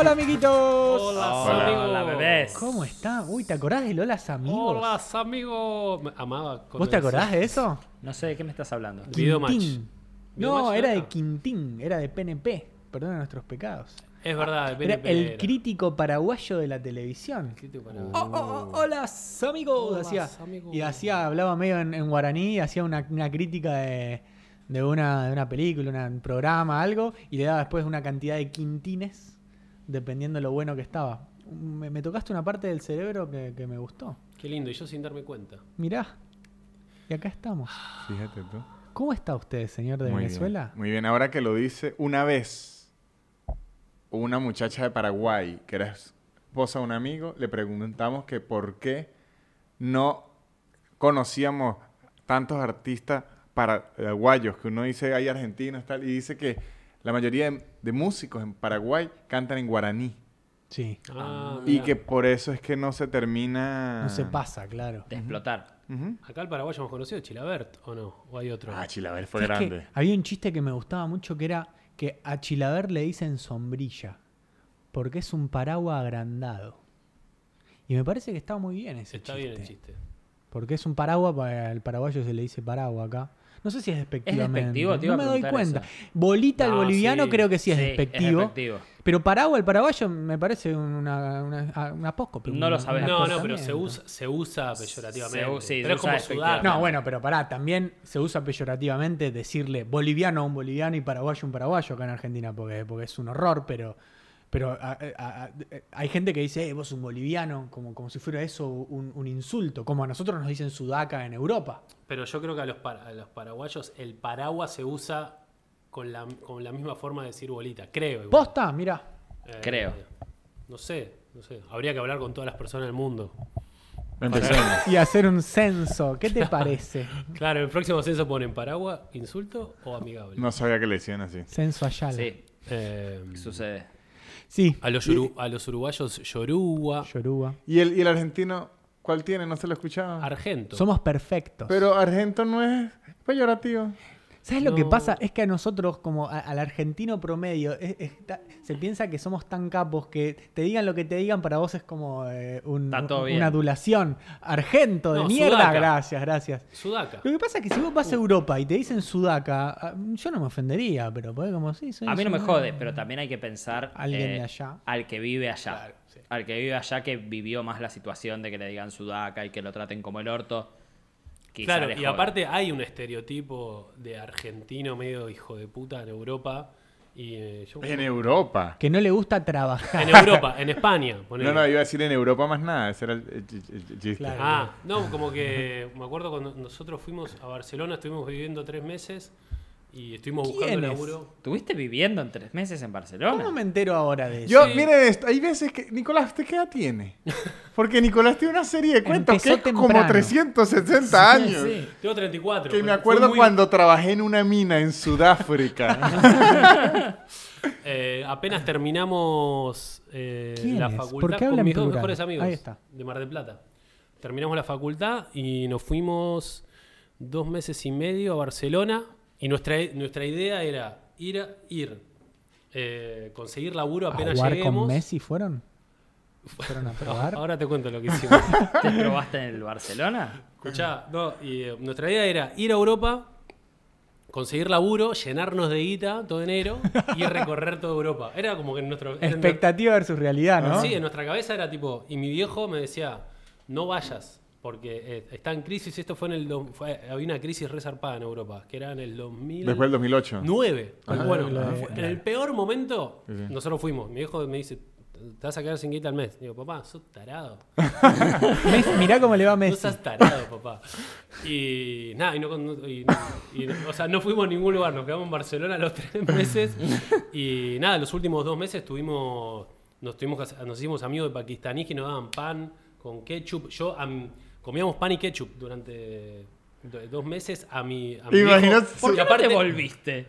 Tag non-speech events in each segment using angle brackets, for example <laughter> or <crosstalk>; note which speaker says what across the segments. Speaker 1: amiguitos.
Speaker 2: Hola,
Speaker 3: Hola.
Speaker 2: amigos.
Speaker 3: Hola, bebés.
Speaker 1: ¿Cómo están? Uy, ¿te acordás del Hola amigos?
Speaker 2: Hola, amigos. Me Amaba. cuando
Speaker 1: ¿Vos te
Speaker 2: decía-
Speaker 1: acordás de eso?
Speaker 3: No sé de qué me estás hablando.
Speaker 2: Video match.
Speaker 1: Quintín.
Speaker 2: Video
Speaker 1: no,
Speaker 2: match,
Speaker 1: era
Speaker 2: ¿no?
Speaker 1: de Quintín, era de PNP. Perdona nuestros pecados.
Speaker 2: Es verdad, de
Speaker 1: Era
Speaker 2: PNP
Speaker 1: el
Speaker 2: era.
Speaker 1: crítico paraguayo de la televisión.
Speaker 2: Crítico para-
Speaker 1: Oh, oh, oh, hola amigos.
Speaker 2: Hola,
Speaker 1: hacía,
Speaker 2: amigos.
Speaker 1: Y hacía, hablaba medio en, en guaraní, hacía una, una crítica de, de una, de una película, una- un programa, algo, y le daba después una cantidad de quintines, dependiendo lo bueno que estaba. Me, me tocaste una parte del cerebro que, que me gustó.
Speaker 2: Qué lindo, y yo sin darme cuenta.
Speaker 1: Mirá. Y acá estamos.
Speaker 3: Fíjate tú.
Speaker 1: ¿Cómo está usted, señor de
Speaker 3: Muy bien.
Speaker 1: Venezuela?
Speaker 3: Muy bien, ahora que lo dice, una vez una muchacha de Paraguay, que era esposa de un amigo, le preguntamos que por qué no conocíamos tantos artistas paraguayos, que uno dice hay argentinos, tal, y dice que la mayoría de, de músicos en Paraguay cantan en guaraní.
Speaker 1: Sí.
Speaker 2: Ah,
Speaker 3: Y
Speaker 2: mirá.
Speaker 3: que por eso es que no se termina...
Speaker 1: No se pasa, claro.
Speaker 3: De
Speaker 4: explotar.
Speaker 3: Ujú.
Speaker 2: Acá el paraguayo hemos conocido, Chilabert, ¿o no? ¿O hay otro?
Speaker 3: Ah, Chilabert fue
Speaker 1: ¿Sabes qué?
Speaker 3: grande.
Speaker 1: había un chiste que me gustaba mucho que era que a Chilaver le dicen sombrilla porque es un paraguas agrandado. Y me parece que está muy bien ese
Speaker 2: Está
Speaker 1: chiste.
Speaker 2: bien el chiste.
Speaker 1: Porque es un paraguas, para el paraguayo se le dice paraguas acá. No sé si es despectivamente.
Speaker 4: despectivo, te iba
Speaker 1: no
Speaker 4: a
Speaker 1: me doy
Speaker 4: preguntar
Speaker 1: cuenta.
Speaker 4: eso.
Speaker 1: Bolita al
Speaker 2: No,
Speaker 1: boliviano
Speaker 2: sí.
Speaker 1: creo que sí es
Speaker 4: Sí, es
Speaker 1: despectivo.
Speaker 4: despectivo.
Speaker 1: Pero paraguas al paraguayo me parece una, una, a- un apóscope,
Speaker 4: No lo
Speaker 1: una-
Speaker 4: sabés.
Speaker 1: un
Speaker 2: No, no,
Speaker 1: aportamiento.
Speaker 2: pero se usa, se usa peyorativamente.
Speaker 4: Se u- sí,
Speaker 2: pero
Speaker 4: se
Speaker 2: es como sudar.
Speaker 4: usa efectivamente.
Speaker 1: No, bueno, pero pará, también se usa peyorativamente decirle boliviano a un boliviano y paraguayo a un paraguayo acá en Argentina, porque, porque es un horror, pero, pero a- a- a- hay gente que dice, eh, vos un boliviano, como, como si fuera eso un, un insulto, como a nosotros nos dicen sudaca en Europa.
Speaker 2: Pero yo creo que a los, para- a los paraguayos el paraguas se usa con la, con la misma forma de decir bolita, creo. igual.
Speaker 1: Posta, mirá.
Speaker 2: Eh,
Speaker 4: Creo.
Speaker 2: No sé, no sé. Habría que hablar con todas las personas del mundo.
Speaker 3: Empecemos.
Speaker 1: Y hacer un censo, ¿qué te parece?
Speaker 2: Claro, en el próximo censo ponen paraguas, insulto o amigable.
Speaker 3: No sabía que le decían así.
Speaker 1: Censo allá.
Speaker 4: Sí,
Speaker 2: Eh,
Speaker 4: sucede.
Speaker 1: Sí.
Speaker 2: a, los yoru- a los uruguayos, yoruba,
Speaker 1: Yoruba.
Speaker 3: ¿Y el, y el argentino cuál tiene? No se lo escuchaba.
Speaker 2: argento.
Speaker 1: Somos perfectos.
Speaker 3: Pero argento no es peyorativo.
Speaker 1: ¿Sabes lo que
Speaker 2: No.
Speaker 1: pasa? Es que a nosotros, como a- al argentino promedio, es- es ta- se piensa que somos tan capos que te digan lo que te digan para vos es como eh, un-
Speaker 4: Está todo bien.
Speaker 1: una adulación. Argento, de
Speaker 2: No,
Speaker 1: mierda.
Speaker 2: sudaca.
Speaker 1: Gracias, gracias.
Speaker 2: Sudaca.
Speaker 1: Lo que pasa es que si vos vas a Europa y te dicen sudaca, ah, yo no me ofendería, pero podés como sí, soy
Speaker 4: A mí no me
Speaker 1: sudaca".
Speaker 4: jode, pero también hay que pensar eh,
Speaker 1: Alguien de allá.
Speaker 4: al que vive allá.
Speaker 2: Claro, sí.
Speaker 4: Al que vive allá que vivió más la situación de que le digan sudaca y que lo traten como el orto. Quizá
Speaker 2: Claro,
Speaker 4: le
Speaker 2: y
Speaker 4: jode.
Speaker 2: aparte hay un estereotipo de argentino medio hijo de puta en Europa. Y, eh, yo-
Speaker 3: En Europa.
Speaker 1: Que no le gusta trabajar.
Speaker 2: en Europa, en
Speaker 3: <laughs>
Speaker 2: España. ponele.
Speaker 3: No, no, iba a decir en Europa más nada. Ese era el, el ch- ch- ch- chiste.
Speaker 1: Claro.
Speaker 2: Ah, no, como que me acuerdo cuando nosotros fuimos a Barcelona, estuvimos viviendo tres meses y estuvimos buscando
Speaker 1: ¿Quiénes?
Speaker 2: laburo.
Speaker 4: ¿Estuviste viviendo en tres meses en Barcelona?
Speaker 1: ¿Cómo me entero ahora de eso?
Speaker 3: Yo,
Speaker 2: Sí.
Speaker 3: miren esto, hay veces que. Nicolás, ¿usted qué edad tiene? Porque Nicolás tiene una serie de cuentos que
Speaker 1: Empezó
Speaker 3: es
Speaker 1: temprano.
Speaker 3: como 360 años.
Speaker 4: Sí.
Speaker 2: Tengo 34.
Speaker 3: Que me
Speaker 2: pero
Speaker 3: acuerdo
Speaker 2: fue muy-
Speaker 3: cuando trabajé en una mina en Sudáfrica.
Speaker 2: eh, apenas terminamos eh,
Speaker 1: ¿Quiénes?
Speaker 2: la
Speaker 1: ¿Por
Speaker 2: facultad
Speaker 1: qué
Speaker 2: con
Speaker 1: hablan
Speaker 2: mis dos
Speaker 1: plural?
Speaker 2: mejores amigos
Speaker 1: Ahí está.
Speaker 2: de Mar del Plata. Terminamos la facultad y nos fuimos dos meses y medio a Barcelona y nuestra, nuestra idea era ir, a- ir eh, conseguir laburo
Speaker 1: ¿A
Speaker 2: apenas
Speaker 1: jugar con
Speaker 2: lleguemos. Ah,
Speaker 1: Messi fueron? ¿Fueron a probar?
Speaker 2: Ahora te cuento lo que
Speaker 1: <laughs>
Speaker 2: hicimos.
Speaker 4: ¿Te probaste en el Barcelona?
Speaker 2: Escuchá, no, y, eh, nuestra idea era ir a Europa, conseguir laburo, llenarnos de guita todo enero y recorrer toda Europa. Era como que nuestro. era nuestro-
Speaker 1: Expectativa versus realidad,
Speaker 3: ¿Ah?
Speaker 1: ¿no?
Speaker 2: Sí, en nuestra cabeza era tipo. Y mi viejo me decía, no vayas, porque eh, está en crisis. Esto fue en el. do- fue- había una crisis resarpada en Europa, que era en el 2000.
Speaker 3: Después del 2008.
Speaker 2: 9.
Speaker 1: Ajá.
Speaker 2: bueno,
Speaker 1: Lo de-
Speaker 2: fue- en el peor momento,
Speaker 3: Ah, Sí, sí.
Speaker 2: nosotros fuimos. Mi viejo me dice, te vas a quedar sin guita al mes. Digo, papá, sos tarado.
Speaker 1: Messi, mirá cómo le va a
Speaker 2: No
Speaker 1: Messi.
Speaker 2: seas tarado, papá. Y nada, y no, con- no- y- y no- o sea, no fuimos a ningún lugar, nos quedamos en Barcelona
Speaker 1: <laughs>
Speaker 2: los tres meses. Y nada, los últimos dos meses tuvimos, nos, tuvimos, que hacer- nos hicimos amigos de pakistaníes que nos daban pan con ketchup. Yo a mi- comíamos pan y ketchup durante do- dos meses a mi, a mi viejo.
Speaker 3: Imagínate-
Speaker 4: ¿Por qué
Speaker 3: ¿Por
Speaker 2: Porque
Speaker 4: no te
Speaker 2: aparte,
Speaker 4: volviste?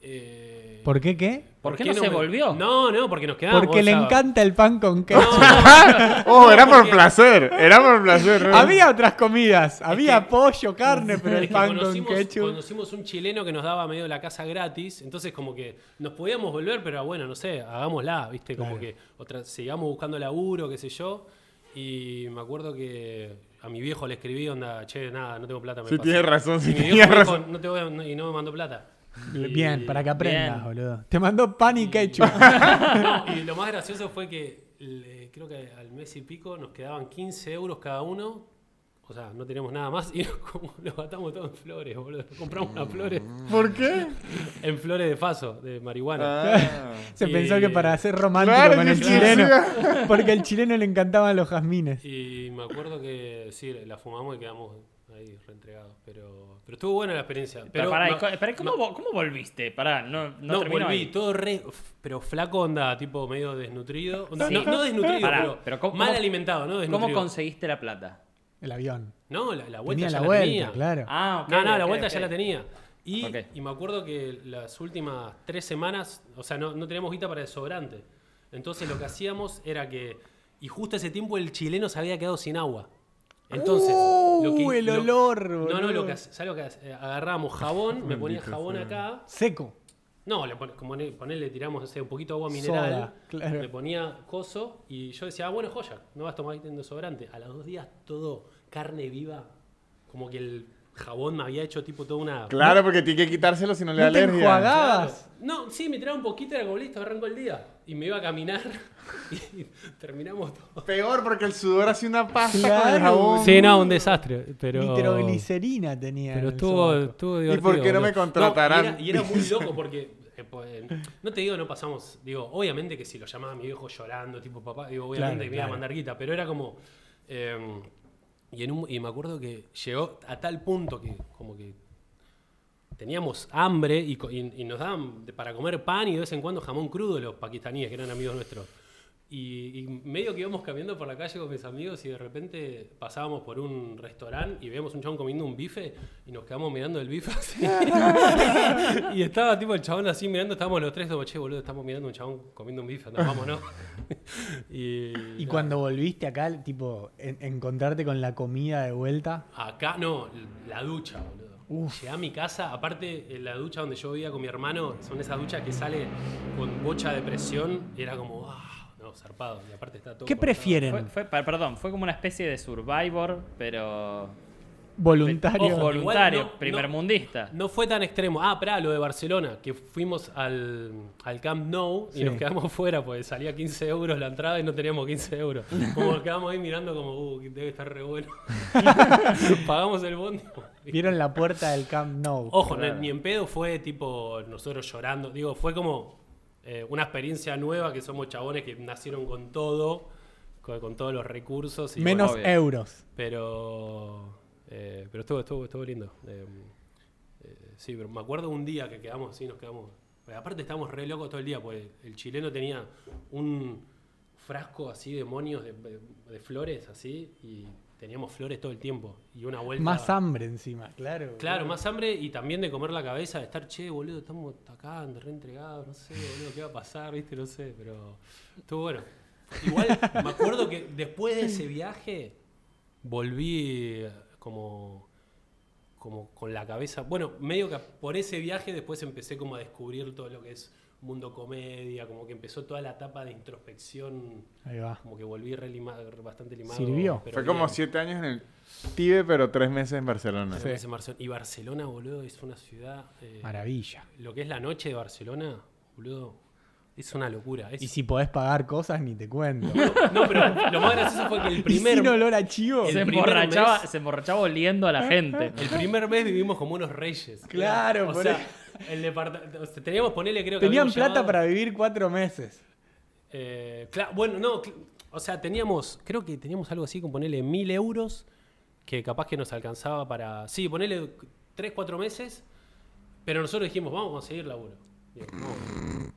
Speaker 2: eh,
Speaker 1: ¿Por qué qué?
Speaker 4: ¿Por qué no se
Speaker 2: me-
Speaker 4: volvió?
Speaker 2: No, no, porque nos quedamos.
Speaker 1: Porque le
Speaker 2: sábado.
Speaker 1: encanta el pan con queso.
Speaker 2: <laughs>
Speaker 3: Oh, era por placer, era por placer. ¿no?
Speaker 1: Había otras comidas, había pollo, carne, pero
Speaker 2: Es
Speaker 1: el
Speaker 2: que
Speaker 1: pan con
Speaker 2: conocimos,
Speaker 1: ketchup.
Speaker 2: conocimos un chileno que nos daba medio la casa gratis, entonces como que nos podíamos volver, pero bueno, no sé, hagámosla, ¿viste? Como
Speaker 1: Claro.
Speaker 2: que otra, sigamos buscando laburo, qué sé yo. Y me acuerdo que a mi viejo le escribí, onda, che, nada, no tengo plata. Me
Speaker 3: Sí,
Speaker 2: pasé".
Speaker 3: tienes razón,
Speaker 2: Y
Speaker 3: sí,
Speaker 2: mi
Speaker 3: tienes
Speaker 2: viejo me dijo,
Speaker 3: razón.
Speaker 2: no te voy a- no- y no me mandó
Speaker 1: <laughs>
Speaker 2: plata. Y-
Speaker 1: Bien, para que aprendas,
Speaker 4: Bien.
Speaker 1: boludo. Te mandó pan y ketchup. <laughs>
Speaker 2: No, y lo más gracioso fue que le- creo que al mes y pico nos quedaban 15 euros cada uno. O sea, no teníamos nada más y <laughs> nos, como, nos gastamos todo en flores, boludo. Compramos unas flores
Speaker 3: ¿Por qué?
Speaker 2: en flores de faso, de marihuana.
Speaker 3: Ah.
Speaker 1: Se
Speaker 2: Y-
Speaker 1: pensó que para ser romántico
Speaker 3: Claro,
Speaker 1: con
Speaker 3: que
Speaker 1: el
Speaker 3: sí,
Speaker 1: chileno.
Speaker 3: sí.
Speaker 1: <laughs> Porque al chileno le encantaban los jazmines.
Speaker 2: Y me acuerdo que sí, la fumamos y quedamos ahí reentregados. Pero, pero estuvo buena la experiencia. Pero,
Speaker 4: Pero, pará,
Speaker 2: no-
Speaker 4: y co- pará, ¿cómo, vo- ¿cómo volviste? Pará, no, no,
Speaker 2: no,
Speaker 4: terminó
Speaker 2: volví,
Speaker 4: ahí.
Speaker 2: todo re. f- Pero flaco onda, tipo medio desnutrido. Onda,
Speaker 4: Sí.
Speaker 2: no, no desnutrido,
Speaker 4: Pará,
Speaker 2: pero,
Speaker 4: pero ¿cómo-
Speaker 2: mal
Speaker 4: cómo-
Speaker 2: alimentado, ¿no? Desnutrido.
Speaker 4: ¿Cómo conseguiste la plata?
Speaker 1: El avión.
Speaker 2: No, la, la
Speaker 1: Tenía
Speaker 2: vuelta ya
Speaker 1: la
Speaker 2: la
Speaker 1: vuelta,
Speaker 2: tenía.
Speaker 1: claro.
Speaker 4: Ah, ok.
Speaker 2: no, no, la
Speaker 4: ok,
Speaker 2: vuelta
Speaker 4: ok.
Speaker 2: ya la tenía. Y,
Speaker 4: Ok.
Speaker 2: y me acuerdo que las últimas tres semanas, o sea, no, no teníamos guita para el sobrante. Entonces lo que hacíamos era que. Y justo ese tiempo el chileno se había quedado sin agua. Entonces. lo que-
Speaker 1: Uh, el
Speaker 2: lo-
Speaker 1: olor,
Speaker 2: No, no,
Speaker 1: boludo.
Speaker 2: lo que, hace- ¿sabes lo que hace? Eh, agarramos
Speaker 1: <laughs>
Speaker 2: jabón, me ponía jabón acá.
Speaker 1: Seco.
Speaker 2: No, le pone- como le, ponerle tiramos no sé, un poquito de agua mineral.
Speaker 1: Soda, claro.
Speaker 2: Le ponía coso y yo decía, ah, bueno, joya, no vas a tomar desodorante. A los dos días todo carne viva, como que el jabón me había hecho tipo toda una.
Speaker 3: Claro, porque tiene que quitárselo si no le da
Speaker 1: No te
Speaker 3: alergia.
Speaker 1: enjuagabas.
Speaker 2: No, sí, me tiraba un poquito, era como listo, arranco el día. Y me iba a caminar <laughs> y terminamos todo.
Speaker 3: Peor porque el sudor hace una pasta con
Speaker 1: Claro.
Speaker 3: el jabón.
Speaker 2: Sí, no, un desastre, pero.
Speaker 1: Nitroglicerina tenía.
Speaker 2: Pero
Speaker 1: en el
Speaker 2: estuvo,
Speaker 1: sobaco.
Speaker 2: estuvo
Speaker 3: ¿Y
Speaker 2: divertido.
Speaker 3: por qué no me
Speaker 2: boludo.
Speaker 3: contratarán?
Speaker 2: y, era, y era muy
Speaker 3: <laughs>
Speaker 2: loco porque. eh, pues, no te digo, no pasamos. Digo, obviamente que si lo llamaba a mi viejo llorando, tipo papá, digo, obviamente
Speaker 1: Claro,
Speaker 2: que me iba a
Speaker 1: claro.
Speaker 2: mandar guita, pero era como. eh, y, en un- y me acuerdo que llegó a tal punto que, como que. Teníamos hambre y, co- y- y nos daban de- para comer pan y de vez en cuando jamón crudo los pakistaníes, que eran amigos nuestros. Y, y medio que íbamos caminando por la calle con mis amigos y de repente pasábamos por un restaurante y veíamos un chabón comiendo un bife y nos quedamos mirando el bife así. <laughs> y estaba tipo el chabón así mirando, estábamos los tres como, che, boludo, estamos mirando un chabón comiendo un bife, andá, vámonos. <laughs> y,
Speaker 1: Y cuando volviste acá, tipo, en- encontrarte con la comida de vuelta.
Speaker 2: Acá, no, la ducha, boludo. Llegué a mi casa, aparte en la ducha donde yo vivía con mi hermano, son esas duchas que sale con bocha de presión, y era como, ah, no, zarpado. Y aparte está todo.
Speaker 1: ¿Qué
Speaker 2: cortado.
Speaker 4: Fue,
Speaker 1: prefieren?
Speaker 4: fue- pa- perdón, fue como una especie de Survivor, pero
Speaker 1: Voluntario.
Speaker 2: Ojo,
Speaker 4: voluntario,
Speaker 2: Igual no-
Speaker 4: primermundista.
Speaker 2: No fue tan extremo. Ah, pará, lo de Barcelona, que fuimos al, al Camp Nou y
Speaker 1: Sí.
Speaker 2: nos quedamos <laughs> fuera, porque salía 15 euros la entrada y no teníamos 15 euros. Como nos quedamos ahí mirando como, uh, debe estar
Speaker 1: <laughs>
Speaker 2: re bueno. Pagamos el bondi.
Speaker 1: Vieron la puerta del Camp Nou.
Speaker 2: Ojo, no- ni en pedo fue tipo nosotros llorando. Digo, fue como eh, una experiencia nueva que somos chabones que nacieron con todo, con, con todos los recursos. Y
Speaker 1: Menos
Speaker 2: bueno,
Speaker 4: obvio.
Speaker 1: euros.
Speaker 2: pero eh, pero estuvo, estuvo, estuvo lindo. Eh, eh, sí, pero me acuerdo un día que quedamos, sí, nos quedamos. pero aparte estábamos re locos todo el día, porque el chileno tenía un frasco así de monios de, de- de flores así y teníamos flores todo el tiempo y una vuelta
Speaker 1: Más hambre encima, claro.
Speaker 2: Claro, más hambre y también de comer la cabeza, de estar, che, boludo, estamos acá, reentregados, no sé, boludo, qué va a pasar, viste, no sé, pero estuvo bueno. Igual me acuerdo que después de ese viaje volví eh, como, como con la cabeza, bueno, medio que por ese viaje después empecé como a descubrir todo lo que es mundo comedia, como que empezó toda la etapa de introspección,
Speaker 1: Ahí va.
Speaker 2: como que volví re lima- bastante limado.
Speaker 1: Sirvió.
Speaker 2: pero
Speaker 3: Fue como
Speaker 2: bien.
Speaker 3: siete años en el Tibe, pero tres meses en Barcelona.
Speaker 2: Tres meses en Barcelona. Y Barcelona, boludo, es una ciudad... eh,
Speaker 1: Maravilla.
Speaker 2: lo que es la noche de Barcelona, boludo, es una locura. Es-
Speaker 1: Y si podés pagar cosas, ni te cuento.
Speaker 2: <laughs> No, pero lo más gracioso fue que
Speaker 1: <laughs>
Speaker 2: el
Speaker 1: Y
Speaker 2: primer,
Speaker 1: sin olor a chivo.
Speaker 2: el
Speaker 4: se,
Speaker 2: primer
Speaker 4: emborrachaba,
Speaker 2: mes-
Speaker 4: se emborrachaba oliendo
Speaker 1: Ah,
Speaker 4: a la gente.
Speaker 2: el primer mes vivimos como unos reyes.
Speaker 1: Claro,
Speaker 2: o
Speaker 1: por
Speaker 2: sea, el departamento. teníamos que ponerle, creo que.
Speaker 1: Tenían
Speaker 2: habíamos
Speaker 1: plata
Speaker 2: llamado-
Speaker 1: para vivir cuatro meses.
Speaker 2: Eh, cla- bueno, no. cl- O sea, teníamos. Creo que teníamos algo así con ponerle mil euros que capaz que nos alcanzaba para. Sí, ponerle tres, cuatro meses. Pero nosotros dijimos, vamos a conseguir laburo. Digo, "Vamos".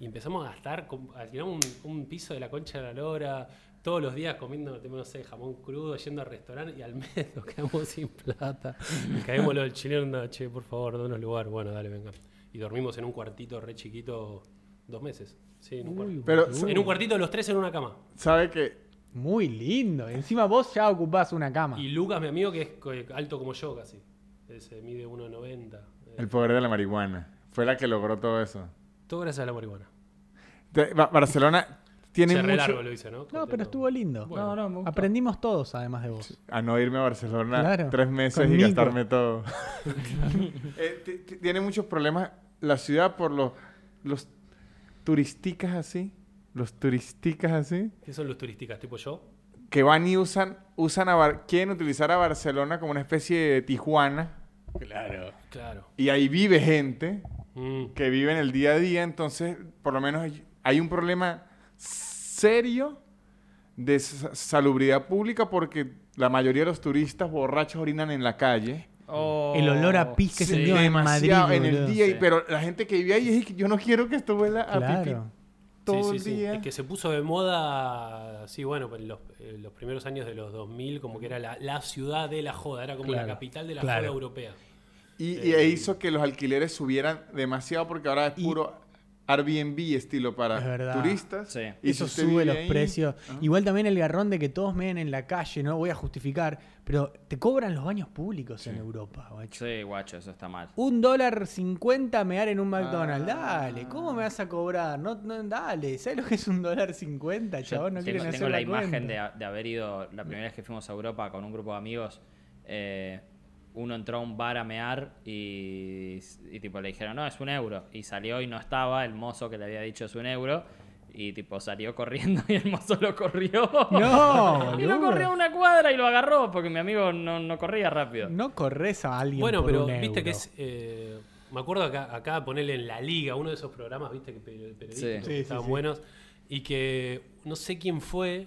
Speaker 2: Y empezamos a gastar, com- alquilamos un, un piso de la concha de la lora, todos los días comiendo, no sé, jamón crudo, yendo al restaurante y al mes <laughs> nos quedamos sin plata. Caemos lo del chileno, no, che, por favor, danos lugar. Bueno, dale, venga. y dormimos en un cuartito re chiquito dos meses. Sí, en un, cuartito.
Speaker 3: Pero-
Speaker 2: En un cuartito los tres en una cama.
Speaker 3: ¿Sabe que
Speaker 1: Muy lindo. Encima vos ya ocupás una cama.
Speaker 2: Y Lucas, mi amigo, que es co- alto como yo casi. Ese mide 1,90. Eh,
Speaker 3: el poder de la marihuana fue la que logró todo eso?
Speaker 2: Todo gracias a la marihuana.
Speaker 3: Te- Ba- Barcelona tiene
Speaker 2: Se re largo
Speaker 3: mucho...
Speaker 2: lo hice, ¿no?
Speaker 1: No,
Speaker 2: Contento.
Speaker 1: pero estuvo lindo.
Speaker 2: Bueno.
Speaker 4: no, no, me gusta.
Speaker 1: Aprendimos todos, además de vos.
Speaker 3: A no irme a Barcelona
Speaker 1: Claro,
Speaker 3: tres meses y
Speaker 1: conmigo.
Speaker 3: gastarme todo.
Speaker 2: <laughs>
Speaker 3: Eh, ti- ti- tiene muchos problemas la ciudad por los, los turisticas así. Los turisticas así.
Speaker 2: ¿Qué son los turísticas? ¿Tipo yo?
Speaker 3: que van y usan, usan a Bar- quieren utilizar a Barcelona como una especie de Tijuana
Speaker 2: Claro. Claro.
Speaker 3: y ahí vive gente
Speaker 2: Mm.
Speaker 3: que vive en el día a día, entonces por lo menos hay- hay un problema serio de sa- salubridad pública porque la mayoría de los turistas borrachos orinan en la calle.
Speaker 4: Oh.
Speaker 1: El olor a pis que
Speaker 3: Sí,
Speaker 1: se dio en Madrid.
Speaker 3: demasiado en el
Speaker 1: boludo.
Speaker 3: día, y-
Speaker 4: Sí.
Speaker 3: pero la gente que vive ahí es que yo no quiero que esto vuela
Speaker 2: Ah,
Speaker 3: a
Speaker 1: Claro.
Speaker 3: pipí
Speaker 2: Sí,
Speaker 3: todo
Speaker 2: sí,
Speaker 3: el
Speaker 2: sí.
Speaker 3: día.
Speaker 2: Es que se puso de moda, sí, bueno, pues en los, en los primeros años de los 2000, como que era la, la ciudad de la joda, era como
Speaker 1: Claro,
Speaker 2: la capital de la
Speaker 1: claro.
Speaker 2: joda europea.
Speaker 3: Y, y
Speaker 2: eh,
Speaker 3: hizo que los alquileres subieran demasiado porque ahora es
Speaker 1: Y-
Speaker 3: puro Airbnb estilo
Speaker 1: Es
Speaker 3: para
Speaker 1: verdad.
Speaker 3: turistas.
Speaker 4: Sí.
Speaker 3: Y
Speaker 1: Eso
Speaker 3: si usted
Speaker 1: sube
Speaker 3: vive
Speaker 1: los
Speaker 3: ahí- ¿ah?
Speaker 1: precios. Igual también el garrón de que todos meen en la calle, no voy a justificar, pero te cobran los baños públicos en Europa, guacho.
Speaker 4: Sí, guacho, eso está mal.
Speaker 1: Un dólar cincuenta mear en un McDonald's.
Speaker 3: Ah.
Speaker 1: Dale, ¿cómo me vas a cobrar? No, no, dale, ¿sabes lo que es un dólar cincuenta, chabón? No
Speaker 4: tengo
Speaker 1: quieren hacer
Speaker 4: tengo la, imagen
Speaker 1: cuenta.
Speaker 4: de, ha- de haber ido, la primera vez que fuimos a Europa con un grupo de amigos, eh, uno entró a un bar a mear y, y tipo le dijeron, no, es un euro. Y salió y no estaba, el mozo que le había dicho es un euro. Y tipo salió <laughs> corriendo y el mozo lo corrió.
Speaker 1: No,
Speaker 4: <laughs> y lo
Speaker 1: boludo.
Speaker 4: corrió una cuadra y lo agarró porque mi amigo no, no corría rápido.
Speaker 1: No corres a alguien.
Speaker 2: Bueno,
Speaker 1: por
Speaker 2: pero
Speaker 1: un
Speaker 2: viste
Speaker 1: euro.
Speaker 2: que es. eh, me acuerdo acá, acá ponerle en La Liga, uno de esos programas, viste, que pe- periodísticos
Speaker 4: Sí.
Speaker 2: que
Speaker 1: Sí, sí,
Speaker 2: estaban
Speaker 1: sí.
Speaker 2: buenos. Y que no sé quién fue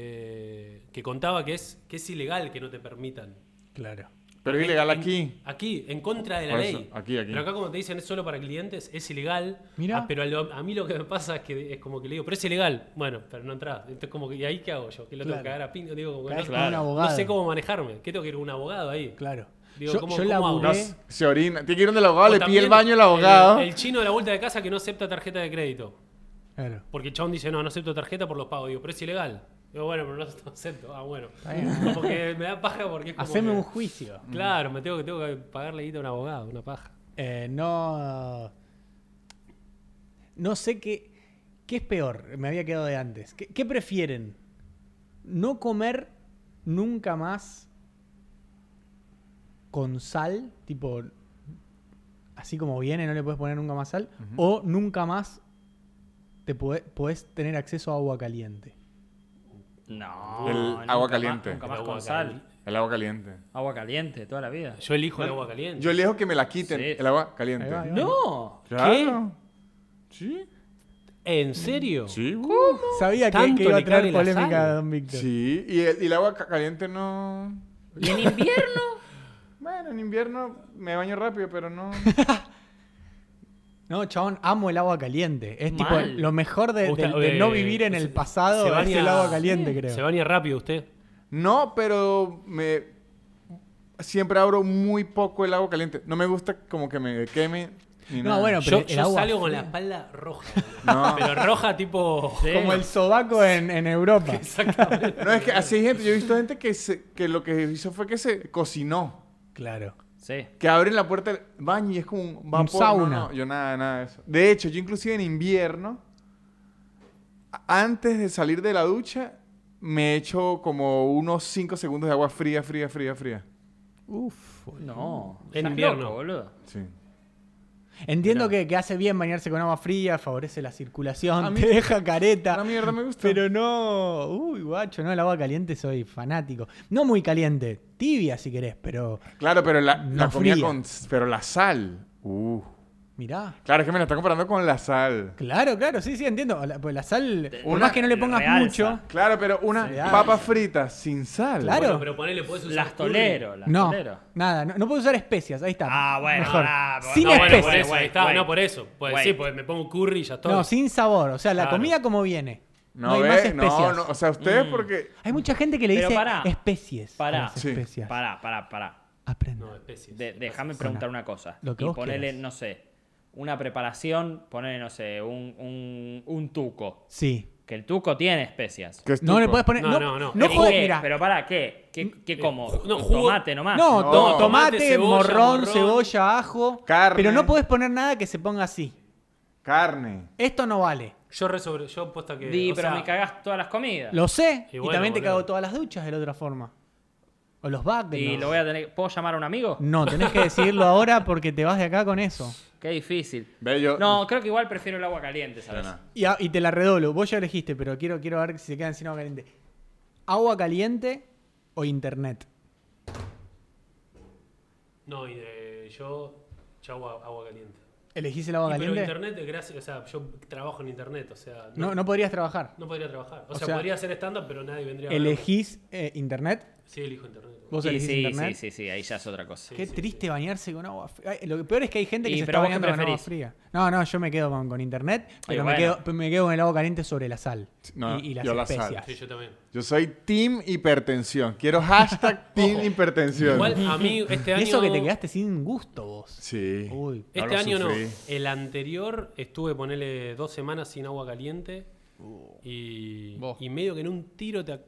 Speaker 2: que, que contaba que es, que es ilegal que no te permitan.
Speaker 1: Claro.
Speaker 3: Pero es
Speaker 2: En-
Speaker 3: ilegal
Speaker 2: en-
Speaker 3: aquí.
Speaker 2: Aquí, en contra de la
Speaker 3: Por eso,
Speaker 2: ley.
Speaker 3: aquí, aquí.
Speaker 2: Pero acá, como te dicen, es solo para clientes, es ilegal.
Speaker 1: Mirá.
Speaker 2: Ah, pero a, lo- a mí lo que me pasa es que es como que le digo, pero es ilegal. Bueno, pero no entras. Entonces, como que, ¿y ahí qué hago yo? Que lo tengo
Speaker 1: Claro.
Speaker 2: que cagar a pingo. Digo, como que
Speaker 1: Cagás
Speaker 2: no,
Speaker 1: con un
Speaker 2: no
Speaker 1: abogado.
Speaker 2: sé cómo manejarme. ¿Qué tengo que ir a un abogado ahí?
Speaker 1: Claro.
Speaker 2: Digo,
Speaker 1: yo
Speaker 2: ¿cómo-
Speaker 1: yo
Speaker 2: cómo hago?
Speaker 3: No,
Speaker 1: laburé.
Speaker 3: se se orina. Tiene que ir donde el
Speaker 2: O
Speaker 3: abogado, le pide
Speaker 2: también
Speaker 3: el baño el abogado.
Speaker 2: El, chino de la vuelta de casa que no acepta tarjeta de crédito.
Speaker 1: Claro.
Speaker 2: Porque el chabón dice, no, no acepto tarjeta por los pagos. Digo, pero es ilegal. Digo, bueno, pero no <laughs> acepto. Ah, bueno. Como que me da paja porque es como
Speaker 1: Haceme
Speaker 2: que-
Speaker 1: un juicio.
Speaker 2: Claro, me tengo que, tengo que pagarle guita a un abogado, una paja.
Speaker 1: Eh, no. No sé qué. ¿Qué es peor? Me había quedado de antes. ¿Qué, qué prefieren? ¿No comer nunca más con sal? Tipo. Así como viene, no le puedes poner nunca más sal. O nunca más te puede- podés tener acceso a agua caliente.
Speaker 4: No.
Speaker 3: El
Speaker 4: nunca
Speaker 3: agua
Speaker 4: más-
Speaker 3: caliente.
Speaker 4: nunca
Speaker 2: El
Speaker 4: más
Speaker 2: agua
Speaker 4: con sal.
Speaker 2: caliente.
Speaker 3: El agua caliente.
Speaker 4: Agua caliente, toda la vida.
Speaker 2: Yo elijo el agua caliente.
Speaker 3: Yo elijo que me la quiten,
Speaker 4: Sí.
Speaker 3: el agua caliente.
Speaker 1: Ahí va, ahí va.
Speaker 4: No.
Speaker 3: Claro. ¿Sí?
Speaker 2: ¿En serio?
Speaker 3: Sí. uh.
Speaker 1: Sabía que,
Speaker 2: Tanto
Speaker 1: que iba a
Speaker 2: le
Speaker 1: traer
Speaker 2: cabe la
Speaker 1: polémica
Speaker 2: sal.
Speaker 1: a Don Víctor.
Speaker 3: Sí. Y el, y el agua ca- caliente no...
Speaker 4: ¿Y en invierno?
Speaker 3: <laughs> Bueno, en invierno me baño rápido, pero no... <laughs>
Speaker 1: No, chabón, amo el agua caliente. Es tipo
Speaker 4: Mal.
Speaker 1: lo mejor de,
Speaker 2: Gusta-
Speaker 1: de- de no
Speaker 2: eh,
Speaker 1: vivir en el
Speaker 2: se-
Speaker 1: pasado
Speaker 2: se
Speaker 1: es
Speaker 2: baña-
Speaker 1: el agua caliente, creo.
Speaker 2: Se baña rápido usted.
Speaker 3: No, pero me siempre abro muy poco el agua caliente. No me gusta como que me queme. ni
Speaker 1: No,
Speaker 3: nada.
Speaker 1: bueno, pero
Speaker 2: Yo,
Speaker 1: el
Speaker 2: yo
Speaker 1: agua
Speaker 2: salgo con
Speaker 1: fría.
Speaker 2: la espalda roja. boludo.
Speaker 3: No.
Speaker 2: Pero roja tipo...
Speaker 1: <laughs> Como el sobaco en, en
Speaker 2: <laughs>
Speaker 1: Europa.
Speaker 2: Exactamente.
Speaker 3: No, es que así hay gente. Yo he visto gente que, se- que lo que hizo fue que se cocinó.
Speaker 1: Claro.
Speaker 4: Sí.
Speaker 3: Que abren la puerta del baño y es como un vapor. No,
Speaker 1: sauna.
Speaker 3: no, yo nada, nada de eso. De hecho, yo inclusive en invierno, a- antes de salir de la ducha, me echo como unos 5 segundos de agua fría, fría, fría, fría.
Speaker 1: Uf.
Speaker 4: No.
Speaker 2: En
Speaker 4: Estás
Speaker 2: invierno.
Speaker 4: loco, boludo.
Speaker 3: Sí.
Speaker 1: Entiendo que, que hace bien bañarse con agua fría, favorece la circulación,
Speaker 3: A mí-
Speaker 1: te deja careta.
Speaker 3: La mierda me gusta.
Speaker 1: pero no. Uy, guacho, no, el agua caliente soy fanático. No muy caliente, tibia si querés, pero
Speaker 3: Claro, pero la,
Speaker 1: No
Speaker 3: la comida
Speaker 1: fría.
Speaker 3: con... Pero la sal. Uh.
Speaker 1: mirá.
Speaker 3: Claro, es que me la está comparando con la sal.
Speaker 1: Claro, claro, sí, sí, entiendo. La- Pues la sal, por
Speaker 3: una-
Speaker 1: más que no le
Speaker 4: te
Speaker 1: pongas
Speaker 4: realza.
Speaker 1: mucho.
Speaker 3: Claro, pero unas papas fritas sin sal.
Speaker 1: Claro.
Speaker 2: Bueno, pero ponele, podés usar
Speaker 4: Las
Speaker 2: curry.
Speaker 4: tolero, las
Speaker 1: No,
Speaker 4: tolero.
Speaker 1: nada, no, no puedo usar especias, ahí está.
Speaker 4: Ah, bueno,
Speaker 1: Mejor.
Speaker 4: ah, bueno,
Speaker 1: sin
Speaker 2: No, bueno, por
Speaker 1: especias.
Speaker 2: eso,
Speaker 4: Wait,
Speaker 2: ahí está,
Speaker 4: wait.
Speaker 2: no por eso. Pues
Speaker 4: Wait.
Speaker 2: sí, pues me pongo curry y ya está.
Speaker 1: No, sin sabor, o sea, la
Speaker 2: Claro.
Speaker 1: comida como viene. No,
Speaker 3: No,
Speaker 1: hay
Speaker 3: ve,
Speaker 1: más
Speaker 3: no,
Speaker 1: especias. Mm.
Speaker 3: no, o sea, ustedes porque
Speaker 1: Hay mucha gente que le
Speaker 4: Pero
Speaker 1: dice
Speaker 4: pará.
Speaker 1: especies. a
Speaker 4: Pará.
Speaker 1: las
Speaker 3: Sí.
Speaker 1: especias.
Speaker 4: Pará, pará, pará.
Speaker 1: Aprenda.
Speaker 2: No, especies.
Speaker 4: De- déjame preguntar una cosa.
Speaker 1: Lo que
Speaker 4: y
Speaker 1: vos
Speaker 4: ponele,
Speaker 1: quieras.
Speaker 4: no sé, una preparación, poner, no sé, un, un, un tuco.
Speaker 1: Sí.
Speaker 4: Que el tuco tiene especias.
Speaker 3: ¿Qué es
Speaker 1: No le
Speaker 3: tuco?
Speaker 1: puedes poner.
Speaker 2: No,
Speaker 1: No,
Speaker 2: no,
Speaker 1: no, Mm,
Speaker 2: no.
Speaker 4: ¿Y
Speaker 1: podés,
Speaker 4: qué?
Speaker 1: mira.
Speaker 4: ¿Pero para qué? ¿Qué,
Speaker 1: eh,
Speaker 4: qué como?
Speaker 2: ju- no, jugo-
Speaker 4: ¿Tomate nomás?
Speaker 1: No, to-
Speaker 3: No.
Speaker 1: tomate,
Speaker 2: Tomate, cebolla,
Speaker 1: morrón,
Speaker 2: morrón.
Speaker 1: cebolla, ajo.
Speaker 3: Carne.
Speaker 1: Pero no podés poner nada que se ponga así.
Speaker 3: Carne.
Speaker 1: Esto no vale.
Speaker 2: Yo re sobre, yo posta que.
Speaker 4: Di,
Speaker 2: o
Speaker 4: pero
Speaker 2: sea,
Speaker 4: me cagás todas las comidas.
Speaker 1: Lo sé.
Speaker 2: Y
Speaker 1: Y,
Speaker 2: bueno,
Speaker 1: también te
Speaker 2: boludo.
Speaker 1: cago todas las duchas de la otra forma. O los
Speaker 4: y
Speaker 1: backgrounds.
Speaker 4: lo voy a tener... ¿Puedo llamar a un amigo?
Speaker 1: No, tenés que decirlo ahora porque te vas de acá con eso.
Speaker 4: Qué difícil.
Speaker 3: Ve, yo-
Speaker 4: No, creo que igual prefiero el agua caliente, ¿sabes?
Speaker 3: Bueno.
Speaker 1: Y, a- y te la redoblo. Vos ya elegiste, pero quiero, quiero ver si se quedan sin agua caliente. ¿Agua caliente o internet?
Speaker 2: No, y de, yo. Yo agua, agua caliente.
Speaker 1: ¿Elegís el agua
Speaker 2: Y pero
Speaker 1: caliente?
Speaker 2: internet, gracias. O sea, yo trabajo en internet, o sea.
Speaker 1: No, no podrías trabajar.
Speaker 2: no podría trabajar. O,
Speaker 1: O
Speaker 2: sea,
Speaker 1: sea,
Speaker 2: podría hacer stand-up, pero nadie vendría a verme.
Speaker 1: ¿Elegís eh, internet?
Speaker 2: Sí, elijo internet.
Speaker 1: ¿Vos
Speaker 4: Sí,
Speaker 1: elegís
Speaker 4: sí,
Speaker 1: internet?
Speaker 4: sí, sí, sí, ahí ya es otra cosa.
Speaker 2: Sí,
Speaker 1: Qué
Speaker 2: sí,
Speaker 1: triste bañarse con agua fría. Ay, Lo que peor es que hay gente que
Speaker 4: Y,
Speaker 1: se
Speaker 4: pero
Speaker 1: está
Speaker 4: vos qué
Speaker 1: bañando con agua
Speaker 4: preferís.
Speaker 1: fría. No, no, yo me quedo con, con internet, pero me,
Speaker 4: bueno.
Speaker 1: quedo, pero me quedo con el agua caliente sobre la sal
Speaker 3: No,
Speaker 1: y, y las
Speaker 3: yo la sal.
Speaker 1: especias.
Speaker 2: Sí, yo también.
Speaker 3: Yo soy Team Hipertensión.
Speaker 2: <laughs>
Speaker 3: Quiero hashtag Team Hipertensión.
Speaker 2: Igual a mí este
Speaker 1: <laughs>
Speaker 2: año.
Speaker 1: Y eso que te quedaste sin gusto vos.
Speaker 3: Sí.
Speaker 1: Uy.
Speaker 3: No
Speaker 2: Este
Speaker 3: lo
Speaker 2: año
Speaker 3: sufrí.
Speaker 2: no. El anterior estuve, ponele, dos semanas sin agua caliente. Y,
Speaker 1: Uh. Vos.
Speaker 2: y medio que en un tiro te, ac-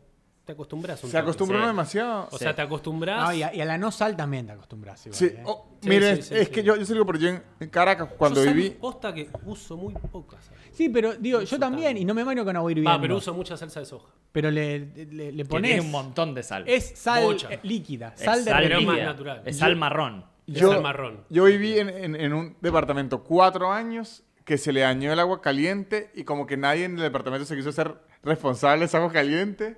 Speaker 2: te acostumbras. un
Speaker 3: Se
Speaker 2: toque.
Speaker 3: acostumbró
Speaker 4: Sí.
Speaker 3: demasiado.
Speaker 2: O sea, te acostumbras.
Speaker 1: No, Ah, y, a, y a la no sal también te acostumbras. igual,
Speaker 3: Sí,
Speaker 1: eh.
Speaker 3: oh,
Speaker 2: Sí,
Speaker 3: miren,
Speaker 2: sí, sí,
Speaker 3: es
Speaker 2: sí.
Speaker 3: que yo, yo se digo, pero yo en en Caracas, cuando
Speaker 2: yo
Speaker 3: viví,
Speaker 2: sal posta que uso muy pocas. sal.
Speaker 1: Sí, pero digo, yo
Speaker 2: Uso
Speaker 1: también,
Speaker 2: tanto.
Speaker 1: y no me baño con agua hirviendo.
Speaker 2: Va, pero uso mucha salsa de soja.
Speaker 1: Pero le, le, le
Speaker 4: Que
Speaker 1: ponés...
Speaker 4: tiene un montón de sal.
Speaker 1: Es sal
Speaker 2: Bocha.
Speaker 1: eh, líquida,
Speaker 4: Es
Speaker 1: sal de
Speaker 2: sal
Speaker 1: río.
Speaker 2: líquida.
Speaker 4: líquida,
Speaker 2: natural.
Speaker 4: Es sal marrón.
Speaker 2: Es
Speaker 3: yo,
Speaker 2: al marrón.
Speaker 3: yo viví en, en- en un departamento cuatro años que se le dañó el agua caliente y como que nadie en el departamento se quiso ser responsable de esa agua caliente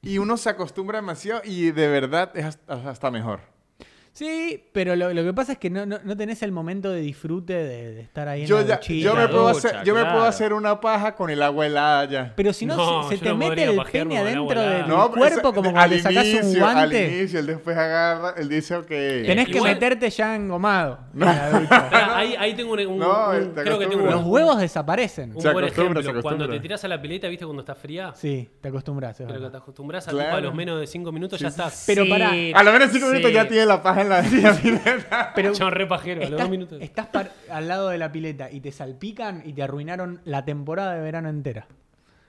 Speaker 3: y uno se acostumbra demasiado y de verdad es hasta, hasta mejor.
Speaker 1: Sí, pero lo, lo que pasa es que no, no, no tenés el momento de disfrute de, de estar ahí en
Speaker 3: Yo,
Speaker 1: la
Speaker 3: ya,
Speaker 1: duchita.
Speaker 3: yo, me,
Speaker 4: la
Speaker 3: puedo
Speaker 4: ducha,
Speaker 3: hacer, yo me puedo
Speaker 4: claro.
Speaker 3: hacer una paja con el agua helada ya.
Speaker 1: Pero si no,
Speaker 2: No,
Speaker 1: se, se
Speaker 2: yo
Speaker 1: te
Speaker 2: no
Speaker 1: mete
Speaker 2: podría
Speaker 1: el
Speaker 2: pajearme
Speaker 1: pene
Speaker 2: con
Speaker 1: adentro
Speaker 2: el agua
Speaker 1: del <laughs>
Speaker 2: helada.
Speaker 3: No, pero
Speaker 1: cuerpo
Speaker 3: esa-
Speaker 1: como
Speaker 3: al
Speaker 1: cuando le sacas un
Speaker 3: inicio, Al
Speaker 1: guante.
Speaker 3: inicio, él después agarra, él dice, ok.
Speaker 1: Tenés que
Speaker 2: Igual-
Speaker 1: meterte ya engomado. en la
Speaker 3: <laughs>
Speaker 1: ducha.
Speaker 2: Pará, ahí, ahí tengo un. un-
Speaker 3: No,
Speaker 2: un-
Speaker 3: te
Speaker 2: creo que tengo un,
Speaker 1: Los huevos desaparecen.
Speaker 2: un
Speaker 3: Se
Speaker 2: buen
Speaker 3: acostumbra, se
Speaker 2: ejemplo. Cuando
Speaker 3: acostumbra.
Speaker 2: te tiras a la pileta, ¿viste cuando está fría?
Speaker 1: Sí, te acostumbras. es
Speaker 2: Pero que
Speaker 1: verdad.
Speaker 2: te acostumbras a
Speaker 3: Claro.
Speaker 2: tu a los menos de 5 minutos, ya estás.
Speaker 1: Pero pará.
Speaker 3: A lo menos cinco minutos ya tiene la paja en la <laughs> pileta.
Speaker 1: Pero
Speaker 2: Chon re pajero, a los dos
Speaker 1: estás,
Speaker 2: minutos.
Speaker 1: estás par- al lado de la pileta y te salpican y te arruinaron la temporada de verano entera.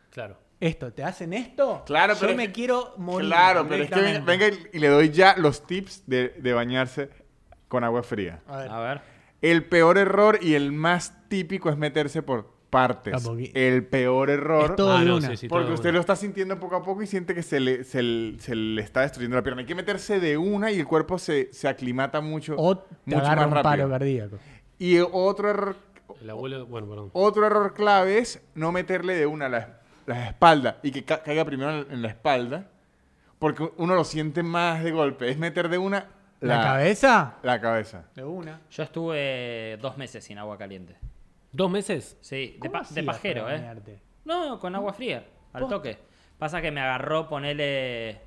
Speaker 2: Claro.
Speaker 1: Esto, ¿te hacen esto?
Speaker 3: Claro,
Speaker 1: Yo
Speaker 3: pero es
Speaker 1: me
Speaker 3: que-
Speaker 1: quiero morir.
Speaker 3: Claro, pero es que venga,
Speaker 1: directamente.
Speaker 3: venga y y le doy ya los tips de, de bañarse con agua fría.
Speaker 1: A ver.
Speaker 4: A ver.
Speaker 3: El peor error y el más típico es meterse por partes.
Speaker 1: Ah, porque-
Speaker 3: El peor error.
Speaker 1: Es todo
Speaker 2: Ah,
Speaker 1: de
Speaker 2: no,
Speaker 1: una.
Speaker 2: sí, sí.
Speaker 3: Porque
Speaker 2: todo
Speaker 3: usted
Speaker 2: bueno.
Speaker 3: lo está sintiendo poco a poco y siente que se le, se le- se le está destruyendo la pierna. Hay que meterse de una y el cuerpo se, se aclimata mucho,
Speaker 1: O te
Speaker 3: mucho
Speaker 1: agarra
Speaker 3: más
Speaker 1: un
Speaker 3: rápido.
Speaker 1: paro cardíaco.
Speaker 3: Y otro error
Speaker 2: El abuelo. Bueno, perdón.
Speaker 3: Otro error clave es no meterle de una la, la espalda y que ca- caiga primero en, en la espalda, porque uno lo siente más de golpe. Es meter de una
Speaker 1: ¿La cabeza?
Speaker 3: La cabeza.
Speaker 1: De una.
Speaker 4: Yo estuve dos meses sin agua caliente.
Speaker 2: ¿Dos meses?
Speaker 4: Sí, de,
Speaker 1: ¿Cómo
Speaker 4: pa- de
Speaker 1: hacías
Speaker 4: pajero,
Speaker 1: para
Speaker 4: ¿eh?
Speaker 1: bañarte?
Speaker 4: No, con agua fría, al
Speaker 1: Posta.
Speaker 4: toque. Pasa que me agarró ponerle...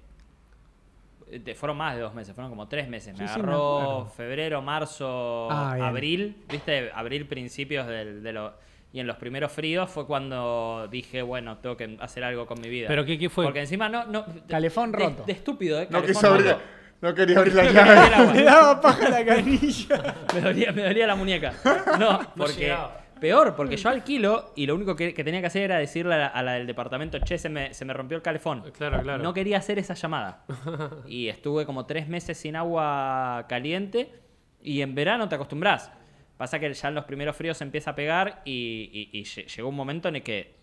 Speaker 4: Fueron más de dos meses, fueron como tres meses. Me
Speaker 1: Sí, sí, me
Speaker 4: agarró
Speaker 1: acuerdo.
Speaker 4: febrero, marzo,
Speaker 1: Ah, bien.
Speaker 4: abril, ¿viste? Abril, principios del, de lo... Y en los primeros fríos fue cuando dije, bueno, tengo que hacer algo con mi vida.
Speaker 2: ¿Pero qué- qué fue?
Speaker 4: Porque encima no... no
Speaker 1: Calefón
Speaker 4: de-
Speaker 1: roto.
Speaker 4: De estúpido, ¿eh?
Speaker 3: No
Speaker 4: Calefón
Speaker 3: quiso abrir.
Speaker 4: roto.
Speaker 3: No quería
Speaker 4: <laughs>
Speaker 3: abrir la
Speaker 4: quería abrir
Speaker 3: llave.
Speaker 4: la- agua.
Speaker 1: Me daba paja la canilla.
Speaker 4: Me dolía, me dolía la
Speaker 2: <laughs>
Speaker 4: muñeca. No, porque.
Speaker 2: llegaba.
Speaker 4: peor, porque yo alquilo y lo único que, que tenía que hacer era decirle a la, a la del departamento, che, se me, se me rompió el calefón.
Speaker 2: Claro, claro.
Speaker 4: No quería hacer
Speaker 2: <laughs>
Speaker 4: esa llamada. Y estuve como tres meses sin agua caliente y en verano te acostumbrás. Pasa que ya en los primeros fríos se empieza a pegar y, y- y lle- llegó un momento en el que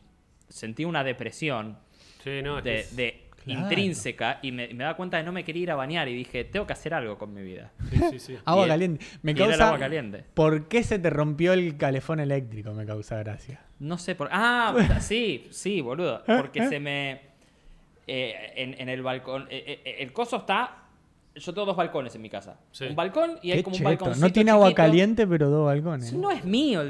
Speaker 4: sentí una depresión
Speaker 2: Sí, no, es Ah, que
Speaker 4: de,
Speaker 2: es-
Speaker 4: de
Speaker 1: Claro.
Speaker 4: intrínseca y me, me daba cuenta de no me quería ir a bañar y dije, tengo que hacer algo con mi vida.
Speaker 2: Sí, sí,
Speaker 3: <laughs>
Speaker 2: sí.
Speaker 1: <laughs> Agua
Speaker 4: Y el-
Speaker 1: caliente. Me
Speaker 4: y era el
Speaker 1: causa.
Speaker 4: agua caliente.
Speaker 1: ¿Por qué se te rompió el calefón eléctrico? Me causa gracia.
Speaker 4: No sé por.
Speaker 1: <laughs>
Speaker 4: Ah, puta, sí, sí, boludo.
Speaker 1: eh.
Speaker 4: Porque se me. eh, en, en el balcón. eh, eh, el coso está. Yo tengo dos balcones en mi casa.
Speaker 2: Sí.
Speaker 4: Un balcón y hay
Speaker 1: Qué
Speaker 4: como un
Speaker 1: cheto.
Speaker 4: balcón.
Speaker 1: No tiene agua caliente, pero dos balcones.
Speaker 4: No es mío el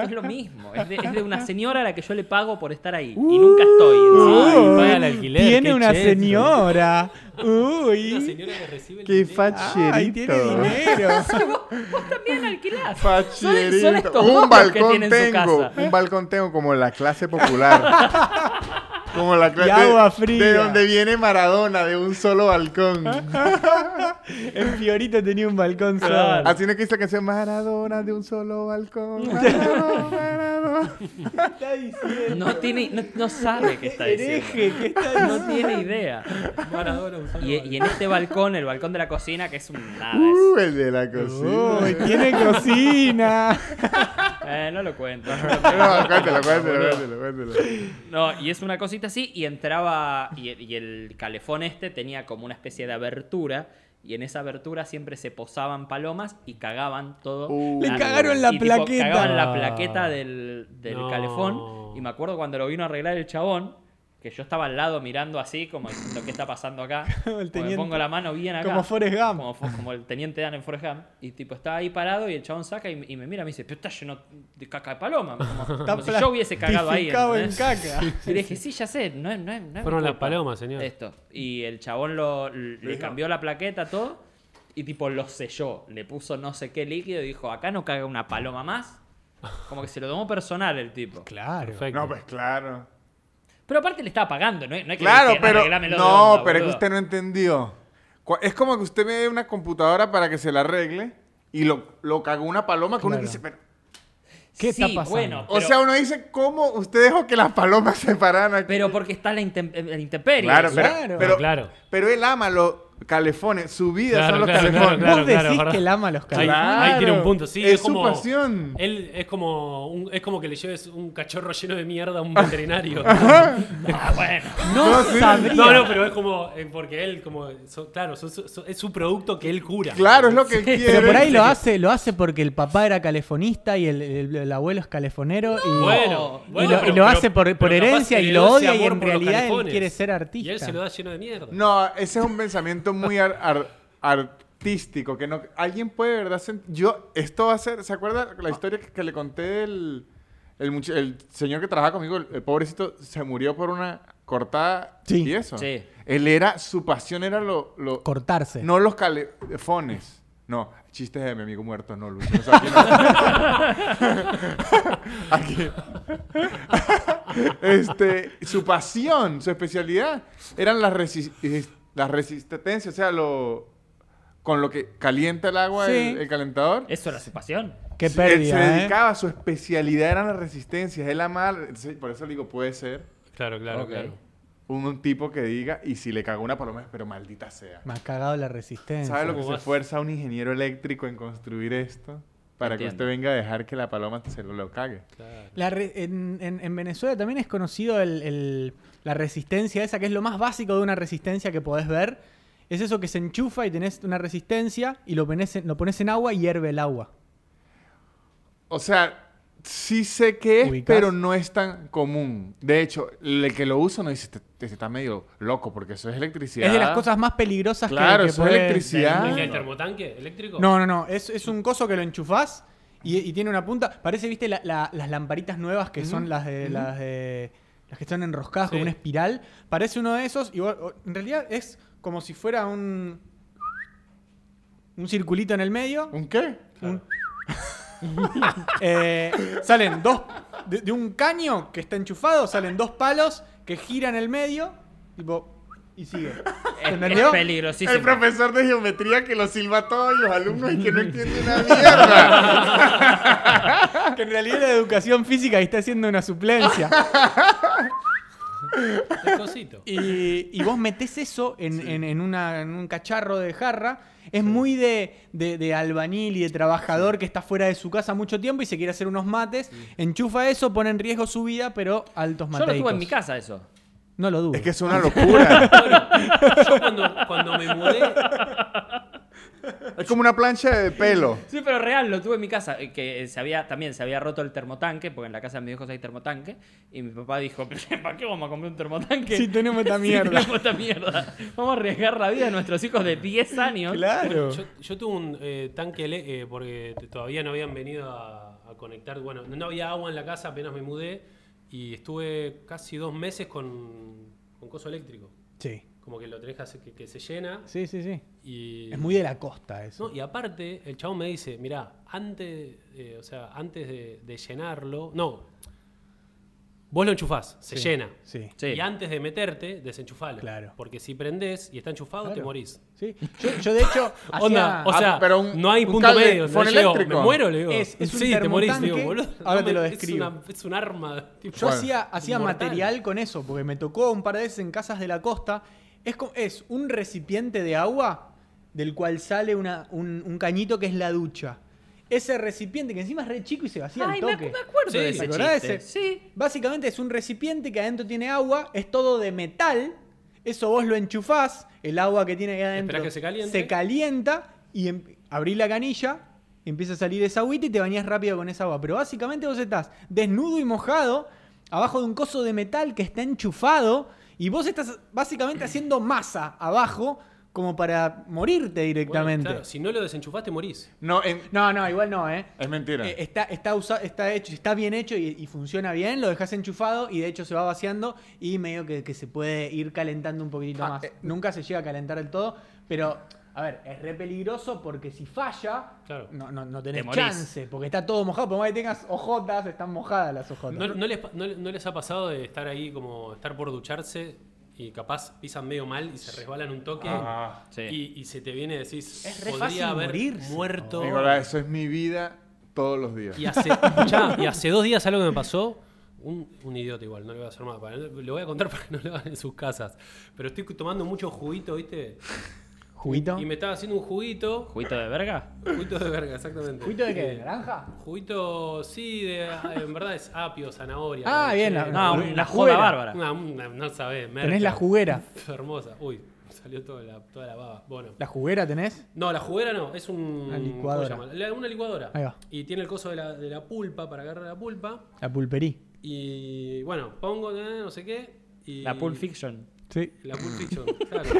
Speaker 1: <laughs>
Speaker 4: es lo mismo. Es de, es de una señora a la que yo le pago por estar ahí.
Speaker 1: Uh,
Speaker 4: y nunca estoy. encima.
Speaker 2: Ay,
Speaker 1: Uy,
Speaker 2: paga el alquiler,
Speaker 1: tiene
Speaker 2: qué
Speaker 1: una
Speaker 2: cheto.
Speaker 4: <laughs>
Speaker 1: señora.
Speaker 2: Una
Speaker 1: Uy.
Speaker 2: señora que recibe el
Speaker 3: Qué
Speaker 2: dinero.
Speaker 1: Ay,
Speaker 3: facherito.
Speaker 1: tiene dinero.
Speaker 3: <laughs>
Speaker 4: Vos también alquilás.
Speaker 3: Facherito.
Speaker 4: Son- son estos dos
Speaker 3: un
Speaker 4: los que
Speaker 3: balcón
Speaker 4: tienen su
Speaker 3: tengo.
Speaker 4: casa. <laughs>
Speaker 3: Un balcón tengo como la clase popular. Como la clase
Speaker 1: Y agua
Speaker 3: de-
Speaker 1: fría.
Speaker 3: de donde viene Maradona, de un solo balcón.
Speaker 4: ¿Ah?
Speaker 1: En Fiorito tenía un balcón solo.
Speaker 4: Claro.
Speaker 3: Así no es que esa canción Maradona de un solo balcón. Maradona, Maradona.
Speaker 1: está diciendo?
Speaker 4: No, tiene, no, no sabe qué está diciendo.
Speaker 1: Hereje, ¿qué está diciendo?
Speaker 4: No tiene idea.
Speaker 2: Maradona, un solo
Speaker 4: Y,
Speaker 2: gol.
Speaker 4: y en este balcón, el balcón de la cocina, que es un nada. es-
Speaker 3: Uh, el de la
Speaker 1: Uy,
Speaker 3: cocina.
Speaker 1: tiene cocina.
Speaker 4: eh, no lo cuento.
Speaker 3: <laughs>
Speaker 4: <laughs>
Speaker 3: No, cuéntalo, cuéntalo, cuéntalo, cuéntalo.
Speaker 4: No, y es una cosita así, y entraba, y, el- y el calefón este tenía como una especie de abertura, y en esa abertura siempre se posaban palomas y cagaban todo.
Speaker 3: Uh.
Speaker 1: Le
Speaker 4: al-
Speaker 1: cagaron la
Speaker 4: y, tipo,
Speaker 1: plaqueta.
Speaker 4: Cagaban la
Speaker 2: Ah.
Speaker 4: plaqueta del, del
Speaker 2: No.
Speaker 4: calefón, y me acuerdo cuando lo vino a arreglar el chabón, que yo estaba al lado mirando así, como diciendo, ¿qué está pasando acá?
Speaker 1: Como <laughs> el
Speaker 4: Como
Speaker 1: teniente.
Speaker 4: me pongo la mano bien acá.
Speaker 1: Como Forrest Gump.
Speaker 4: Como, fo- como el teniente Dan en Forrest Gump. Y tipo, estaba ahí parado y el chabón saca y, y me mira y me dice, pero está lleno de caca de paloma. Como,
Speaker 1: <laughs>
Speaker 4: como si yo hubiese cagado ahí.
Speaker 1: plastificado en
Speaker 4: ¿entendés?
Speaker 1: caca.
Speaker 4: Y le dije, sí, ya sé, no es, no es, no es
Speaker 2: Fueron
Speaker 4: mi
Speaker 2: las
Speaker 4: culpa".
Speaker 2: palomas, señor.
Speaker 3: Este,
Speaker 4: Esto. Y el chabón lo, le
Speaker 3: dijo.
Speaker 4: cambió la plaqueta, todo, y tipo lo selló. Le puso no sé qué líquido y dijo, acá no caga una paloma más. Como que se lo tomó personal el tipo.
Speaker 1: Claro.
Speaker 2: Perfecto.
Speaker 3: No, pues claro.
Speaker 4: Pero aparte le estaba pagando, ¿no? No es que
Speaker 3: Claro,
Speaker 4: le decía,
Speaker 3: pero.
Speaker 4: "Arreglámelo de
Speaker 3: No,
Speaker 4: onda,
Speaker 3: pero es que
Speaker 4: boludo".
Speaker 3: usted no entendió. Cu- Es como que usted me dé una computadora para que se la arregle y lo, lo cagó una paloma que uno
Speaker 1: Claro.
Speaker 3: dice, pero.
Speaker 1: ¿Qué
Speaker 4: sí,
Speaker 1: está pasando?
Speaker 4: bueno.
Speaker 3: O
Speaker 4: pero-
Speaker 3: sea, uno dice, ¿cómo usted dejó que las palomas se pararan aquí?
Speaker 4: Pero porque está la, intem- la intemperie.
Speaker 3: claro, pero,
Speaker 1: Claro.
Speaker 3: pero,
Speaker 2: Claro.
Speaker 3: pero él ama los calefones, su vida
Speaker 2: Claro,
Speaker 3: son los
Speaker 2: claro,
Speaker 3: calefones.
Speaker 2: claro,
Speaker 1: Vos decís
Speaker 2: verdad.
Speaker 1: que él ama los
Speaker 2: Ahí,
Speaker 1: calefones.
Speaker 3: Claro.
Speaker 2: ahí tiene un punto, sí.
Speaker 3: Es
Speaker 2: Es,
Speaker 3: su
Speaker 2: como,
Speaker 3: pasión.
Speaker 2: Él es como, un- es como que le lleves un cachorro lleno de mierda a un veterinario.
Speaker 4: Ah, bueno.
Speaker 1: No,
Speaker 3: sí.
Speaker 1: sabría.
Speaker 2: no, no, pero es como, eh, porque él, como, so- claro, so- so- so- es su producto que él cura.
Speaker 3: Claro, es lo que él quiere.
Speaker 1: Pero por ahí lo hace, lo hace porque el papá era calefonista y el, el- el abuelo es calefonero y,
Speaker 2: Bueno,
Speaker 1: Oh. y
Speaker 2: bueno,
Speaker 1: lo, y
Speaker 2: pero-
Speaker 1: lo
Speaker 2: pero-
Speaker 1: hace por,
Speaker 2: pero
Speaker 1: por
Speaker 2: capaz
Speaker 1: herencia
Speaker 2: que
Speaker 1: y
Speaker 2: le
Speaker 1: lo
Speaker 2: dio ese
Speaker 1: odia y
Speaker 2: amor
Speaker 1: en
Speaker 2: por los
Speaker 1: realidad él
Speaker 2: calefones.
Speaker 1: quiere ser artista.
Speaker 2: Y él se lo da lleno de mierda.
Speaker 3: No, ese es un pensamiento muy ar- ar- artístico, que no... Alguien puede, de ¿verdad? sent- Yo, esto va a ser... ¿Se acuerda la historia que, que le conté del... El, much- el señor que trabajaba conmigo, el, el pobrecito, se murió por una cortada
Speaker 1: Sí.
Speaker 3: y eso.
Speaker 4: Sí.
Speaker 3: Él era, su pasión era lo, lo-
Speaker 1: Cortarse.
Speaker 3: no los calefones. No, chistes de mi amigo muerto, no, Luis. O sea, aquí no. <laughs> Aquí. Este, su pasión, su especialidad, eran las, resi- es- las resistencias, o sea, lo, con lo que calienta el agua
Speaker 1: Sí.
Speaker 3: el, el calentador.
Speaker 4: Eso era su pasión.
Speaker 1: Qué
Speaker 3: Sí, él se
Speaker 1: pérdida, ¿eh?
Speaker 3: dedicaba, su especialidad eran las resistencias, él amaba, entonces, por eso le digo, puede ser
Speaker 2: Claro, claro,
Speaker 4: Ok.
Speaker 2: claro.
Speaker 3: un, un tipo que diga, y si le cagó una paloma, pero maldita sea.
Speaker 1: Me ha cagado la resistencia.
Speaker 3: ¿Sabe lo que
Speaker 2: ¿Cómo
Speaker 3: se
Speaker 2: vas?
Speaker 3: esfuerza un ingeniero eléctrico en construir esto? Para que
Speaker 4: Entiendo.
Speaker 3: usted venga a dejar que la paloma se lo, lo cague.
Speaker 2: claro.
Speaker 1: La re- en, en- en Venezuela también es conocido el- el- la resistencia esa, que es lo más básico de una resistencia que podés ver. Es eso que se enchufa y tenés una resistencia y lo pones en, lo pones en agua y hierve el agua.
Speaker 3: O sea, sí sé qué es,
Speaker 1: ¿Ubicás?
Speaker 3: pero no es tan común. De hecho, el que lo usa no dice, "Te- te- está medio loco, porque eso es electricidad.
Speaker 1: Es de las cosas más peligrosas que-
Speaker 3: Claro,
Speaker 1: que,
Speaker 3: eso es
Speaker 1: podés-
Speaker 3: electricidad. Sí, ah.
Speaker 2: ¿El del termotanque eléctrico?
Speaker 1: No, no, no. Es, es un coso que lo enchufás y, y tiene una punta. Parece, viste, la- la- las lamparitas nuevas que son las de, las de- las que están enroscadas con
Speaker 2: Sí.
Speaker 1: una espiral. Parece uno de esos. Y vos- o- en realidad es como si fuera un. Un circulito en el medio.
Speaker 3: ¿Un qué?
Speaker 1: un- Eh, salen dos. De, de un caño que está enchufado, salen dos palos que giran en el medio. Tipo. Y sigue.
Speaker 4: Es,
Speaker 1: ¿Entendió?
Speaker 4: es peligrosísimo.
Speaker 3: el profesor de geometría que lo silba a todos los alumnos y que no entiende una mierda.
Speaker 1: Que en realidad la educación física y está haciendo una suplencia.
Speaker 2: Es cosito.
Speaker 1: Y, y vos metés eso en, en- en una- en un cacharro de jarra. Es muy de, de- de albañil y de trabajador que está fuera de su casa mucho tiempo y se quiere hacer unos mates. Enchufa eso, pone en riesgo su vida, pero altos
Speaker 4: Yo
Speaker 1: mates.
Speaker 4: lo tuve en mi casa eso.
Speaker 1: No lo dudo.
Speaker 3: es que es una locura.
Speaker 2: Yo cuando, cuando me mudé,
Speaker 3: es como una plancha de pelo.
Speaker 4: Sí, pero real, lo tuve en mi casa. eh, Que eh, se había, también se había roto el termotanque, porque en la casa de mis hijos hay termotanque. Y mi papá dijo, <laughs> ¿para qué vamos a comprar
Speaker 1: <laughs>
Speaker 4: un termotanque? <laughs>
Speaker 1: Sí, tenemos esta
Speaker 4: Si
Speaker 1: mierda.
Speaker 4: tenemos esta mierda. Vamos a arriesgar la vida de nuestros hijos de 10 años.
Speaker 1: Claro.
Speaker 2: yo, yo tuve un eh, tanque ele- eh, porque t- todavía no habían venido a, a conectar. Bueno, no había agua en la casa, apenas me mudé. Y estuve casi dos meses con, con coso eléctrico.
Speaker 1: Sí,
Speaker 2: Como que lo tenés que hacer que, que se llena.
Speaker 1: sí, sí. sí.
Speaker 2: Y,
Speaker 1: Es muy de la costa eso.
Speaker 2: No, y aparte, el chabón me dice, mirá, antes, eh, o sea, antes de, de llenarlo, no, Vos lo enchufás, se
Speaker 1: Sí,
Speaker 2: llena.
Speaker 1: Sí.
Speaker 4: Sí.
Speaker 2: Y antes de meterte, desenchufalo.
Speaker 1: Claro.
Speaker 2: Porque si prendés y está enchufado, te
Speaker 1: Claro.
Speaker 2: morís.
Speaker 1: Sí. Yo, yo, de hecho, hacía-
Speaker 2: <laughs> Onda, o
Speaker 3: Ah,
Speaker 2: sea,
Speaker 3: pero un-
Speaker 2: no hay
Speaker 3: un
Speaker 2: punto
Speaker 3: cable
Speaker 2: medio. No le digo, me
Speaker 3: foneléctrico.
Speaker 2: muero, le digo.
Speaker 1: Es- es un
Speaker 2: sí, te morís,
Speaker 1: termotanque.
Speaker 2: digo, boludo.
Speaker 1: <laughs> Ahora
Speaker 2: no
Speaker 1: te
Speaker 2: me-
Speaker 1: lo
Speaker 2: Es,
Speaker 1: describo.
Speaker 2: una- es un arma. tipo,
Speaker 1: Yo
Speaker 3: Bueno,
Speaker 1: hacía, hacía
Speaker 2: inmortal.
Speaker 1: material con eso, porque me tocó un par de veces en casas de la costa. Es, co- es un recipiente de agua del cual sale una- un, un cañito que es la ducha. Ese recipiente, que encima es re chico y se vacía
Speaker 4: Ay,
Speaker 1: al
Speaker 4: me,
Speaker 1: toque.
Speaker 4: acu- me acuerdo
Speaker 2: Sí,
Speaker 4: de
Speaker 1: ¿Te
Speaker 4: ese
Speaker 1: acordás de
Speaker 4: chiste.
Speaker 1: ese?
Speaker 4: Sí.
Speaker 1: Básicamente es un recipiente que adentro tiene agua, es todo de metal. Eso vos lo enchufás, el agua que tiene ahí adentro
Speaker 2: que se caliente.
Speaker 1: calienta y em- abrís la canilla, empieza a salir esa agüita y te bañás rápido con esa agua. Pero básicamente vos estás desnudo y mojado abajo de un coso de metal que está enchufado y vos estás básicamente haciendo masa abajo como para morirte
Speaker 2: bueno,
Speaker 1: directamente.
Speaker 2: claro, si no lo desenchufás, te morís.
Speaker 3: No, en-
Speaker 1: No, no, igual no, ¿eh?
Speaker 3: es mentira.
Speaker 1: Eh, está, está, usa- está, hecho, está bien hecho y, y funciona bien, lo dejas enchufado y de hecho se va vaciando y medio que, que se puede ir calentando un poquitito
Speaker 3: Ah,
Speaker 1: más.
Speaker 3: eh,
Speaker 1: Nunca se llega a calentar del todo, pero a ver, es re peligroso porque si falla,
Speaker 2: Claro.
Speaker 1: no, no, no tenés
Speaker 4: Te morís.
Speaker 1: chance, porque está todo mojado, por más que tengas ojotas, están mojadas las ojotas.
Speaker 2: ¿No, no les, pa- no- no les ha pasado de estar ahí como estar por ducharse y capaz pisan medio mal y se resbalan un toque
Speaker 3: Ah.
Speaker 4: Sí.
Speaker 2: y, y se te viene y decís,
Speaker 1: Es re fácil
Speaker 2: podría haber
Speaker 1: morirse,
Speaker 2: muerto.
Speaker 3: Nicolás, eso es mi vida todos los días.
Speaker 2: Y hace, escuchá,
Speaker 1: <laughs>
Speaker 2: y hace dos días algo que me pasó, un, un idiota igual, no le voy a hacer más, para- le voy a contar <laughs> para que no lo hagan en sus casas, pero estoy tomando mucho juguito, ¿viste?
Speaker 1: ¿Juguito?
Speaker 2: Y me estaba haciendo un juguito,
Speaker 4: ¿Juguito de verga?
Speaker 2: juguito de verga, exactamente.
Speaker 1: ¿Juguito de qué? ¿De
Speaker 2: Eh,
Speaker 1: naranja?
Speaker 2: Juguito, sí, de, eh, en verdad es apio, zanahoria.
Speaker 1: Ah,
Speaker 2: leche,
Speaker 1: bien, la-
Speaker 4: No,
Speaker 1: Una
Speaker 4: una
Speaker 1: juguera.
Speaker 4: joda bárbara.
Speaker 2: una- una- no sabés, merca.
Speaker 1: ¿Tenés la juguera?
Speaker 2: Hermosa. Uy, me salió toda la, toda la baba. Bueno.
Speaker 1: ¿La juguera tenés?
Speaker 2: No, la juguera no, es un.
Speaker 1: Una licuadora.
Speaker 2: ¿cómo se llama? La- Una licuadora.
Speaker 1: Ahí va.
Speaker 2: Y tiene el coso de la, de la pulpa para agarrar la pulpa.
Speaker 1: La pulperí.
Speaker 2: Y bueno, pongo eh, no sé qué. Y
Speaker 4: La Pulp Fiction.
Speaker 1: Sí.
Speaker 2: La Pulp
Speaker 1: <laughs>
Speaker 2: Fiction, claro.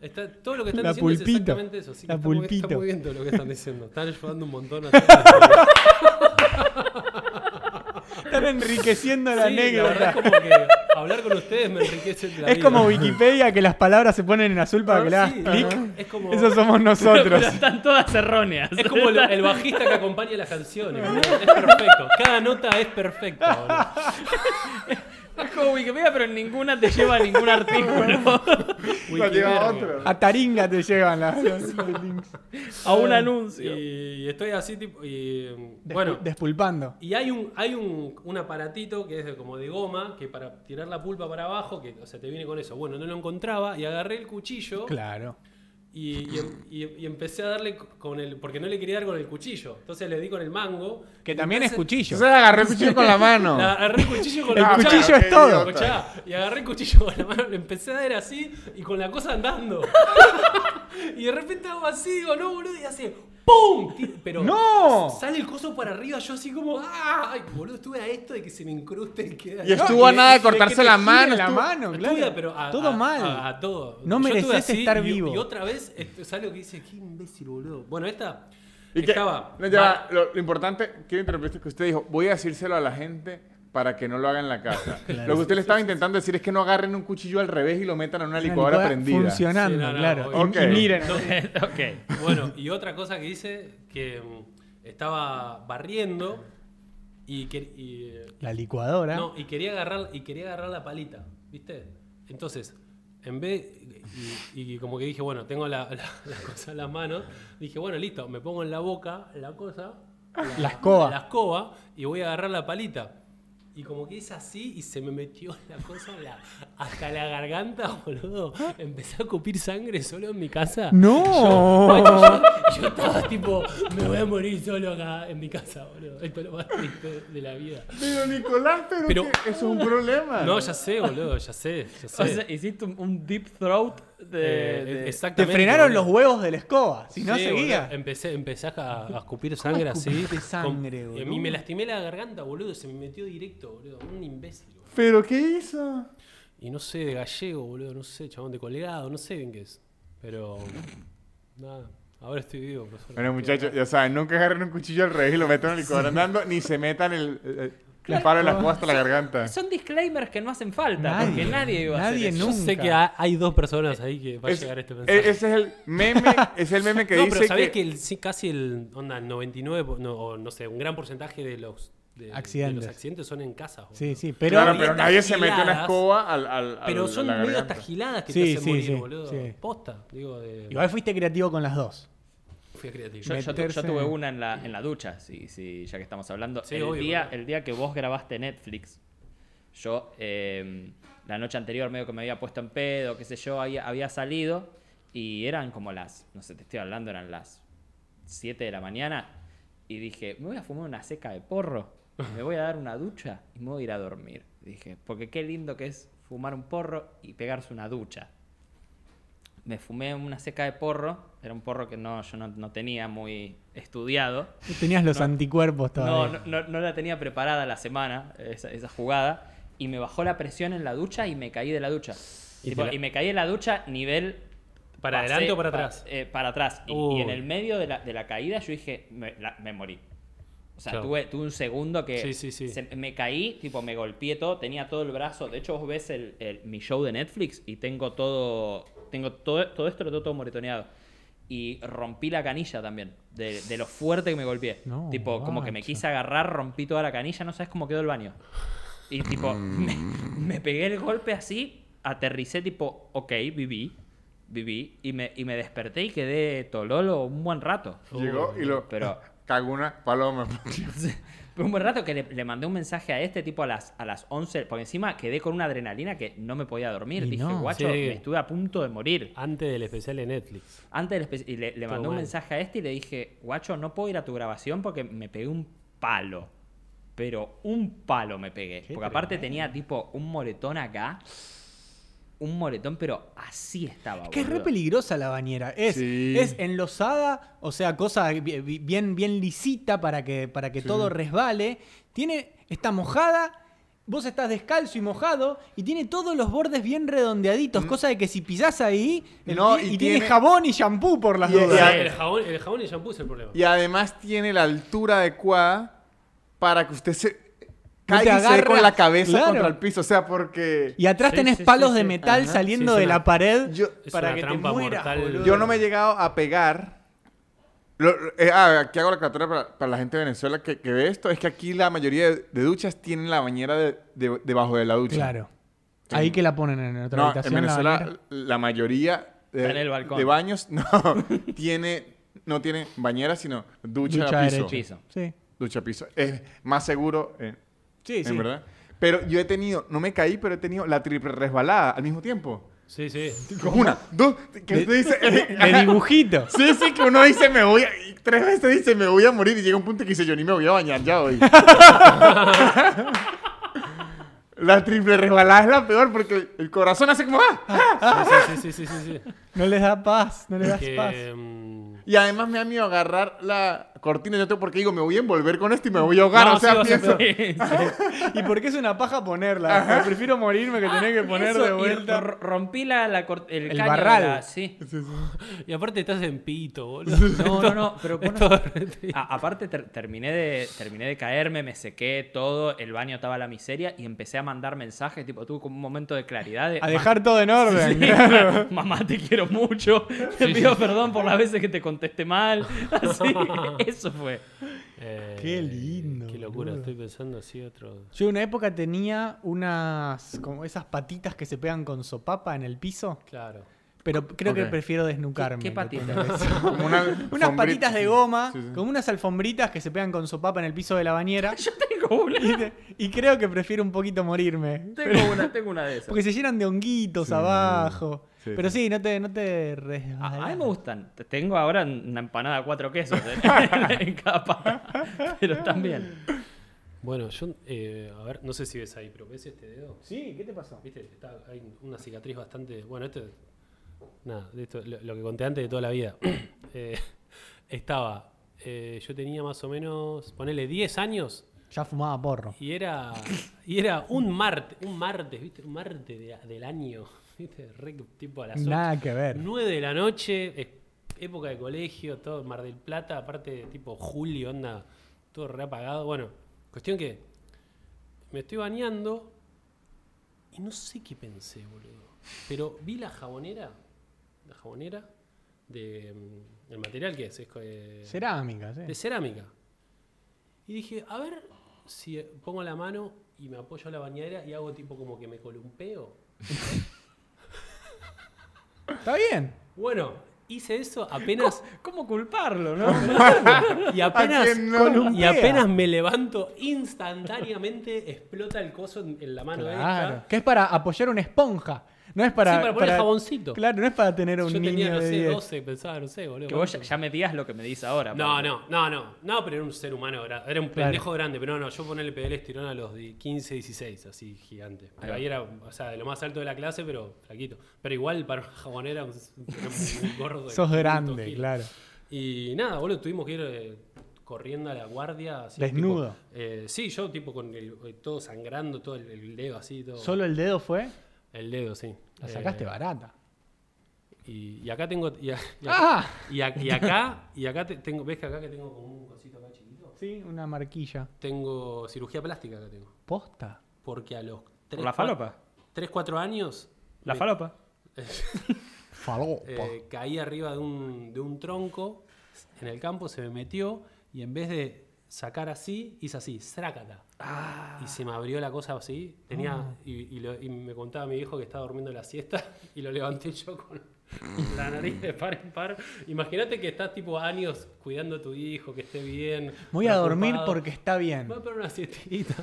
Speaker 2: Está, todo lo que están
Speaker 1: La
Speaker 2: diciendo es
Speaker 1: pulpito.
Speaker 2: exactamente eso. Así que
Speaker 1: La
Speaker 2: está, muy, está
Speaker 1: pulpito.
Speaker 2: muy bien todo lo que están diciendo. Están ayudando
Speaker 1: <laughs>
Speaker 2: un montón a todos.
Speaker 1: Están enriqueciendo la
Speaker 2: Sí,
Speaker 1: negra.
Speaker 2: la verdad es como que hablar con ustedes me enriquece la
Speaker 1: Es
Speaker 2: vida. <laughs>
Speaker 1: como Wikipedia que las palabras se ponen en azul para
Speaker 2: Ah,
Speaker 1: que le hagas
Speaker 2: sí,
Speaker 1: clic.
Speaker 2: es como-
Speaker 1: Eso somos
Speaker 4: Pero
Speaker 1: nosotros.
Speaker 4: están todas erróneas.
Speaker 2: Es como el, el bajista que acompaña las canciones. boludo.
Speaker 1: <laughs>
Speaker 2: Es perfecto. Cada nota es perfecta. boludo.
Speaker 4: Es como Wikipedia, pero ninguna te lleva a ningún artículo.
Speaker 3: No, lleva
Speaker 2: Wikiverga.
Speaker 3: otro.
Speaker 1: A Taringa te llevan las, los- los links.
Speaker 4: a un anuncio.
Speaker 2: Y estoy así, tipo. Y,
Speaker 1: Despu-
Speaker 2: bueno,
Speaker 1: Despulpando.
Speaker 2: Y hay un, hay un, un aparatito que es de- como de goma, que para tirar la pulpa para abajo, que o sea, te viene con eso. Bueno, no lo encontraba y agarré el cuchillo
Speaker 1: Claro.
Speaker 2: y, y em- y- y empecé a darle co- con el. porque no le quería dar con el cuchillo. Entonces le di con el mango.
Speaker 1: Que también es
Speaker 2: Entonces,
Speaker 1: cuchillo.
Speaker 3: Entonces agarré el cuchillo con la mano.
Speaker 2: la- agarré el cuchillo con
Speaker 1: El
Speaker 2: la mano.
Speaker 1: cuchillo
Speaker 3: claro,
Speaker 1: es todo.
Speaker 3: idiota.
Speaker 2: Escuchá, y agarré el cuchillo con la mano, le empecé a dar así y con la cosa andando. <laughs> y de repente hago así, digo, no, boludo, y hace ¡Pum! Ti- Pero
Speaker 1: ¡No!
Speaker 2: s- sale el coso para arriba, yo así como ¡Ah! Ay, boludo, estuve a esto de que se me incruste el que
Speaker 3: Y estuvo a nada de cortarse la mano,
Speaker 1: La
Speaker 3: estuvo-
Speaker 1: mano claro.
Speaker 2: Estuve, pero a-
Speaker 1: todo
Speaker 2: a-
Speaker 1: mal.
Speaker 2: A, a todo.
Speaker 1: No
Speaker 2: Yo estuve
Speaker 1: mereces
Speaker 2: así,
Speaker 1: estar
Speaker 2: y-
Speaker 1: vivo.
Speaker 2: Y otra vez, esto es algo que dice, qué imbécil, boludo. Bueno, esta
Speaker 3: Y que-
Speaker 2: estaba.
Speaker 3: no, ya va, lo, lo importante, quiero interrumpirte, que usted dijo, voy a decírselo a la gente para que no lo haga en
Speaker 2: <laughs>
Speaker 3: la casa. Lo que usted le estaba intentando decir es que no agarren un cuchillo al revés y lo metan en una
Speaker 1: Una
Speaker 3: licuadora
Speaker 1: licuadora
Speaker 3: prendida.
Speaker 1: Funcionando,
Speaker 2: Sí, no, no,
Speaker 1: claro. Y- Y,
Speaker 3: obvio. Ok.
Speaker 1: miren.
Speaker 2: <laughs>
Speaker 4: ok.
Speaker 2: Bueno, y otra cosa que hice, que mm, estaba barriendo y, que, y, eh,
Speaker 1: La licuadora.
Speaker 2: no, y quería agarrar y quería agarrar la palita, ¿viste? Entonces, en vez y, y como que dije, bueno, tengo la, <laughs> la- la cosa en las manos, dije, bueno, listo, me pongo en la boca la cosa, la,
Speaker 1: La escoba.
Speaker 2: la escoba y voy a agarrar la palita. Y como que es así y se me metió <laughs> la cosa en la- hasta la garganta, <laughs> boludo. Empecé a cupir sangre solo en mi casa.
Speaker 1: No.
Speaker 2: <laughs> Yo estaba tipo, me voy a morir solo acá en mi casa, boludo. Esto es lo más triste de la vida.
Speaker 3: Pero Nicolás, pero,
Speaker 2: Pero-
Speaker 3: que eso es un problema.
Speaker 2: No, ya sé, boludo, ya sé, ya sé.
Speaker 4: O sea, hiciste un, un deep throat de.
Speaker 2: Eh,
Speaker 4: de-
Speaker 1: Te
Speaker 2: exactamente.
Speaker 1: frenaron
Speaker 2: boludo.
Speaker 1: los huevos de la escoba. Si no
Speaker 2: Sí,
Speaker 1: seguía.
Speaker 2: boludo, Empecé, empecé a, a escupir sangre así.
Speaker 1: escupiste sangre,
Speaker 2: con-
Speaker 1: boludo?
Speaker 2: y a mí me lastimé la garganta, boludo. Se me metió directo, boludo. Un imbécil, boludo.
Speaker 3: ¿Pero qué hizo?
Speaker 2: Y no sé, de gallego, boludo. No sé, chabón de colgado. No sé bien qué es. Pero. Nada. Ahora estoy vivo, por suerte.
Speaker 3: Bueno, muchachos, ya saben, nunca agarren un cuchillo al revés y lo metan en la licuadora andando, ni se metan el, el- el palo en la escoba hasta la garganta.
Speaker 4: Son disclaimers que no hacen falta,
Speaker 1: Nadie,
Speaker 4: porque nadie iba a
Speaker 1: nadie
Speaker 4: hacer
Speaker 2: Yo
Speaker 1: nunca.
Speaker 2: sé que ha- hay dos personas ahí que va
Speaker 3: Es-
Speaker 2: a llegar este
Speaker 3: e-
Speaker 2: mensaje.
Speaker 3: ese es el meme, es el meme que
Speaker 2: no,
Speaker 3: dice
Speaker 2: pero sabés que, el- sí, casi el, onda, el 99, po- no, o no sé, un gran porcentaje de los de- de
Speaker 1: Accidentes.
Speaker 2: los accidentes son en casas. boludo.
Speaker 1: Sí, sí, pero.
Speaker 3: claro,
Speaker 2: y
Speaker 3: pero
Speaker 2: estas
Speaker 3: nadie se mete una
Speaker 2: giladas-
Speaker 3: escoba al, al, al-
Speaker 2: Pero
Speaker 3: a
Speaker 2: son
Speaker 3: Ah, la
Speaker 2: medio
Speaker 3: garganta.
Speaker 2: hasta giladas que
Speaker 1: Sí,
Speaker 2: te hacen
Speaker 1: sí,
Speaker 2: morir,
Speaker 1: sí,
Speaker 2: boludo.
Speaker 1: sí.
Speaker 2: Posta, digo, de...
Speaker 1: Igual fuiste creativo con las dos.
Speaker 2: fui creativo.
Speaker 4: Yo, yo tu- yo
Speaker 1: Meterse-
Speaker 4: tuve una en la, en la ducha, si, si- ya que estamos hablando.
Speaker 2: Sí,
Speaker 4: el,
Speaker 2: obvio,
Speaker 4: día,
Speaker 2: boludo.
Speaker 4: el día que vos grabaste Netflix, yo eh, la noche anterior medio que me había puesto en pedo, qué sé yo, había, había salido y eran como las, no sé, te estoy hablando, eran las 7 de la mañana y dije, me voy a fumar una seca de porro, me voy a dar una ducha y me voy a ir a dormir. Dije, porque qué lindo que es fumar un porro y pegarse una ducha me fumé una seca de porro, era un porro que no, yo no, no tenía muy estudiado,
Speaker 1: Tú tenías los anticuerpos
Speaker 4: no,
Speaker 1: todavía.
Speaker 4: no, no- no la tenía preparada la semana, esa, esa jugada, y me bajó la presión en la ducha y me caí de la ducha.
Speaker 2: Y
Speaker 4: Tipo,
Speaker 2: te la-
Speaker 4: y me caí de la ducha nivel...
Speaker 2: ¿Para
Speaker 4: pasé-
Speaker 2: adelante o para
Speaker 4: pa-
Speaker 2: atrás? Uh.
Speaker 4: eh, para atrás. Y, y
Speaker 2: Uy.
Speaker 4: en el medio de la, de la caída yo dije, me, la- me morí. O sea,
Speaker 2: Claro.
Speaker 4: tuve, tuve un segundo que
Speaker 2: Sí, sí, sí.
Speaker 4: se- me caí, tipo, me golpeé todo, tenía todo el brazo. De hecho, vos ves el, el- mi show de Netflix y tengo todo, tengo todo, todo esto, lo tengo todo moretoneado. Y rompí la canilla también, de, de lo fuerte que me golpeé.
Speaker 1: No,
Speaker 4: tipo, como que me
Speaker 1: guacho.
Speaker 4: quise agarrar, rompí toda la canilla, no sabes cómo quedó el baño. Y tipo,
Speaker 3: Mm.
Speaker 4: me, me pegué el golpe así, aterricé tipo, ok, viví, viví, y me, y me desperté y quedé tololo un buen rato.
Speaker 3: Llegó y lo <laughs>
Speaker 4: Pero-
Speaker 3: cagó una paloma. <laughs>
Speaker 4: Pero un buen rato que le, le mandé un mensaje a este tipo a las, a las 11, porque encima quedé con una adrenalina que no me podía dormir.
Speaker 1: Y
Speaker 4: Dije,
Speaker 1: no.
Speaker 4: guacho,
Speaker 2: Sí.
Speaker 4: me estuve a punto de morir.
Speaker 2: Antes del especial de Netflix.
Speaker 4: Antes del espe- y le, le
Speaker 2: Todo
Speaker 4: mandé un
Speaker 2: mal.
Speaker 4: mensaje a este y le dije, guacho, no puedo ir a tu grabación porque me pegué un palo. Pero un palo me pegué.
Speaker 1: Qué
Speaker 4: porque aparte
Speaker 1: tremendo.
Speaker 4: tenía tipo un moretón acá. Un moretón, pero así estaba.
Speaker 1: Que es re
Speaker 4: boludo.
Speaker 1: peligrosa la bañera. Es,
Speaker 3: Sí.
Speaker 1: es enlosada, o sea, cosa bi- bi- bien, bien lisita para que, para que todo resbale. Tiene, está mojada, vos estás descalzo y mojado, y tiene todos los bordes bien redondeaditos, cosa de que si pisás ahí, el
Speaker 3: No,
Speaker 1: pie-
Speaker 3: y
Speaker 1: y, tiene,
Speaker 3: tiene-
Speaker 1: jabón y shampoo por las
Speaker 3: Y-
Speaker 1: dudas.
Speaker 3: Ya.
Speaker 2: el, jabón, el jabón y el shampoo es el problema.
Speaker 3: Y además tiene la altura adecuada para que usted se
Speaker 1: No te
Speaker 3: caiga y se dé
Speaker 1: agarra.
Speaker 3: con la cabeza
Speaker 1: Claro.
Speaker 3: contra el piso. O sea, porque
Speaker 1: Y atrás
Speaker 2: Sí,
Speaker 1: tenés
Speaker 2: sí, sí,
Speaker 1: palos de
Speaker 2: sí.
Speaker 1: metal
Speaker 2: Ajá.
Speaker 1: saliendo
Speaker 2: Sí, es
Speaker 1: de
Speaker 2: una-
Speaker 1: la pared
Speaker 3: yo,
Speaker 2: Es
Speaker 1: para
Speaker 2: una
Speaker 1: que te
Speaker 2: trampa
Speaker 1: mueras,
Speaker 2: mortal.
Speaker 1: boludo.
Speaker 3: yo no me he llegado a pegar. Lo- lo- eh, ah, aquí hago la captura para, para la gente de Venezuela que, que ve esto. Es que aquí la mayoría de, de duchas tienen la bañera de- de- debajo de la ducha.
Speaker 1: Claro.
Speaker 3: Sí.
Speaker 1: Ahí que la ponen en otra
Speaker 3: No, en
Speaker 1: habitación. la
Speaker 3: Venezuela
Speaker 1: bañera.
Speaker 3: la, mayoría de,
Speaker 4: Está en el balcón.
Speaker 3: de baños <laughs> no tiene no tiene bañera, sino ducha,
Speaker 1: Ducha
Speaker 3: a piso.
Speaker 1: derecha.
Speaker 4: Piso.
Speaker 1: Sí.
Speaker 3: Ducha a piso. Es más seguro, eh,
Speaker 1: Sí,
Speaker 3: en
Speaker 1: sí.
Speaker 3: verdad. Pero yo he tenido, no me caí, pero he tenido la triple resbalada al mismo tiempo.
Speaker 2: Sí,
Speaker 3: <laughs>
Speaker 2: sí.
Speaker 3: Una, dos, que
Speaker 1: De-
Speaker 3: usted dice... eh, <laughs>
Speaker 1: De dibujito.
Speaker 3: Sí, sí, que uno dice me voy a... y tres veces dice me voy a morir y llega un punto que dice yo ni me voy <laughs> a bañar ya hoy. la triple resbalada es la peor porque el corazón hace como... ¡ah!
Speaker 2: Sí, sí, sí, sí, sí, sí.
Speaker 1: No les da paz, no les das paz.
Speaker 2: Que, mm,
Speaker 3: Y además me da miedo agarrar la cortina. Yo tengo porque digo, me voy a envolver con esto y me voy a ahogar.
Speaker 2: No,
Speaker 3: o sea,
Speaker 2: sí vas a
Speaker 4: <laughs>
Speaker 3: pienso.
Speaker 2: peor.
Speaker 1: <laughs> ¿Y por qué es una paja ponerla? Prefiero morirme que tener que poner
Speaker 4: Ah, Eso,
Speaker 1: de
Speaker 4: y
Speaker 1: vuelta.
Speaker 4: r- rompí la, la cort- el,
Speaker 1: El
Speaker 4: caño de
Speaker 1: barral. <laughs>
Speaker 4: la- sí.
Speaker 2: Y aparte estás en pito, boludo.
Speaker 4: No, no, no, pero vos no-
Speaker 2: Todo-
Speaker 4: A- aparte ter- terminé, de, terminé de caerme, me sequé todo, el baño estaba a la miseria y empecé a mandar mensajes, tipo, tuve como un momento de claridad de...
Speaker 1: A dejar todo en orden.
Speaker 4: "Ma- <laughs> Mamá, te quiero mucho. Te pido perdón por las veces que te contesté <laughs> mal. Así, eso fue.
Speaker 2: Eh,
Speaker 1: <laughs> Qué lindo,
Speaker 2: Qué locura,
Speaker 1: boludo.
Speaker 2: estoy pensando así otro.
Speaker 1: <laughs> Yo en una época tenía unas como esas patitas que se pegan con sopapa en el piso,
Speaker 2: Claro.
Speaker 1: pero creo
Speaker 3: Ok.
Speaker 1: que prefiero desnucarme.
Speaker 4: ¿Qué- qué
Speaker 1: que
Speaker 4: patitas?
Speaker 1: tener eso. <laughs>
Speaker 3: Como una
Speaker 1: Unas
Speaker 3: alfombrita.
Speaker 1: patitas de goma,
Speaker 3: Sí, sí.
Speaker 1: como unas alfombritas que se pegan con sopapa en el piso de la bañera.
Speaker 4: Yo tengo una.
Speaker 1: y, te- y creo que prefiero un poquito morirme.
Speaker 4: Tengo <laughs> una, tengo una de esas.
Speaker 1: Porque se llenan de honguitos abajo.
Speaker 3: Sí,
Speaker 1: pero
Speaker 3: sí.
Speaker 1: sí, no te, no te resbalás.
Speaker 4: A, a mí me gustan. T- Tengo ahora una empanada de cuatro quesos <laughs> en, en cada pata. Pero también.
Speaker 2: Bueno, yo, eh, a ver, no sé si ves ahí, pero ¿ves este dedo?
Speaker 1: Sí, ¿qué te pasó?
Speaker 2: Viste, está- hay una cicatriz bastante. Bueno, esto. Nada, de esto, lo, lo que conté antes de toda la vida. <coughs> Eh, estaba. eh, yo tenía más o menos. Ponele 10 años.
Speaker 1: Ya fumaba porro.
Speaker 2: Y era. Y era un martes. Un martes, ¿viste? Un martes de- del año. <laughs> ¿Viste? Re tipo a las ocho.
Speaker 1: Nada que ver.
Speaker 2: 9 de la noche, es- época de colegio, todo Mar del Plata, aparte tipo julio, onda, todo reapagado. Bueno, cuestión que me estoy bañando y no sé qué pensé, boludo. Pero vi la jabonera, la jabonera de mm, el material que es, es eh,
Speaker 1: Cerámica, sí.
Speaker 2: de cerámica. Y dije, a ver, si pongo la mano y me apoyo a la bañadera y hago tipo como que me columpeo.
Speaker 1: Está bien.
Speaker 2: Bueno, hice eso apenas
Speaker 1: ¿Cómo culparlo,
Speaker 4: <laughs>
Speaker 1: no?
Speaker 2: y apenas
Speaker 3: quién no?
Speaker 2: y apenas me levanto instantáneamente explota el coso en, en la mano
Speaker 1: Claro.
Speaker 2: derecha.
Speaker 1: Que es para apoyar una esponja. No es para.
Speaker 2: Sí, para poner jaboncito.
Speaker 1: Claro, no es para tener un
Speaker 2: Yo
Speaker 1: niño
Speaker 2: tenía, no
Speaker 1: de
Speaker 2: sé,
Speaker 1: 10.
Speaker 2: 12, pensaba, no sé, boludo.
Speaker 4: Que vos ya, ya me digas lo que me dices ahora.
Speaker 2: No,
Speaker 4: porque-
Speaker 2: no, no, no. No, pero era un ser humano, gra- era un
Speaker 1: Claro.
Speaker 2: pendejo grande, pero no, no, yo ponerle pegué el estirón a los di- 15, 16, así gigante. Pero
Speaker 4: va.
Speaker 2: ahí era, o sea, de lo más alto de la clase, pero flaquito. Pero igual para una jabonera, un, un-
Speaker 1: <laughs>
Speaker 2: un gordo. de
Speaker 1: Sos
Speaker 2: 500
Speaker 1: grande,
Speaker 2: kilos.
Speaker 1: claro.
Speaker 2: Y nada, boludo, tuvimos que ir eh, corriendo a la guardia. así,
Speaker 1: Desnudo.
Speaker 2: tipo, eh, sí, yo tipo con el- eh, todo sangrando, todo el, el dedo así, todo.
Speaker 1: Solo el dedo fue.
Speaker 2: El dedo, sí.
Speaker 1: La
Speaker 2: Eh,
Speaker 1: sacaste barata.
Speaker 2: y, y acá tengo. Y, a-
Speaker 1: <laughs>
Speaker 2: y acá,
Speaker 1: ¡Ah!
Speaker 2: y a- y acá, y acá te- tengo, ¿ves que acá que tengo como un cosito acá chiquito?
Speaker 1: Sí, una marquilla.
Speaker 2: Tengo cirugía plástica que tengo.
Speaker 1: Posta.
Speaker 2: Porque a los
Speaker 4: ¿Por
Speaker 2: 3,
Speaker 4: la falopa?
Speaker 2: 4 años
Speaker 4: ¿La
Speaker 2: me-
Speaker 4: falopa?
Speaker 1: Falopa.
Speaker 2: eh, caí arriba de un, de un tronco en el campo, se me metió y en vez de sacar así, hice así, zrácata.
Speaker 1: Ah.
Speaker 2: Y se me abrió la cosa así. Tenía, y, y lo- y me contaba mi viejo que estaba durmiendo la siesta <laughs> y lo levanté yo con <laughs> la nariz de par en par. Imagínate que estás tipo años cuidando a tu hijo, que esté bien.
Speaker 1: Voy a dormir
Speaker 2: preocupado.
Speaker 1: porque está bien.
Speaker 2: Voy a poner
Speaker 1: <laughs>
Speaker 2: una siestita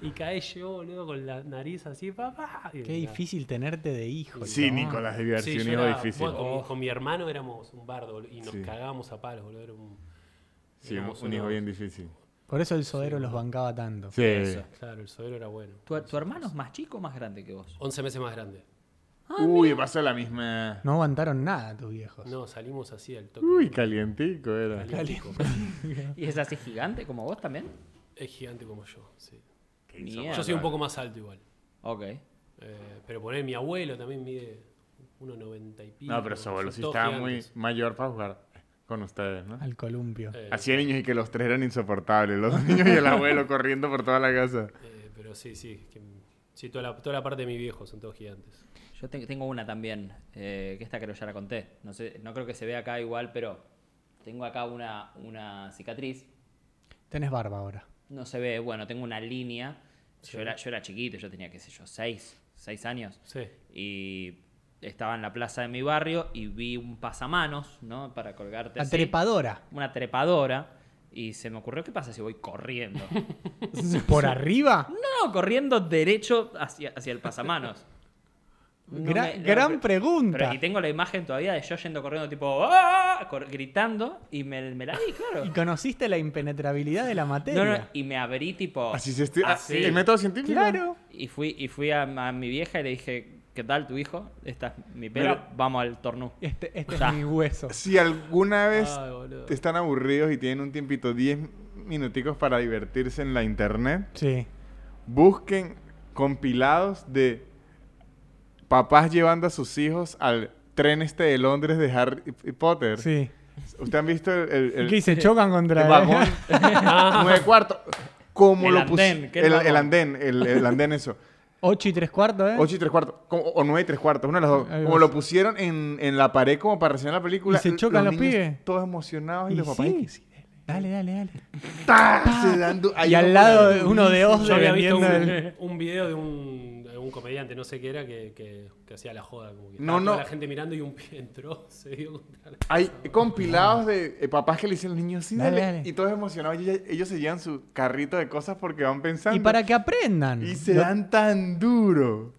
Speaker 2: y cae yo, boludo, con la nariz así, papá. Y
Speaker 1: Qué
Speaker 2: nada.
Speaker 1: difícil tenerte de hijo.
Speaker 3: Sí,
Speaker 1: chabón.
Speaker 3: Nicolás, debe
Speaker 2: Sí,
Speaker 3: haber sido
Speaker 2: yo
Speaker 3: un hijo
Speaker 2: era-
Speaker 3: difícil.
Speaker 2: bueno, con, mi, con mi hermano éramos un bardo boludo, y nos
Speaker 3: Sí.
Speaker 2: cagábamos a palos, boludo. Era un,
Speaker 3: Sí, un,
Speaker 2: éramos
Speaker 3: un hijo
Speaker 2: unos-
Speaker 3: bien difícil.
Speaker 1: Por eso el sodero los bancaba tanto.
Speaker 3: Sí.
Speaker 4: Eso.
Speaker 2: Claro, el suegro era bueno.
Speaker 4: ¿Tu, tu hermano es más chico o más grande que vos?
Speaker 2: 11 meses más grande. Ah,
Speaker 3: Uy, pasó la misma.
Speaker 1: No aguantaron nada tus viejos.
Speaker 2: No, salimos así al toque.
Speaker 3: Uy, calientico era.
Speaker 2: Calientico.
Speaker 3: <laughs>
Speaker 4: ¿Y es así gigante como vos también?
Speaker 2: Es gigante como yo, sí.
Speaker 4: Mierda.
Speaker 2: Yo soy un poco más alto igual.
Speaker 4: Ok.
Speaker 2: Eh, pero poner mi abuelo también mide 1,90 y pico.
Speaker 3: No, pero su abuelo
Speaker 2: Son
Speaker 3: sí
Speaker 2: todos
Speaker 3: estaba muy
Speaker 2: gigantes.
Speaker 3: mayor para jugar con ustedes, ¿no?
Speaker 1: Al columpio.
Speaker 2: Eh,
Speaker 3: Así de niños y que los tres eran insoportables. Los <laughs> dos niños y el abuelo corriendo por toda la casa.
Speaker 2: eh, pero sí, sí. que- sí, toda la, toda la parte de mi viejo son todos gigantes.
Speaker 4: Yo te- tengo una también, eh, que esta creo ya la conté. No, sé, no creo que se vea acá igual, pero tengo acá una, una cicatriz.
Speaker 1: Tenés barba ahora.
Speaker 4: No se ve, bueno, tengo una línea. Yo, era, yo era chiquito, yo tenía, qué sé yo, seis, seis años.
Speaker 2: Sí.
Speaker 3: Este
Speaker 4: Y estaba en la plaza de mi barrio y vi un pasamanos, ¿no? Para colgarte.
Speaker 1: La
Speaker 4: así.
Speaker 1: trepadora.
Speaker 4: <laughs> Una trepadora. Y se me ocurrió, ¿qué pasa si voy corriendo?
Speaker 1: ¿Por arriba?
Speaker 4: no, corriendo derecho hacia, hacia el pasamanos. No
Speaker 1: Gran-
Speaker 4: me- no,
Speaker 1: gran
Speaker 4: pero-
Speaker 1: pregunta.
Speaker 4: pero- y tengo la imagen todavía de yo yendo corriendo, tipo, ¡Ah! Cor- gritando, y me, me la vi, claro.
Speaker 1: Y conociste la impenetrabilidad de la
Speaker 4: No, no,
Speaker 1: materia.
Speaker 4: y me abrí, tipo.
Speaker 2: Oh,
Speaker 3: Así se
Speaker 2: ah,
Speaker 3: estoy.
Speaker 4: así.
Speaker 3: El método científico.
Speaker 1: Claro.
Speaker 4: Y fui, y fui a, a mi vieja y le dije, ¿qué tal tu hijo? Esta es mi pelo,
Speaker 3: Mira.
Speaker 4: vamos al tornú.
Speaker 1: Este, este
Speaker 4: Ta.
Speaker 1: es mi hueso.
Speaker 3: Si alguna vez
Speaker 2: Ay, boludo.
Speaker 3: están aburridos y tienen un tiempito, 10 minuticos para divertirse en la internet,
Speaker 1: Sí.
Speaker 3: busquen compilados de papás llevando a sus hijos al tren este de Londres de Harry Potter.
Speaker 1: Sí.
Speaker 3: ¿Usted han visto el, el- el-
Speaker 1: ¿Qué se chocan
Speaker 3: el
Speaker 1: contra <laughs>
Speaker 3: vagón? Nueve cuartos. ¿Cómo
Speaker 4: El
Speaker 3: lo pus-
Speaker 4: andén, ¿qué
Speaker 3: el,
Speaker 4: vagón?
Speaker 3: el andén, el, el
Speaker 1: <laughs>
Speaker 3: andén eso.
Speaker 1: 8 y 3 cuartos, ¿eh?
Speaker 3: Ocho y tres cuartos, como- o nueve y tres cuartos, una de las dos.
Speaker 1: Ahí
Speaker 3: Como
Speaker 1: vas.
Speaker 3: lo pusieron en, en la pared como para reseñar la película.
Speaker 1: Y se chocan los
Speaker 3: niños
Speaker 1: pibes.
Speaker 3: Todos emocionados y,
Speaker 1: Y
Speaker 3: los papás.
Speaker 1: sí. Dale, dale, dale.
Speaker 3: ¡tá! Se dan du- hay
Speaker 1: y al
Speaker 3: uno
Speaker 1: lado
Speaker 3: con la-
Speaker 1: uno de Oz
Speaker 2: Yo había visto un,
Speaker 1: vendiendo el...
Speaker 2: <laughs> un video de un, de un comediante, no sé qué era, que, que- que hacía la joda. Como que
Speaker 3: No,
Speaker 2: estaba toda
Speaker 3: no.
Speaker 2: la gente mirando y un pie <laughs> entró, se dio contra la-
Speaker 3: Hay compilados de eh, papás que le dicen a los niños, sí,
Speaker 1: Dale,
Speaker 3: dale.
Speaker 1: dale.
Speaker 3: Y todos emocionados. y ellos, ellos se llevan su carrito de cosas porque van pensando.
Speaker 1: Y para que aprendan.
Speaker 3: Y se
Speaker 1: Lo-
Speaker 3: dan tan duro.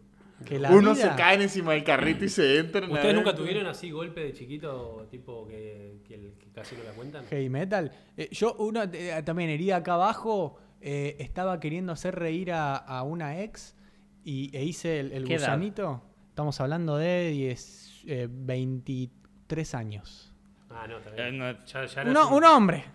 Speaker 1: que la
Speaker 3: uno
Speaker 1: vida-
Speaker 3: se caen encima del carrito y se entran.
Speaker 2: ¿Ustedes nunca
Speaker 3: adentro.
Speaker 2: tuvieron así golpe de chiquito, tipo que, que el- que casi no la cuentan?
Speaker 1: Heavy metal. Eh, yo, una eh, también herida acá abajo, eh, estaba queriendo hacer reír a, a una ex y, e hice el, el
Speaker 4: ¿Qué edad?
Speaker 1: gusanito. Estamos hablando de 10, eh, 23 años.
Speaker 2: Ah, no,
Speaker 4: Eh,
Speaker 2: también.
Speaker 4: no,
Speaker 2: Ya, ya era
Speaker 1: Uno-
Speaker 2: así.
Speaker 1: un hombre.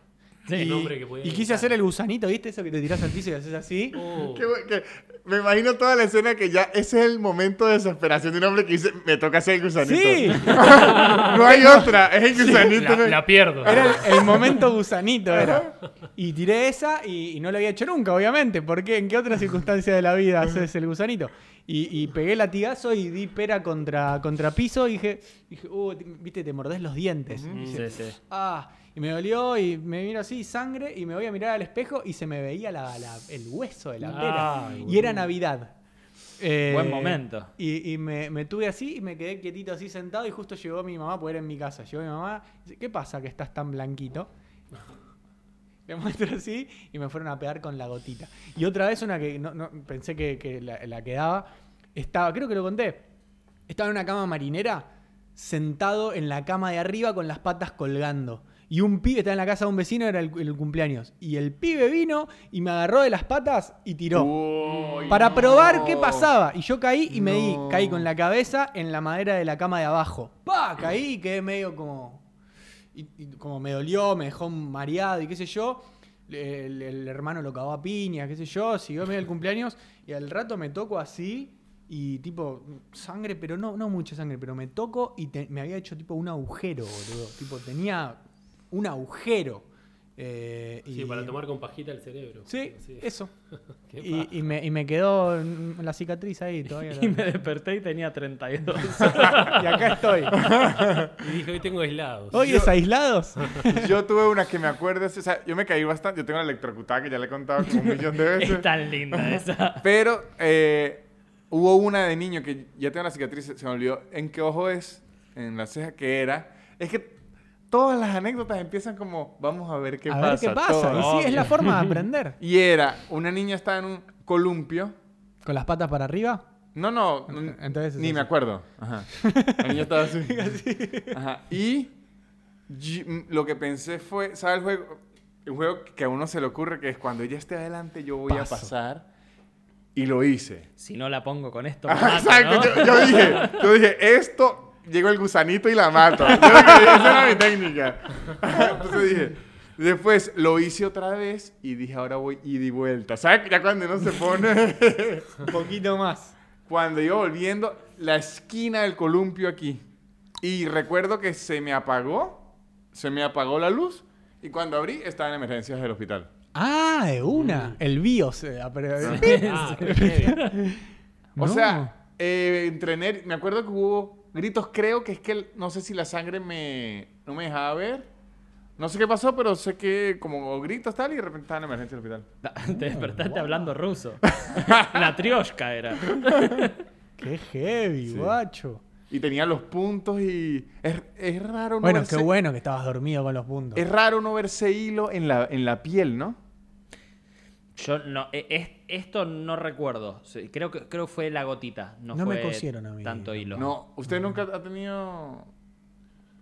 Speaker 2: Sí,
Speaker 1: y,
Speaker 2: un hombre que podía
Speaker 1: y quise
Speaker 2: gritar.
Speaker 1: hacer el gusanito, ¿viste? Eso que te tirás al piso y haces así.
Speaker 2: Oh,
Speaker 3: Qué bu- que- me imagino toda la escena que ya ese es el momento de desesperación de un hombre que dice, me toca hacer el gusanito.
Speaker 1: Sí,
Speaker 3: <laughs> no hay otra, es el gusanito.
Speaker 2: la, la pierdo.
Speaker 1: ¿eh? era el, el momento gusanito era. Y tiré esa y, y no lo había hecho nunca, obviamente, porque en qué otra circunstancia de la vida haces el gusanito. Y, y pegué el latigazo y di pera contra, contra piso y dije, dije, "Uh, te- viste, te mordés los dientes. Y dice,
Speaker 4: Sí, sí.
Speaker 1: Ah, Y me dolió y me miro así, sangre, y me voy a mirar al espejo y se me veía la- la- el hueso de la pera.
Speaker 2: Ay,
Speaker 1: y era Navidad. Eh,
Speaker 4: Ah, Buen momento.
Speaker 1: Y, y me, me tuve así y me quedé quietito así sentado y justo llegó mi mamá, porque era en mi casa. Llegó mi mamá, dice, ¿qué pasa que estás tan blanquito? <laughs> Le muestro así y me fueron a pegar con la gotita. Y otra vez una que no, no- pensé que, que la, la quedaba, estaba, creo que lo conté, estaba en una cama marinera sentado en la cama de arriba con las patas colgando. Y un pibe estaba en la casa de un vecino, era el, el cumpleaños. Y el pibe vino y me agarró de las patas y tiró.
Speaker 3: Uh. Uy,
Speaker 1: Para
Speaker 3: no.
Speaker 1: probar qué pasaba. Y yo caí y me di,
Speaker 3: No.
Speaker 1: caí con la cabeza en la madera de la cama de abajo. pa Caí y quedé medio como. Y, y como me dolió, me dejó mareado y qué sé yo. El, el hermano lo cagó a piña, qué sé yo. Siguió medio el cumpleaños y al rato me toco así y tipo sangre, pero no, no mucha sangre, pero me toco y te- me había hecho tipo un agujero, boludo. Tipo tenía un agujero. Eh,
Speaker 2: Sí,
Speaker 1: y-
Speaker 2: para tomar con pajita el cerebro.
Speaker 1: Sí, eso.
Speaker 2: Qué paja.
Speaker 1: Y, y me, y me quedó mm, la cicatriz ahí
Speaker 4: <laughs>
Speaker 1: todavía. la-
Speaker 4: Y me desperté y tenía 32.
Speaker 1: <laughs> y acá estoy.
Speaker 2: Y dije, hoy tengo aislados.
Speaker 1: Hoy es aislados.
Speaker 3: Yo tuve una que me acuerdo, o sea, yo me caí bastante, yo tengo la electrocutada que ya le he contado como un
Speaker 1: <laughs>
Speaker 3: millón de veces.
Speaker 4: es tan linda esa.
Speaker 3: Pero eh, hubo una de niño que ya tengo la cicatriz, se me olvidó en qué ojo es, en la ceja que era. Es que todas las anécdotas empiezan como, vamos a ver qué
Speaker 1: a
Speaker 3: pasa.
Speaker 1: ver qué pasa.
Speaker 3: todas.
Speaker 1: Y sí, es la forma de aprender.
Speaker 3: Y era, una niña estaba en un columpio.
Speaker 1: Con las patas para arriba.
Speaker 3: No, no, n-
Speaker 1: Entonces es
Speaker 3: ni me
Speaker 1: así.
Speaker 3: acuerdo. Ajá. La niña
Speaker 1: <laughs>
Speaker 3: estaba así. Ajá. Y y, mm, lo que pensé fue, ¿sabes el juego? Un juego que a uno se le ocurre que es cuando ella esté adelante yo voy
Speaker 1: Paso.
Speaker 3: a pasar. Y lo hice.
Speaker 4: Si no la pongo con
Speaker 3: <laughs>
Speaker 4: esto, me mato,
Speaker 3: Ajá,
Speaker 4: ¿no?
Speaker 3: Exacto, yo, yo dije, yo dije, esto, llegó el gusanito y la mato. Yo dije, esa era mi técnica. <laughs> Entonces dije, después lo hice otra vez y dije, ahora voy y di vuelta. ¿Sabes? Ya cuando uno se pone, <laughs>
Speaker 1: Un poquito más.
Speaker 3: cuando iba volviendo, la esquina del columpio aquí. Y recuerdo que se me apagó, se me apagó la luz y cuando abrí estaba en emergencias del hospital.
Speaker 1: Ah, de una. El BIOS. eh, apre-
Speaker 2: Ah, qué heavy.
Speaker 3: O
Speaker 1: No.
Speaker 3: sea, eh, entrené, me acuerdo que hubo gritos, creo que es que el- no sé si la sangre me no me dejaba ver. No sé qué pasó, pero sé que como gritos tal y de repente estaba en emergencia del hospital.
Speaker 4: <laughs> Te despertaste hablando ruso. La trioshka era.
Speaker 1: <laughs> Qué heavy,
Speaker 3: Sí.
Speaker 1: guacho.
Speaker 3: Y tenía los puntos y es, es raro no
Speaker 1: Bueno,
Speaker 3: verse,
Speaker 1: qué bueno que estabas dormido con los puntos.
Speaker 3: Es raro no verse hilo en la en la piel, ¿no?
Speaker 4: Yo no, e- es- esto no recuerdo. Sí, Creo que creo que fue la gotita. No,
Speaker 1: No me
Speaker 4: fue
Speaker 1: cosieron a mí.
Speaker 4: Tanto hilo.
Speaker 3: No, usted nunca ha tenido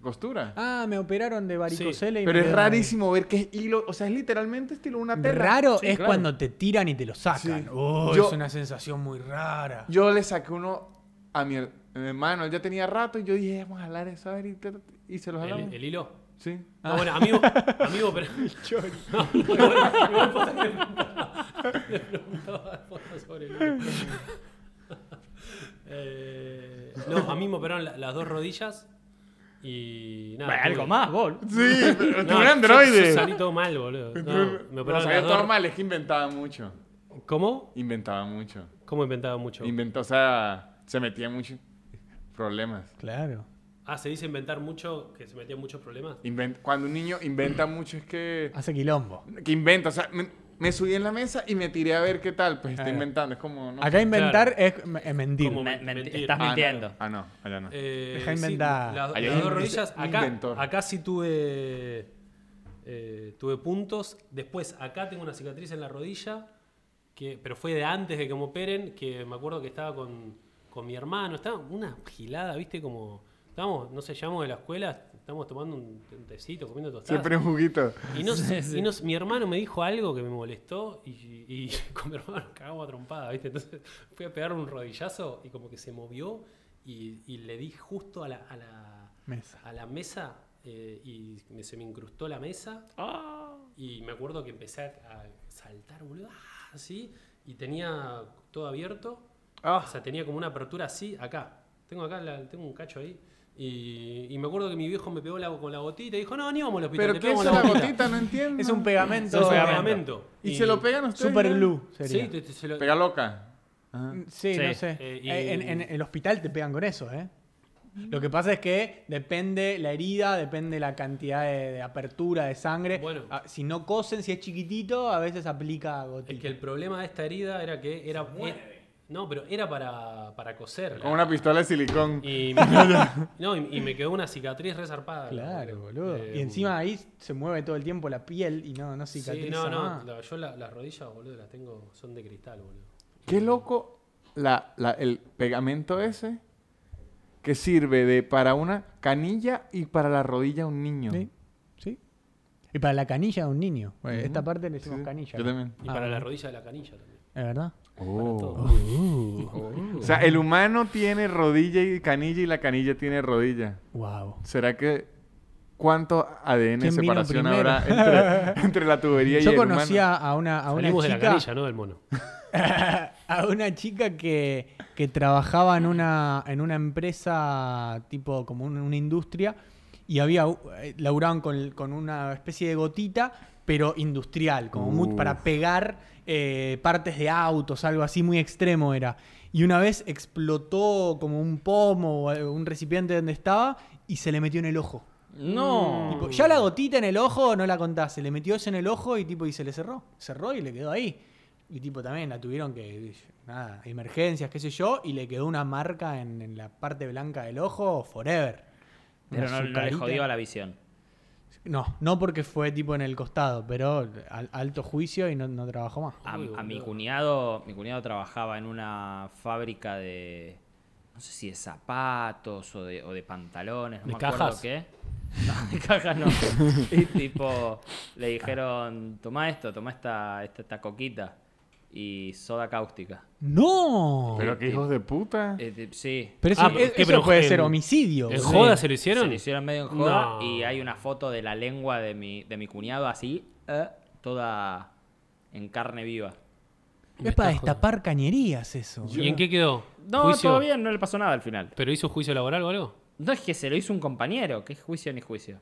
Speaker 3: costura.
Speaker 1: Ah, me operaron de varicocele. y me
Speaker 3: pero es
Speaker 1: quedaron ahí.
Speaker 3: rarísimo ver que es hilo, o sea, es literalmente estilo una tela.
Speaker 1: Raro
Speaker 4: Sí,
Speaker 1: es
Speaker 4: claro.
Speaker 1: cuando te tiran y te lo sacan.
Speaker 3: Sí.
Speaker 1: Oh,
Speaker 3: Yo-
Speaker 1: es una sensación muy rara.
Speaker 3: Yo le saqué uno a mi, her- a mi hermano, él ya tenía rato y yo dije, vamos a jalar eso, a ver, y, te- y se los jalamos.
Speaker 2: El, el hilo.
Speaker 3: Sí.
Speaker 2: Ah, bueno, amigo, amigo, pero. No, no, igual- igual pasa que le preguntaba- le preguntaba a Alfonso sobre el hilo. Eh, no, a mí me operaron la- las dos rodillas y nada.
Speaker 4: Bueno,
Speaker 2: tuve-
Speaker 4: algo más, bol.
Speaker 3: <laughs> Sí, pero
Speaker 2: No,
Speaker 3: un
Speaker 2: yo-
Speaker 3: androide.
Speaker 2: yo
Speaker 3: <laughs>
Speaker 2: salí todo mal, boludo. No, me
Speaker 3: No,
Speaker 2: operaron
Speaker 3: sabía
Speaker 2: las
Speaker 3: todo
Speaker 2: dos.
Speaker 3: mal, es que inventaba mucho.
Speaker 2: ¿Cómo?
Speaker 3: Inventaba mucho.
Speaker 2: ¿Cómo inventaba mucho?
Speaker 3: Inventó, o sea, se metía mucho. Problemas.
Speaker 1: Claro.
Speaker 2: ah, se dice inventar mucho, que se metía en muchos problemas.
Speaker 3: Inven- Cuando un niño inventa mucho es que...
Speaker 1: Hace quilombo.
Speaker 3: Que inventa, o sea, me, me subí en la mesa y me tiré a ver qué tal. Pues está
Speaker 1: Claro.
Speaker 3: inventando, es como... No.
Speaker 1: Acá inventar
Speaker 2: Claro.
Speaker 1: es, es mentir.
Speaker 2: Como-
Speaker 4: Me- me-
Speaker 2: Mentir.
Speaker 4: estás
Speaker 2: Ah,
Speaker 3: no.
Speaker 4: mintiendo.
Speaker 3: Ah, no, allá no.
Speaker 2: Eh,
Speaker 1: Deja
Speaker 2: sí,
Speaker 1: inventar.
Speaker 2: la-
Speaker 3: Ahí
Speaker 2: las
Speaker 3: hay
Speaker 2: dos
Speaker 3: un-
Speaker 2: rodillas.
Speaker 3: un
Speaker 2: Acá,
Speaker 3: inventor.
Speaker 2: acá sí tuve. eh, tuve puntos. Después, acá tengo una cicatriz en la rodilla. Que, pero fue de antes de que me operen. Que me acuerdo que estaba con, con mi hermano. Estaba una gilada, ¿viste? Como. Estábamos, no sé, llegamos de la escuela. Estamos tomando un, un tecito, comiendo tostadas.
Speaker 3: Siempre un juguito.
Speaker 2: Y, no, y no- mi hermano me dijo algo que me molestó y, y <laughs> con mi hermano nos cagamos a trompada, ¿viste? Entonces fui a pegarle un rodillazo y como que se movió y, y le di justo a la, a la,
Speaker 1: Mesa.
Speaker 2: a la mesa eh, y me- se me incrustó la mesa
Speaker 3: Ah.
Speaker 2: y me acuerdo que empecé a, a saltar, boludo, ¡ah! así y tenía todo abierto.
Speaker 3: Ah.
Speaker 2: O sea, tenía como una apertura así, acá. Tengo acá, la- tengo un cacho ahí. Y, y me acuerdo que mi viejo me pegó la, con la gotita y dijo, no, ni vamos al hospital,
Speaker 3: Pero
Speaker 2: te
Speaker 3: ¿qué es
Speaker 2: pegamos
Speaker 3: la gotita? No entiendo.
Speaker 1: Es un pegamento.
Speaker 2: es un
Speaker 4: Pegamento.
Speaker 2: pegamento.
Speaker 3: ¿Y, se lo pegan ustedes?
Speaker 1: Super
Speaker 3: ya?
Speaker 1: glue.
Speaker 2: Sí,
Speaker 1: Sería.
Speaker 2: te- te- se lo-
Speaker 3: Pega loca.
Speaker 1: Sí,
Speaker 4: Sí.
Speaker 1: no sé.
Speaker 2: Eh, y-
Speaker 1: Eh, en, en el hospital te pegan con eso, ¿eh?
Speaker 3: Mm.
Speaker 1: Lo que pasa es que depende la herida, depende la cantidad de, de apertura de sangre.
Speaker 2: Bueno.
Speaker 1: Ah, si no cosen, si es chiquitito, a veces aplica gotita.
Speaker 2: Es que el problema de esta herida era que era. eh, no, pero era para, para coser.
Speaker 3: Con una pistola de silicón.
Speaker 1: <laughs>
Speaker 2: Y me, no, y, y me quedó una cicatriz resarpada.
Speaker 1: Claro, boludo.
Speaker 2: Eh,
Speaker 1: y encima ahí se mueve todo el tiempo la piel y no, no
Speaker 2: Sí,
Speaker 1: cicatriza
Speaker 2: no, no.
Speaker 1: más.
Speaker 2: la- yo la- las rodillas, boludo, las tengo. Son de cristal, boludo.
Speaker 3: Qué loco la- la- el pegamento ese que sirve de para una canilla y para la rodilla a un niño.
Speaker 1: Sí, sí. Y para la canilla de un niño. Bueno,
Speaker 3: Ujú.
Speaker 1: Esta parte le
Speaker 3: Sí,
Speaker 1: decimos
Speaker 3: sí.
Speaker 1: canilla.
Speaker 3: Yo también.
Speaker 2: Y
Speaker 1: Ah,
Speaker 2: para la
Speaker 1: bueno.
Speaker 2: rodilla de la canilla también.
Speaker 1: ¿Es verdad?
Speaker 3: Oh.
Speaker 1: Uh,
Speaker 3: O sea, el humano tiene rodilla y canilla y la canilla tiene rodilla.
Speaker 1: Wow.
Speaker 3: ¿Será que cuánto
Speaker 1: ¿Quién
Speaker 3: ADN
Speaker 1: vino
Speaker 3: separación
Speaker 1: primero?
Speaker 3: habrá entre, <laughs> entre la tubería y
Speaker 1: Yo
Speaker 3: el humano?
Speaker 1: conocía a una, a una
Speaker 2: Salimos de la
Speaker 1: chica.
Speaker 2: canilla, ¿no? Del mono.
Speaker 1: a una chica que, que trabajaba en una, en una empresa, tipo como un- una industria, y había u- eh, laburaban con, con una especie de gotita, pero industrial, como muy-
Speaker 3: Uf.
Speaker 1: para pegar eh, partes de autos, algo así muy extremo era. Y una vez explotó como un pomo o algo, un recipiente donde estaba y se le metió en el ojo.
Speaker 4: No.
Speaker 1: Tipo, ya la gotita en el ojo no la contás, se le metió eso en el ojo y tipo y se le cerró. Cerró y le quedó ahí. Y tipo también la tuvieron que, nada, emergencias, qué sé yo, y le quedó una marca en, en la parte blanca del ojo forever.
Speaker 4: Pero
Speaker 1: Una
Speaker 4: no, no le
Speaker 1: azucarita.
Speaker 4: jodió a la visión.
Speaker 1: No, no porque fue tipo en el costado, pero al- alto juicio y no, no trabajó más.
Speaker 4: A,
Speaker 2: Uy,
Speaker 4: a mi
Speaker 2: boludo.
Speaker 4: cuñado, mi cuñado trabajaba en una fábrica de no sé si de zapatos o de, o de pantalones, no
Speaker 2: ¿De
Speaker 4: me acuerdo
Speaker 2: cajas?
Speaker 4: qué. <laughs> No, de
Speaker 2: <laughs>
Speaker 4: cajas no. Y tipo, le dijeron, toma esto, toma esta, esta, esta coquita y soda cáustica.
Speaker 1: ¡No! Pero,
Speaker 3: Pero qué hijos de puta.
Speaker 4: Eh, de- sí.
Speaker 1: eso,
Speaker 2: Ah,
Speaker 1: es-
Speaker 2: ¿qué,
Speaker 1: eso
Speaker 2: pero
Speaker 1: puede
Speaker 2: en-
Speaker 1: ser homicidio.
Speaker 2: ¿En
Speaker 1: boludo.
Speaker 2: joda se lo hicieron?
Speaker 4: Se le hicieron medio en joda
Speaker 2: No.
Speaker 4: y hay una foto de la lengua de mi, de mi cuñado así, eh, toda en carne viva.
Speaker 1: Es para destapar cañerías eso.
Speaker 2: ¿Y en qué quedó?
Speaker 4: No,
Speaker 2: ¿Juicio?
Speaker 4: todo bien, no le pasó nada al final.
Speaker 2: ¿Pero hizo juicio laboral o algo?
Speaker 4: No es que se lo hizo un compañero, que es juicio ni juicio.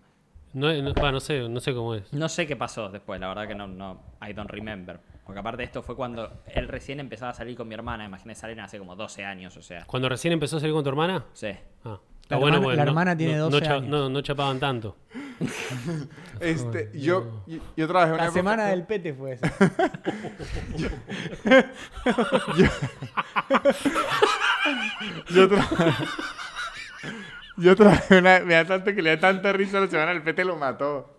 Speaker 2: No, no, va, no sé, no sé cómo es.
Speaker 4: No sé qué pasó después, la verdad que no, no, I don't remember. Porque aparte esto fue cuando él recién empezaba a salir con mi hermana, imagínense, salen hace como 12 años, o sea.
Speaker 2: ¿Cuando recién empezó a salir con tu hermana?
Speaker 4: Sí.
Speaker 2: Ah.
Speaker 1: La
Speaker 2: Ah,
Speaker 1: hermana- la hermana tiene
Speaker 2: no,
Speaker 1: 12
Speaker 2: cha-
Speaker 1: años.
Speaker 2: No, no chapaban tanto.
Speaker 3: Este, yo, yo, yo trabajé en una
Speaker 1: La
Speaker 3: época-
Speaker 1: semana del pete fue esa.
Speaker 3: Yo, tra- <laughs> yo trabajé una... Me da tanto que le da tanta risa la semana del pete lo mató.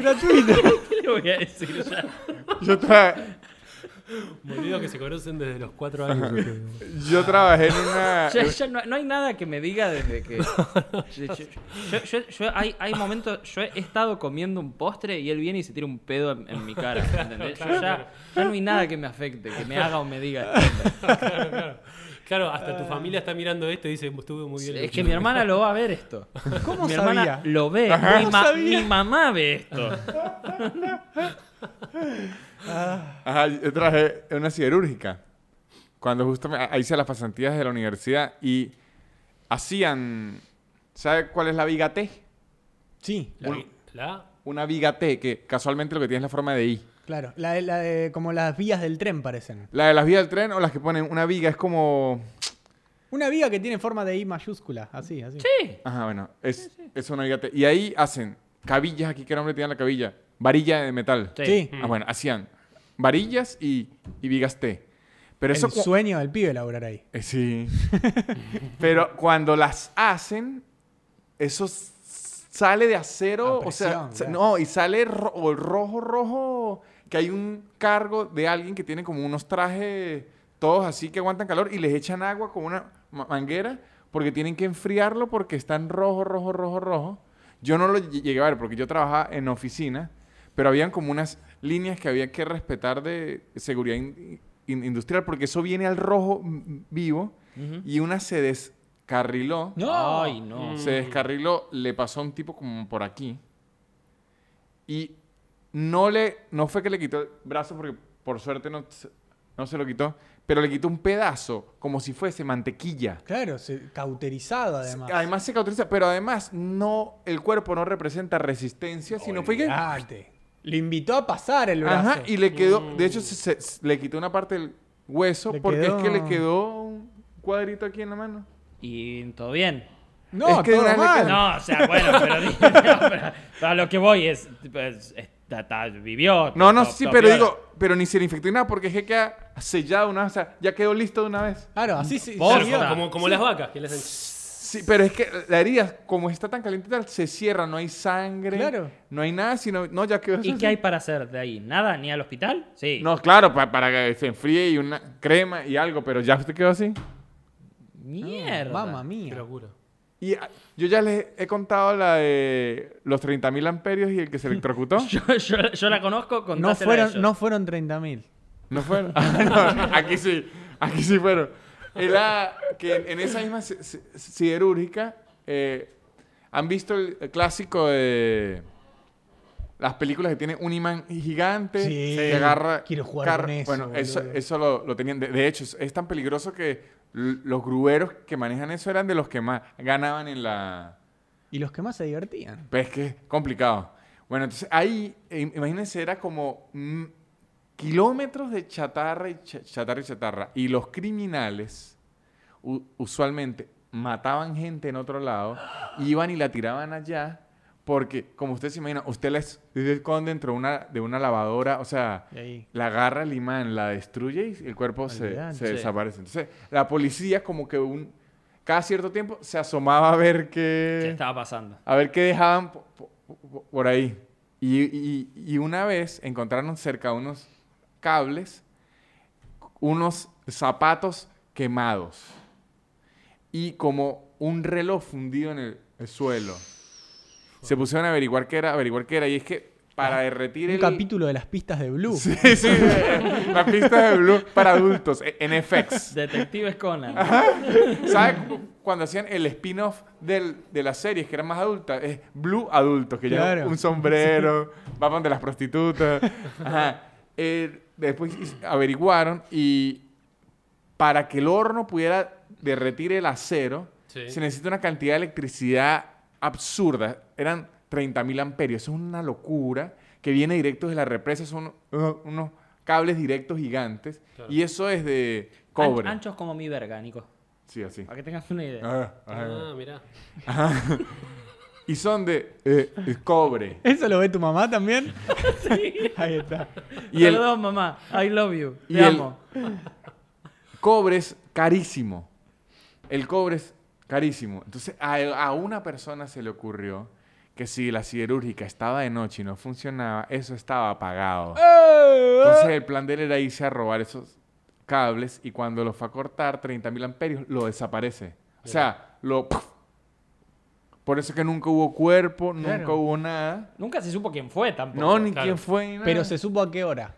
Speaker 1: Gratuito.
Speaker 4: <laughs> ¿Qué le voy a decir ya?
Speaker 3: Yo, tra-
Speaker 2: Boludo que se conocen desde los
Speaker 1: <laughs>
Speaker 2: cuatro años.
Speaker 3: yo trabajé en
Speaker 4: <laughs>
Speaker 3: una...
Speaker 4: Ya- ya no, no hay nada que me diga desde <laughs> que... Yo, yo- yo- yo- hay, hay momentos, yo he estado comiendo un postre y él viene y se tira un pedo en, en mi <laughs> cara, ¿entendés? Yo ya, ya no hay nada que me afecte, que me haga o me <laughs> diga.
Speaker 2: claro, hasta tu familia está mirando esto y dice, estuve muy bien.
Speaker 4: Es que mi hermana lo va a ver esto.
Speaker 1: <laughs> ¿Cómo
Speaker 4: mi
Speaker 1: sabía?
Speaker 4: hermana lo ve. Mi, ma-
Speaker 1: sabía?
Speaker 4: mi mamá ve esto.
Speaker 3: Ajá, yo trabajé en una cirúrgica. Cuando justo me- ahí hice las pasantías de la universidad y hacían... ¿Sabe cuál es la viga T?
Speaker 1: Sí,
Speaker 2: La, la-
Speaker 3: Una viga T, que casualmente lo que tiene es la forma de I.
Speaker 1: claro. La, de- la de- como las vías del tren parecen.
Speaker 3: La de las vías del tren o las que ponen una viga es como...
Speaker 1: Una viga que tiene forma de I mayúscula, así, así.
Speaker 4: Sí.
Speaker 3: Ajá, bueno, es, es una viga T. Y ahí hacen cabillas, aquí que nombre tiene la cabilla, varilla de metal.
Speaker 4: Sí.
Speaker 1: Sí.
Speaker 3: Ah, bueno, hacían varillas y, y vigas T. Pero eso...
Speaker 1: el
Speaker 3: cu-
Speaker 1: sueño del pibe laburar ahí.
Speaker 3: Eh, Sí. Pero cuando las hacen, eso s- sale de acero,
Speaker 1: A
Speaker 3: o sea,
Speaker 1: presión,
Speaker 3: sa-
Speaker 1: claro.
Speaker 3: no, y sale ro- o el rojo, rojo, que hay un cargo de alguien que tiene como unos trajes todos así que aguantan calor y les echan agua con una ma- manguera porque tienen que enfriarlo porque están rojo, rojo, rojo, rojo. Yo no lo lle- llegué a ver porque yo trabajaba en oficina, pero habían como unas líneas que había que respetar de seguridad in- in- industrial porque eso viene al rojo mm, vivo y una se descarriló.
Speaker 1: No.
Speaker 4: Ay, no.
Speaker 3: Se
Speaker 1: Mm.
Speaker 3: descarriló, le pasó a un tipo como por aquí. Y no le no fue que le quitó el brazo porque por suerte no, se- no se lo quitó, pero le quitó un pedazo como si fuese mantequilla.
Speaker 1: Claro, se- cauterizado además.
Speaker 3: Además se cauteriza, pero además no el cuerpo no representa resistencia, sino fue que
Speaker 1: Olvidate. Lo invitó a pasar el brazo.
Speaker 3: Ajá, y le quedó, de hecho se- se- le quitó una parte del hueso
Speaker 1: Mm. Le
Speaker 3: porque
Speaker 1: quedó-
Speaker 3: es que le quedó un cuadrito aquí en la mano.
Speaker 4: Y todo bien.
Speaker 1: No,
Speaker 3: Es que
Speaker 1: todo
Speaker 3: era la
Speaker 1: mal.
Speaker 3: que-
Speaker 4: No, o sea, bueno, pero, <laughs> no, pero a lo que voy es. pues, está- está- vivió.
Speaker 3: No, no,
Speaker 4: to-
Speaker 3: sí,
Speaker 4: to-
Speaker 3: pero
Speaker 4: piola.
Speaker 3: digo, pero ni se le infectó ni nada porque es que queda sellado una vez, o sea, ya quedó listo de una vez.
Speaker 1: Claro, así sí.
Speaker 4: Por
Speaker 1: salió.
Speaker 4: favor.
Speaker 2: como como las vacas que le hacen.
Speaker 3: Sí, pero es que la herida, como está tan calientita, se cierra, no hay sangre,
Speaker 1: Claro.
Speaker 3: no hay nada, sino, no, ya quedó
Speaker 4: ¿Y
Speaker 3: así.
Speaker 4: qué hay para hacer de ahí? ¿Nada? ¿Ni al hospital? Sí.
Speaker 3: No, claro, pa- para que se enfríe y una crema y algo, pero ya usted quedó así.
Speaker 4: Mierda.
Speaker 1: Mamma
Speaker 2: Te
Speaker 1: mía.
Speaker 2: lo juro.
Speaker 3: Y ah, yo ya les he contado la de los 30.000 amperios y el que se
Speaker 4: <laughs>
Speaker 3: electrocutó. <laughs>
Speaker 4: Yo, yo- yo la conozco con
Speaker 1: no fueron, no fueron 30.000.
Speaker 3: No fueron. <laughs> Ah, no, aquí sí, aquí sí fueron. En la- que en, en esa misma ci- ci- siderúrgica, eh, ¿han visto el clásico de las películas que tienen un imán gigante
Speaker 1: Sí,
Speaker 3: que agarra?
Speaker 1: quiero jugar con eso,
Speaker 3: Bueno, eso,
Speaker 1: boludo.
Speaker 3: eso lo, lo tenían. De, de hecho, es- es tan peligroso que l- los grueros que manejan eso eran de los que más ganaban en la...
Speaker 1: Y los que más se divertían.
Speaker 3: Pues es que es complicado. Bueno, entonces ahí, eh, imagínense, era como mm, kilómetros de chatarra y cha- chatarra y chatarra. Y los criminales u- usualmente mataban gente en otro lado, <gasps> iban y la tiraban allá, porque como usted se imagina, usted la es- la esconde dentro de una, de una lavadora, o sea,
Speaker 1: Y ahí.
Speaker 3: la agarra el imán, la destruye y el cuerpo se,
Speaker 1: Olvidate.
Speaker 3: se
Speaker 4: Sí.
Speaker 3: desaparece. Entonces, la policía como que un, cada cierto tiempo se asomaba a ver qué...
Speaker 4: ¿Qué estaba pasando?
Speaker 3: A ver qué dejaban po- po- po- por, ahí. Y, y- y una vez encontraron cerca de unos cables, unos zapatos quemados y como un reloj fundido en el, el suelo. Se pusieron a averiguar qué era, averiguar qué era. Y es que para derretir
Speaker 1: Ah, Un
Speaker 3: el...
Speaker 1: capítulo de las pistas de Blue.
Speaker 3: <laughs> Sí, sí, la pista de Blue para adultos, e, en FX.
Speaker 4: Detectives Conan.
Speaker 3: ¿Sabes cu- cuando hacían el spin-off del- de las series que eran más adultas? Es Blue Adultos, que llevan
Speaker 1: Claro.
Speaker 3: un sombrero, van de las prostitutas. Ajá. Eh, después hiz- averiguaron y para que el horno pudiera derretir el acero,
Speaker 2: Sí.
Speaker 3: se necesita una cantidad de electricidad absurda. Eran 30.000 amperios. Eso es una locura que viene directo de la represa. Son unos, unos cables directos gigantes.
Speaker 2: Claro.
Speaker 3: Y eso es de
Speaker 4: An-
Speaker 3: cobre.
Speaker 4: anchos como mi verga, Nico.
Speaker 3: Sí, así.
Speaker 4: Para que tengas una idea.
Speaker 3: Ah, ah.
Speaker 2: Ah, mirá.
Speaker 3: Y son de eh, eh, cobre.
Speaker 1: ¿Eso lo ve tu mamá
Speaker 4: <laughs>
Speaker 1: también? Ahí está.
Speaker 3: Y el
Speaker 4: Perdón, mamá. I love you. Te
Speaker 3: Y el-
Speaker 4: amo.
Speaker 3: cobre es carísimo. El cobre es carísimo. Entonces, a, a una persona se le ocurrió que si la siderúrgica estaba de noche y no funcionaba, eso estaba apagado. Entonces, el plan de él era irse a robar esos cables y cuando los fue a cortar, 30.000 amperios, lo desaparece. O sea, lo... Por eso es que nunca hubo cuerpo, nunca
Speaker 1: Claro.
Speaker 3: hubo nada.
Speaker 4: Nunca se supo quién fue tampoco.
Speaker 3: No, ni
Speaker 2: claro.
Speaker 3: quién fue. ni nada.
Speaker 1: Pero se supo a qué hora.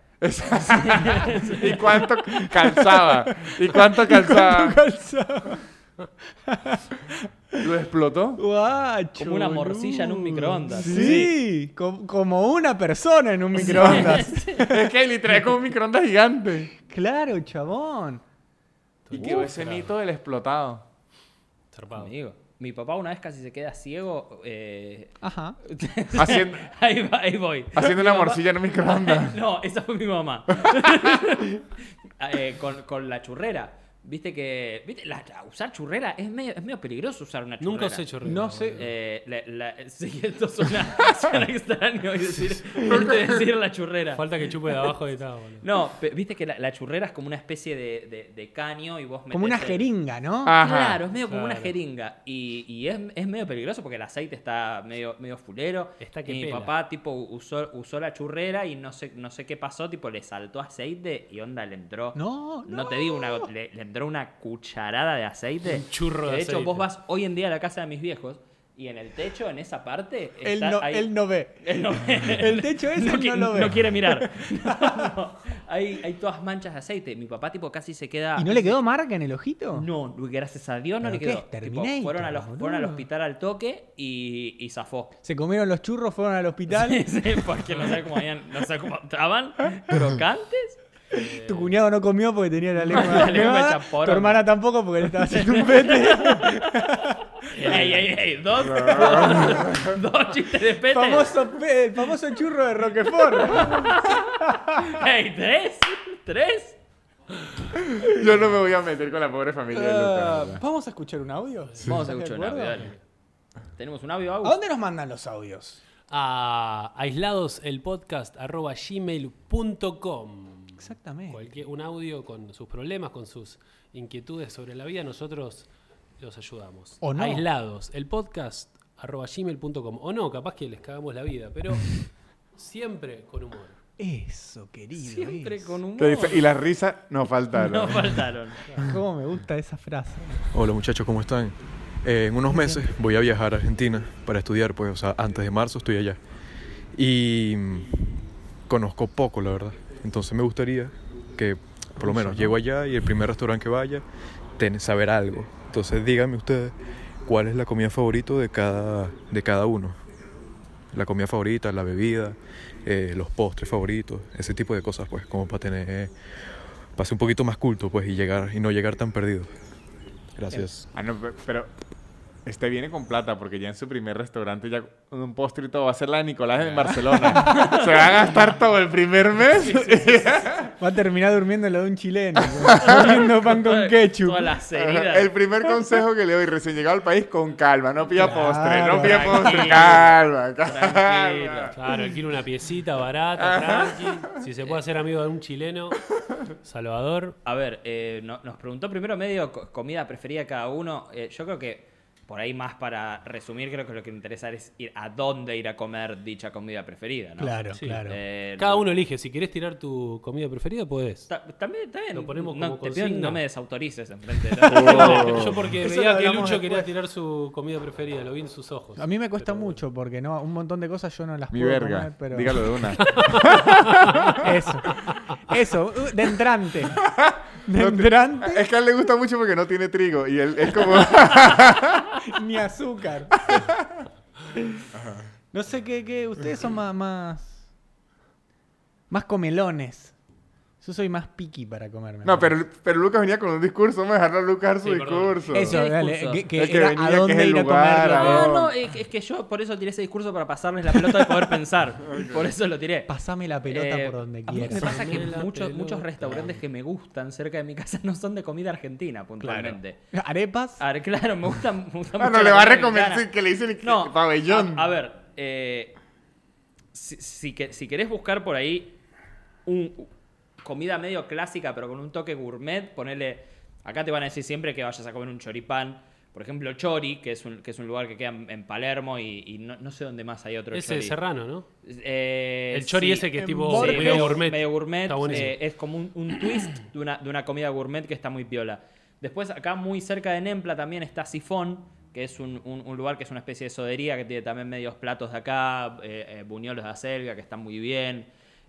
Speaker 3: <laughs> ¿Y cuánto calzaba? ¿Y cuánto calzaba? ¿Lo explotó?
Speaker 1: Guacho,
Speaker 4: Como una morcilla en un
Speaker 1: boludo.
Speaker 4: microondas.
Speaker 1: Sí, co- como una persona en un microondas.
Speaker 4: <laughs>
Speaker 3: Es que le trae como un microondas gigante.
Speaker 1: Claro, chabón.
Speaker 3: Y quedó ese mito del explotado.
Speaker 2: Zarpado.
Speaker 4: Amigo, mi papá una vez casi se queda ciego.
Speaker 1: <laughs>
Speaker 4: eh,
Speaker 1: Ajá.
Speaker 3: Haciendo-
Speaker 4: <laughs> ahí, va- ahí voy.
Speaker 3: Haciendo una
Speaker 4: Mi papá-
Speaker 3: morcilla en un
Speaker 1: Ah.
Speaker 3: <laughs>
Speaker 4: <laughs>
Speaker 3: microondas.
Speaker 4: No, esa fue mi mamá. <laughs> Eh, con, con la churrera. Viste que. ¿viste? La- la- usar churrera es medio, es medio peligroso usar una churrera.
Speaker 2: Nunca os he hecho reír.
Speaker 1: No sé.
Speaker 4: Eh, la- la- sí, <laughs> esto suena, suena extraño y decir, y decir la churrera.
Speaker 2: Falta que chupe de abajo de tal, boludo.
Speaker 4: No, pe- viste que la, la churrera es como una especie de, de- de caño y vos metés
Speaker 1: Como una
Speaker 4: el-
Speaker 1: jeringa, ¿no?
Speaker 3: Ah. Ajá.
Speaker 4: Claro, es medio como una
Speaker 2: Claro.
Speaker 4: jeringa. Y, y es, es medio peligroso porque el aceite está medio, medio fulero.
Speaker 2: Está que
Speaker 4: y mi
Speaker 2: pela.
Speaker 4: papá, tipo, usó, usó la churrera y no sé, no sé qué pasó, tipo, le saltó aceite y onda, le entró.
Speaker 1: No,
Speaker 4: No te digo una gota, le, le entró una cucharada de aceite.
Speaker 2: Un churro
Speaker 4: Que
Speaker 2: de
Speaker 4: de hecho,
Speaker 2: aceite.
Speaker 4: vos vas hoy en día a la casa de mis viejos y en el techo, en esa parte.
Speaker 1: Él
Speaker 4: está
Speaker 1: no,
Speaker 4: ahí-
Speaker 1: él no ve.
Speaker 4: <laughs>
Speaker 1: <laughs>
Speaker 4: él no
Speaker 1: El
Speaker 4: <laughs>
Speaker 1: techo ese él
Speaker 4: qui-
Speaker 1: no lo ve.
Speaker 4: quiere
Speaker 1: <laughs>
Speaker 4: mirar. <laughs> No, no. Hay, hay todas manchas de aceite. Mi papá, tipo, casi se queda.
Speaker 1: ¿Y no le quedó marca en el ojito?
Speaker 4: No, gracias a Dios no
Speaker 1: ¿Pero
Speaker 4: le
Speaker 1: qué
Speaker 4: quedó.
Speaker 1: es,
Speaker 4: Tipo,
Speaker 1: Terminator,
Speaker 4: fueron, a los-
Speaker 1: boludo?
Speaker 4: fueron al hospital al toque y, y zafó.
Speaker 1: Se comieron los churros, fueron al hospital.
Speaker 4: <laughs> Sí, porque no sé cómo habían, no sé cómo estaban,
Speaker 1: <laughs>
Speaker 4: crocantes.
Speaker 1: Tu cuñado no comió porque tenía la lengua,
Speaker 4: <laughs> La lengua
Speaker 1: quemada.
Speaker 4: hecha porón.
Speaker 1: Tu hermana tampoco porque le
Speaker 4: <laughs>
Speaker 1: estaba haciendo un pete.
Speaker 4: Ey, ey, ey,
Speaker 1: <laughs>
Speaker 4: dos, dos, dos chistes de pete.
Speaker 1: famoso pe- el
Speaker 4: <laughs>
Speaker 1: famoso churro de Roquefort.
Speaker 4: Ey, tres, tres.
Speaker 3: Yo no me voy a meter con la pobre familia de
Speaker 1: Ah,
Speaker 3: Lucas.
Speaker 1: ¿Vamos a escuchar un audio?
Speaker 4: Vamos a
Speaker 1: ¿Estás de
Speaker 4: escuchar un audio,
Speaker 1: acuerdo?
Speaker 4: dale. Tenemos un audio, Agus?
Speaker 1: ¿A dónde nos mandan los audios?
Speaker 2: A aisladoselpodcast.gmail.com
Speaker 1: Exactamente.
Speaker 2: Cualquier, un audio con sus problemas, con sus inquietudes sobre la vida, nosotros los ayudamos.
Speaker 1: O no.
Speaker 2: Aislados, el podcast arroba gmail.com. O no, capaz que les cagamos la vida,
Speaker 1: <laughs>
Speaker 2: pero siempre con humor.
Speaker 1: Eso, querido.
Speaker 4: Siempre
Speaker 1: eso.
Speaker 4: con humor.
Speaker 3: Qué dif- Y las risas no faltaron.
Speaker 4: No faltaron.
Speaker 1: ¿Cómo me gusta esa frase?
Speaker 5: Hola muchachos, ¿cómo están? Eh, en unos meses voy a viajar a Argentina para estudiar, pues, o sea, antes de marzo estoy allá. Y mm, conozco poco, la verdad. Entonces me gustaría que, por lo menos, llego allá y el primer restaurante que vaya, ten- saber algo. Entonces díganme ustedes cuál es la comida favorita de cada, de cada uno. La comida favorita, la bebida, eh, los postres favoritos, ese tipo de cosas, pues, como para tener, para ser un poquito más culto, pues, y llegar y no llegar tan perdido. Gracias.
Speaker 3: Ah, no, pe- pero este viene con plata porque ya en su primer restaurante ya con un postre y todo va a ser la de Nicolás en Barcelona. <laughs> Se va a gastar todo el primer mes.
Speaker 1: Va a terminar durmiendo lo de un <laughs> chileno. comiendo pan con ketchup.
Speaker 4: Todas
Speaker 1: <laughs>
Speaker 4: las heridas.
Speaker 3: el primer consejo que le doy recién llegado al país con calma, no pida
Speaker 1: Claro.
Speaker 3: postre, no pida postre,
Speaker 4: Tranquilo.
Speaker 3: calma, calma.
Speaker 4: Tranquilo.
Speaker 2: Claro, quiero una piecita barata, tranqui. Si se puede hacer amigo de un chileno, Salvador.
Speaker 4: A ver, eh, no- nos preguntó primero medio co- comida preferida de cada uno. Eh, yo creo que por ahí más para resumir, creo que lo que me interesa es ir a dónde ir a comer dicha comida preferida, ¿no?
Speaker 1: Claro,
Speaker 2: Sí,
Speaker 1: claro.
Speaker 4: Eh,
Speaker 2: Cada uno elige. Si querés tirar tu comida preferida, podés.
Speaker 4: ta- también, también.
Speaker 2: Lo ponemos
Speaker 4: no,
Speaker 2: como
Speaker 4: te pido,
Speaker 2: consigna.
Speaker 4: no me desautorices
Speaker 2: <laughs>
Speaker 4: enfrente de
Speaker 2: Yo porque
Speaker 1: Eso
Speaker 2: veía
Speaker 1: lo
Speaker 2: que
Speaker 1: hablamos
Speaker 2: Lucho quería
Speaker 1: después.
Speaker 2: tirar su comida preferida, lo vi en sus ojos.
Speaker 1: A mí me cuesta mucho porque no, un montón de cosas yo no las
Speaker 3: Mi
Speaker 1: puedo
Speaker 3: verga,
Speaker 1: comer, pero
Speaker 3: dígalo de una.
Speaker 1: <laughs> eso. Eso, uh, de
Speaker 3: <laughs>
Speaker 1: entrante. De entrante
Speaker 3: <laughs> Es que a él le gusta mucho porque no tiene trigo y él es como...
Speaker 1: ni azúcar. No sé qué, qué- ustedes son más, más más comelones. Yo soy más piqui para comerme.
Speaker 3: No, pero, pero Lucas venía con un discurso, vamos a dejarlo a Lucas dar su
Speaker 2: Sí, perdón.
Speaker 3: discurso.
Speaker 1: eso,
Speaker 4: ¿Qué
Speaker 1: dale,
Speaker 4: discurso?
Speaker 1: que, que
Speaker 3: Es que
Speaker 1: era
Speaker 3: venía,
Speaker 1: a
Speaker 3: que es
Speaker 1: dónde
Speaker 3: el
Speaker 1: ir a
Speaker 3: lugar,
Speaker 1: comerlo.
Speaker 3: a
Speaker 1: Ah,
Speaker 4: No,
Speaker 3: Claro.
Speaker 4: no, es que, es que yo por eso tiré ese discurso para pasarles la pelota y poder <laughs> pensar. Por eso lo tiré.
Speaker 1: Pasame la pelota
Speaker 4: Eh,
Speaker 1: por donde
Speaker 4: a mí Me
Speaker 1: quieras.
Speaker 4: pasa que
Speaker 2: Pasame la
Speaker 4: muchos, muchos
Speaker 2: pelota.
Speaker 4: restaurantes que me gustan cerca de mi casa no son de comida argentina, puntualmente.
Speaker 1: Arepas.
Speaker 4: A ver, claro, me gusta, me gusta
Speaker 3: Ah,
Speaker 4: mucho
Speaker 3: no, le
Speaker 4: la
Speaker 3: va a
Speaker 4: comida
Speaker 3: recomendar
Speaker 4: mexicana.
Speaker 3: que le dicen que-
Speaker 4: No,
Speaker 3: pabellón.
Speaker 4: A, a ver, eh, si, si que- si querés buscar por ahí un, comida medio clásica, pero con un toque gourmet, ponele. Acá te van a decir siempre que vayas a comer un choripán. Por ejemplo, Chori, que es un, que es un lugar que queda en, en Palermo y, y no, no sé dónde más hay otro
Speaker 2: Ese
Speaker 4: chori.
Speaker 2: Serrano, ¿no?
Speaker 4: Eh,
Speaker 2: El chori
Speaker 4: sí.
Speaker 2: ese que es tipo
Speaker 1: Borges.
Speaker 2: medio gourmet.
Speaker 4: Medio gourmet,
Speaker 2: Está buenísimo.
Speaker 4: eh, es como un, un <clears throat> twist de una, de una comida gourmet que está muy piola. Después, acá muy cerca de Nempla también está Sifón, que es un, un- un lugar que es una especie de sodería que tiene también medios platos de acá, eh, eh, buñuelos de acelga que están muy bien.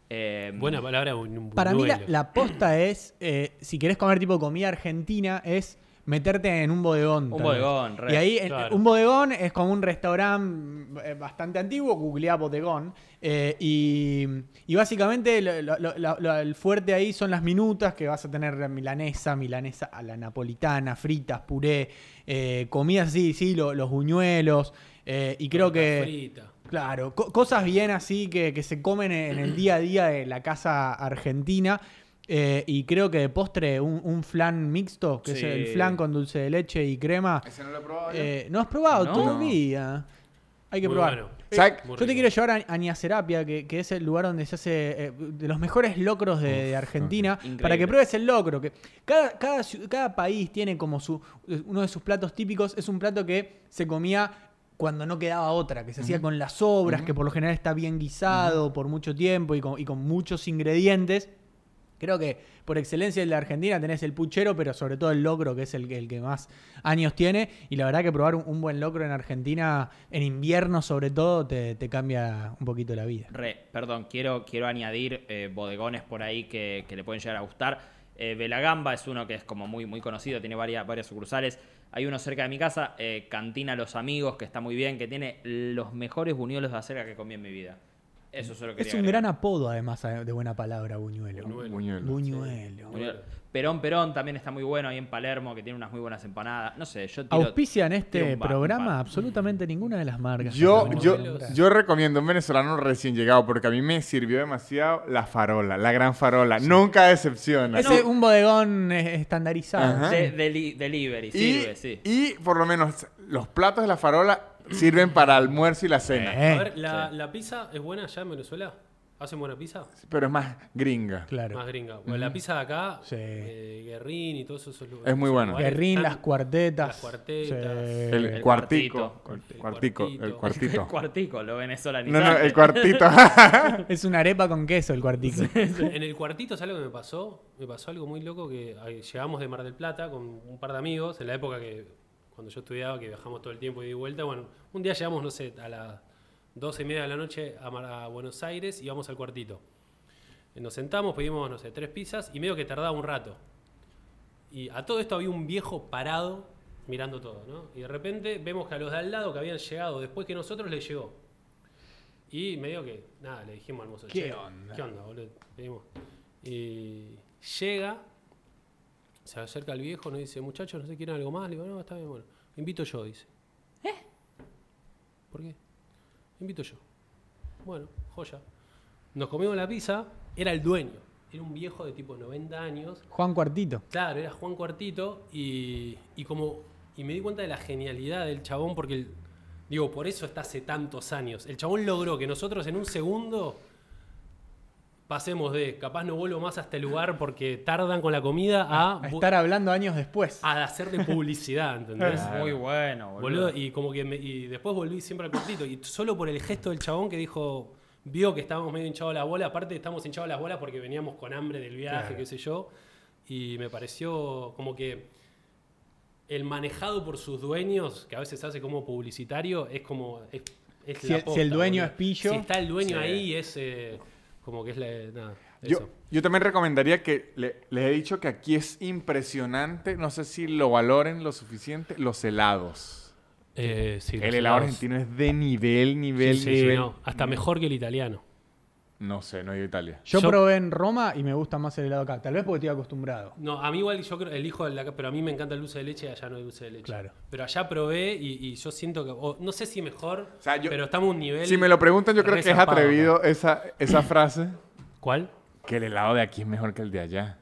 Speaker 4: eh,
Speaker 2: Buena palabra, un, un
Speaker 1: Para mí la,
Speaker 2: buñuelo.
Speaker 1: la posta es, eh, si querés comer tipo comida argentina, es meterte en un bodegón.
Speaker 4: Un
Speaker 1: tal
Speaker 4: bodegón,
Speaker 1: vez.
Speaker 4: re,
Speaker 1: Y ahí eh,
Speaker 2: claro.
Speaker 1: un bodegón es como un restaurante eh, bastante antiguo, googleá bodegón. eh, y, y básicamente lo- lo- lo- lo- lo- el fuerte ahí son las minutas que vas a tener milanesa, milanesa a la napolitana, fritas, puré, eh, comidas así, sí, lo- los buñuelos. eh, y creo
Speaker 2: Torta
Speaker 1: que...
Speaker 2: frita.
Speaker 1: Claro, co- cosas bien así que, que se comen en
Speaker 4: <clears throat>
Speaker 1: el día a día de la casa argentina. Eh, y creo que de postre un, un flan mixto, que es
Speaker 4: Sí.
Speaker 1: el flan con dulce de leche y crema.
Speaker 3: Ese no lo he probado yo.
Speaker 1: Eh, no has probado
Speaker 4: No.
Speaker 1: todavía. Hay que
Speaker 2: Muy
Speaker 1: probar.
Speaker 2: bueno.
Speaker 1: Eh,
Speaker 3: ¿Sabes?
Speaker 2: Muy
Speaker 1: yo te
Speaker 2: rico.
Speaker 1: quiero llevar a, a Niacerapia, que, que es el lugar donde se hace eh, de los mejores locros de, de
Speaker 2: <laughs>
Speaker 1: Argentina,
Speaker 4: Increíble.
Speaker 1: para que pruebes el locro. Que cada, cada, ciu- cada país tiene como su uno de sus platos típicos, es un plato que se comía cuando no quedaba otra, que se hacía con las sobras, que por lo general está bien guisado por mucho tiempo y con, y con muchos ingredientes. Creo que por excelencia en la Argentina tenés el puchero, pero sobre todo el locro, que es el, que- el que más años tiene. Y la verdad que probar un, un buen locro en Argentina, en invierno sobre todo, te, te cambia un poquito la vida.
Speaker 4: Re, perdón, quiero, quiero añadir eh, bodegones por ahí que, que le pueden llegar a gustar. Eh, Belagamba es uno que es como muy, muy conocido, tiene varias, varias sucursales. Hay uno cerca de mi casa, eh, Cantina Los Amigos, que está muy bien, que tiene los mejores buñuelos de acelga que comí en mi vida. Eso solo quería
Speaker 1: Es un
Speaker 4: agregar.
Speaker 1: gran apodo, además, de buena palabra, Buñuelo.
Speaker 2: Buñuelo.
Speaker 3: Buñuelo.
Speaker 1: Buñuelo.
Speaker 4: Buñuelo. Perón Perón también está muy bueno ahí en Palermo, que tiene unas muy buenas empanadas. No sé, yo tiro-
Speaker 1: Auspician
Speaker 4: tiro
Speaker 1: este
Speaker 4: un ba- un
Speaker 1: programa
Speaker 4: par.
Speaker 1: absolutamente ninguna de las marcas. que
Speaker 3: Yo,
Speaker 1: acabamos de
Speaker 3: yo,
Speaker 1: nombrar.
Speaker 3: yo recomiendo un venezolano recién llegado porque a mí me sirvió demasiado la farola, la gran farola. Nunca decepciona.
Speaker 1: Ese es un bodegón eh, estandarizado.
Speaker 3: Ajá.
Speaker 4: De- deli- delivery, sirve, sí.
Speaker 3: y por lo menos los platos de la farola sirven para almuerzo y la cena.
Speaker 1: Eh,
Speaker 2: A ver, la, la pizza es buena allá en Venezuela. ¿Hacen buena pizza?
Speaker 3: Pero es más gringa.
Speaker 1: claro.
Speaker 2: Más gringa. Bueno, la pizza de acá,
Speaker 1: Sí.
Speaker 2: eh, Guerrín y todos esos lu- esos lugares.
Speaker 3: Es muy buena.
Speaker 1: Guerrín,
Speaker 2: están-
Speaker 1: las cuartetas.
Speaker 2: las cuartetas.
Speaker 1: Sí.
Speaker 3: El,
Speaker 4: el
Speaker 3: cuartico.
Speaker 2: cuartito.
Speaker 3: Cuartico. El
Speaker 2: El
Speaker 4: <laughs>
Speaker 3: cuartito.
Speaker 4: El cuartico, lo
Speaker 3: No,
Speaker 4: venezolanizado.
Speaker 3: no,
Speaker 4: <laughs>
Speaker 3: el cuartito. <laughs>
Speaker 1: Es una arepa con queso el cuartico.
Speaker 2: En el cuartito, ¿sabes lo que me pasó? Me pasó algo muy loco que ahí llegamos de Mar del Plata con un par de amigos, en la época que cuando yo estudiaba, que viajamos todo el tiempo y de vuelta, bueno, un día llegamos, no sé, a las 12 y media de la noche a, Mar- a Buenos Aires y vamos al cuartito. Eh, Nos sentamos, pedimos, no sé, tres pizzas y medio que tardaba un rato. Y a todo esto había un viejo parado mirando todo, ¿no? Y de repente vemos que a los de al lado que habían llegado después que nosotros les llegó. Y medio que, nada, le dijimos al mozo,
Speaker 1: ¿Qué
Speaker 2: "Che,
Speaker 1: onda?
Speaker 2: ¿Qué onda, boludo? Pedimos. Y llega, se acerca al viejo, nos dice, muchachos, no sé, quieren algo más. Le digo, no, está bien, bueno. Invito yo, dice. ¿Eh? ¿Por qué? Invito yo. Bueno, joya. Nos comimos la pizza, era el dueño. Era un viejo de tipo 90 años
Speaker 1: Juan Cuartito.
Speaker 2: Claro, era Juan Cuartito y, y como y me di cuenta de la genialidad del chabón porque el- digo, por eso está hace tantos años. El chabón logró que nosotros en un segundo pasemos de capaz no vuelvo más a este lugar porque tardan con la comida a,
Speaker 1: A estar hablando años después.
Speaker 4: Ah,
Speaker 2: a hacerle publicidad, ¿entendés?
Speaker 4: Muy bueno, boludo.
Speaker 2: Boludo, y como que me- y después volví siempre al cuartito. Y solo por el gesto del chabón que dijo, vio que estábamos medio hinchados la bola, aparte estábamos hinchados las bolas porque veníamos con hambre del viaje, qué sé yo. Y me pareció como que el manejado por sus dueños, que a veces hace como publicitario, es como. Es, es
Speaker 1: Si
Speaker 2: la
Speaker 1: el- si
Speaker 2: posta,
Speaker 1: el dueño
Speaker 2: boludo.
Speaker 1: es pillo.
Speaker 2: Si está el dueño ahí, es eh, como que es la. nada,
Speaker 3: Yo,
Speaker 2: eso.
Speaker 3: yo también recomendaría que le- les he dicho que aquí es impresionante, no sé si lo valoren lo suficiente, los helados.
Speaker 2: Eh, sí, los
Speaker 3: el helado
Speaker 2: helados.
Speaker 3: argentino es de nivel, nivel,
Speaker 2: Sí, sí,
Speaker 3: nivel.
Speaker 2: no, hasta mejor que el italiano.
Speaker 3: No sé, no he ido a Italia.
Speaker 1: Yo,
Speaker 2: Yo-
Speaker 1: probé en Roma y me gusta más el helado acá. Tal vez porque estoy acostumbrado.
Speaker 2: No, a mí igual yo creo, elijo el de acá, pero a mí me encanta el dulce de leche y allá no hay dulce de leche.
Speaker 1: Claro.
Speaker 2: Pero allá probé y, y yo siento que, o no sé si mejor,
Speaker 3: O sea, yo-
Speaker 2: pero estamos a un nivel...
Speaker 3: Si me lo preguntan, yo
Speaker 2: re
Speaker 3: creo que es
Speaker 2: zarpado,
Speaker 3: atrevido esa, esa frase,
Speaker 2: ¿no? ¿Cuál?
Speaker 3: que el helado de aquí es mejor que el de allá.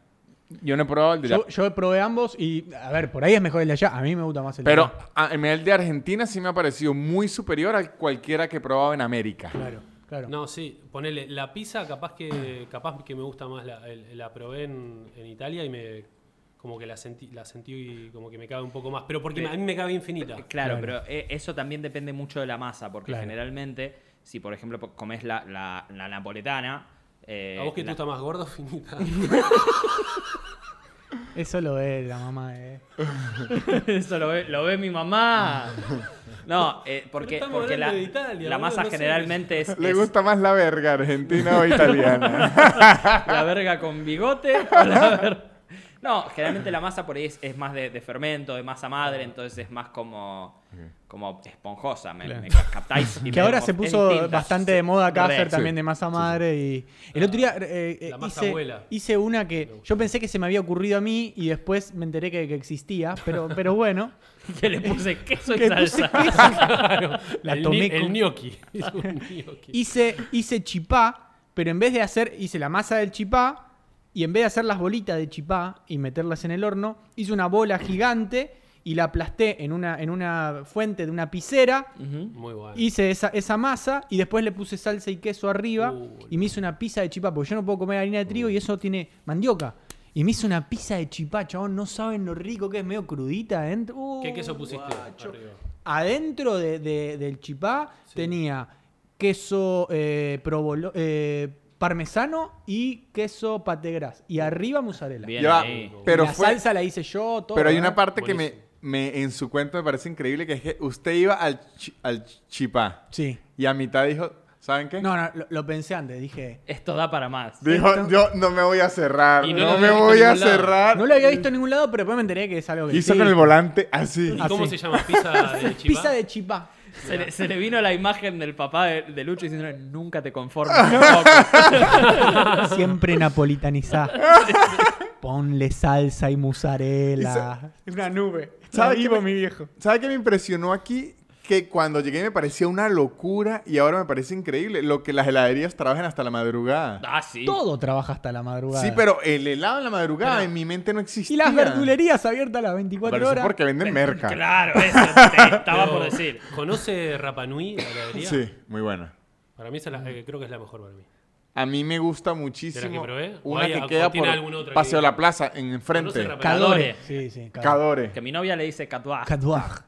Speaker 3: Yo no he probado el de allá.
Speaker 1: Yo, yo probé ambos y, a ver, por ahí es mejor el de allá. A mí me gusta más el de
Speaker 3: pero
Speaker 1: acá.
Speaker 3: a- en el de Argentina sí me ha parecido muy superior a cualquiera que he probado en América.
Speaker 1: Claro, claro.
Speaker 2: No, sí, ponele, la pizza capaz que capaz que me gusta más, la, el- la probé en, en Italia y me como que la sentí, la sentí y como que me cabe un poco más, pero porque a mí me cabe infinita.
Speaker 4: Claro,
Speaker 1: Claro.
Speaker 4: pero eh, eso también depende mucho de la masa, porque
Speaker 1: Claro.
Speaker 4: generalmente, si por ejemplo po- comes la, la- la napoletana. eh,
Speaker 2: ¿A vos que te
Speaker 4: la-
Speaker 2: gusta más gordo o finita?
Speaker 1: Eso lo ve la mamá eh. de...
Speaker 4: <laughs> Eso lo ve, lo ve
Speaker 2: <laughs>
Speaker 4: mi mamá. No, eh, porque,
Speaker 2: Pero estamos
Speaker 4: porque la,
Speaker 2: hablando de Italia,
Speaker 4: la
Speaker 2: boludo,
Speaker 4: masa
Speaker 2: no sé.
Speaker 4: generalmente es,
Speaker 3: <laughs> ¿Le
Speaker 4: es
Speaker 3: gusta más la verga argentina o italiana?
Speaker 4: la verga con bigote. <laughs> o la ver- No, generalmente la masa por ahí es, es más de, de fermento, de masa madre, entonces es más como, como esponjosa. Me, me ca- captáis.
Speaker 2: <laughs>
Speaker 4: Y
Speaker 1: Que
Speaker 4: me-
Speaker 1: ahora
Speaker 4: como-
Speaker 1: se
Speaker 4: es
Speaker 1: puso
Speaker 4: distinta.
Speaker 1: bastante de moda acá
Speaker 4: Re.
Speaker 1: hacer también de masa madre y... El otro día eh, eh,
Speaker 2: La masa
Speaker 1: hice,
Speaker 2: abuela.
Speaker 1: hice una que yo pensé que se me había ocurrido a mí y después me enteré que, que existía, pero, pero bueno.
Speaker 4: <laughs> Que le puse queso y
Speaker 1: Que puse
Speaker 4: salsa.
Speaker 1: La
Speaker 2: el, ni-
Speaker 1: tomé
Speaker 2: el
Speaker 1: con-
Speaker 2: gnocchi. Es un gnocchi.
Speaker 1: hice, hice chipá, pero en vez de hacer, hice la masa del chipá y en vez de hacer las bolitas de chipá y meterlas en el horno, hice una bola gigante y la aplasté en una, en una fuente de una picera.
Speaker 2: Muy bueno.
Speaker 1: Hice esa, esa masa y después le puse salsa y queso arriba
Speaker 2: Uh,
Speaker 1: y me hice una pizza de chipá, porque yo no puedo comer harina de trigo y eso tiene mandioca. Y me hice una pizza de chipá, chabón, no saben lo rico que es, medio crudita adentro. Uh,
Speaker 2: ¿Qué queso pusiste
Speaker 1: guacho.
Speaker 2: arriba?
Speaker 1: Adentro de- de- del chipá tenía queso eh, provolo- eh, parmesano y queso pategras. Y arriba mozzarella.
Speaker 4: Bien
Speaker 3: Ya,
Speaker 4: ahí.
Speaker 3: pero
Speaker 1: la
Speaker 3: fue-
Speaker 1: salsa la hice yo, todo.
Speaker 3: Pero hay una
Speaker 1: ¿eh?
Speaker 3: parte que me, me- en su cuento me parece increíble, que es que usted iba al, chi- al chipá
Speaker 1: Sí.
Speaker 3: y a mitad dijo, ¿saben qué?
Speaker 1: No, no, lo, lo pensé antes, dije...
Speaker 4: Esto da para más.
Speaker 3: dijo,
Speaker 1: esto-
Speaker 3: yo no me voy a cerrar,
Speaker 2: Y no
Speaker 3: no,
Speaker 2: lo
Speaker 3: me
Speaker 2: había visto
Speaker 3: voy
Speaker 2: en
Speaker 3: a
Speaker 2: ningún lado.
Speaker 3: cerrar.
Speaker 1: No lo había visto en ningún lado, pero después me enteré que es algo que
Speaker 3: Ah, eh, Hizo
Speaker 1: sí.
Speaker 3: con el volante así.
Speaker 2: ¿Y cómo
Speaker 1: sí.
Speaker 2: se llama? ¿Pizza de chipá?
Speaker 3: <laughs>
Speaker 1: Pizza de chipá.
Speaker 4: Se le, se le vino la imagen del papá de, de Lucho diciéndole, nunca
Speaker 1: <laughs>
Speaker 4: te conformes. loco".
Speaker 1: Siempre
Speaker 3: <laughs>
Speaker 1: napolitanizá. Ponle salsa y mozzarella. Es una nube. Está
Speaker 3: ¿Sabe qué
Speaker 1: vivo mi
Speaker 3: me-
Speaker 1: viejo.
Speaker 3: ¿Sabes qué me impresionó aquí? Que cuando llegué me parecía una locura y ahora me parece increíble lo que las heladerías trabajan hasta la madrugada.
Speaker 4: ah, sí.
Speaker 1: Todo trabaja hasta la madrugada.
Speaker 3: Sí, pero el helado en la madrugada en mi mente no existía.
Speaker 1: Y las verdulerías abiertas las 24
Speaker 3: Pero eso es
Speaker 1: horas.
Speaker 3: porque venden merca.
Speaker 4: Claro, eso te estaba por decir.
Speaker 2: ¿Conoce Rapanui, la heladería?
Speaker 3: Sí, muy buena.
Speaker 2: Para mí esa es la- eh, creo que es la mejor para mí.
Speaker 3: A mí me gusta muchísimo.
Speaker 2: probé? ¿O
Speaker 3: Una
Speaker 2: hay-
Speaker 3: que
Speaker 2: o
Speaker 3: queda
Speaker 2: tiene
Speaker 3: por
Speaker 2: alguna otra que-
Speaker 3: Paseo La Plaza, en
Speaker 2: ¿Conoce
Speaker 3: enfrente.
Speaker 2: Rapanui?
Speaker 1: Cadore. Sí, sí. Cadore.
Speaker 3: Cadore.
Speaker 4: Que mi novia le dice catuá.
Speaker 1: Caduaj.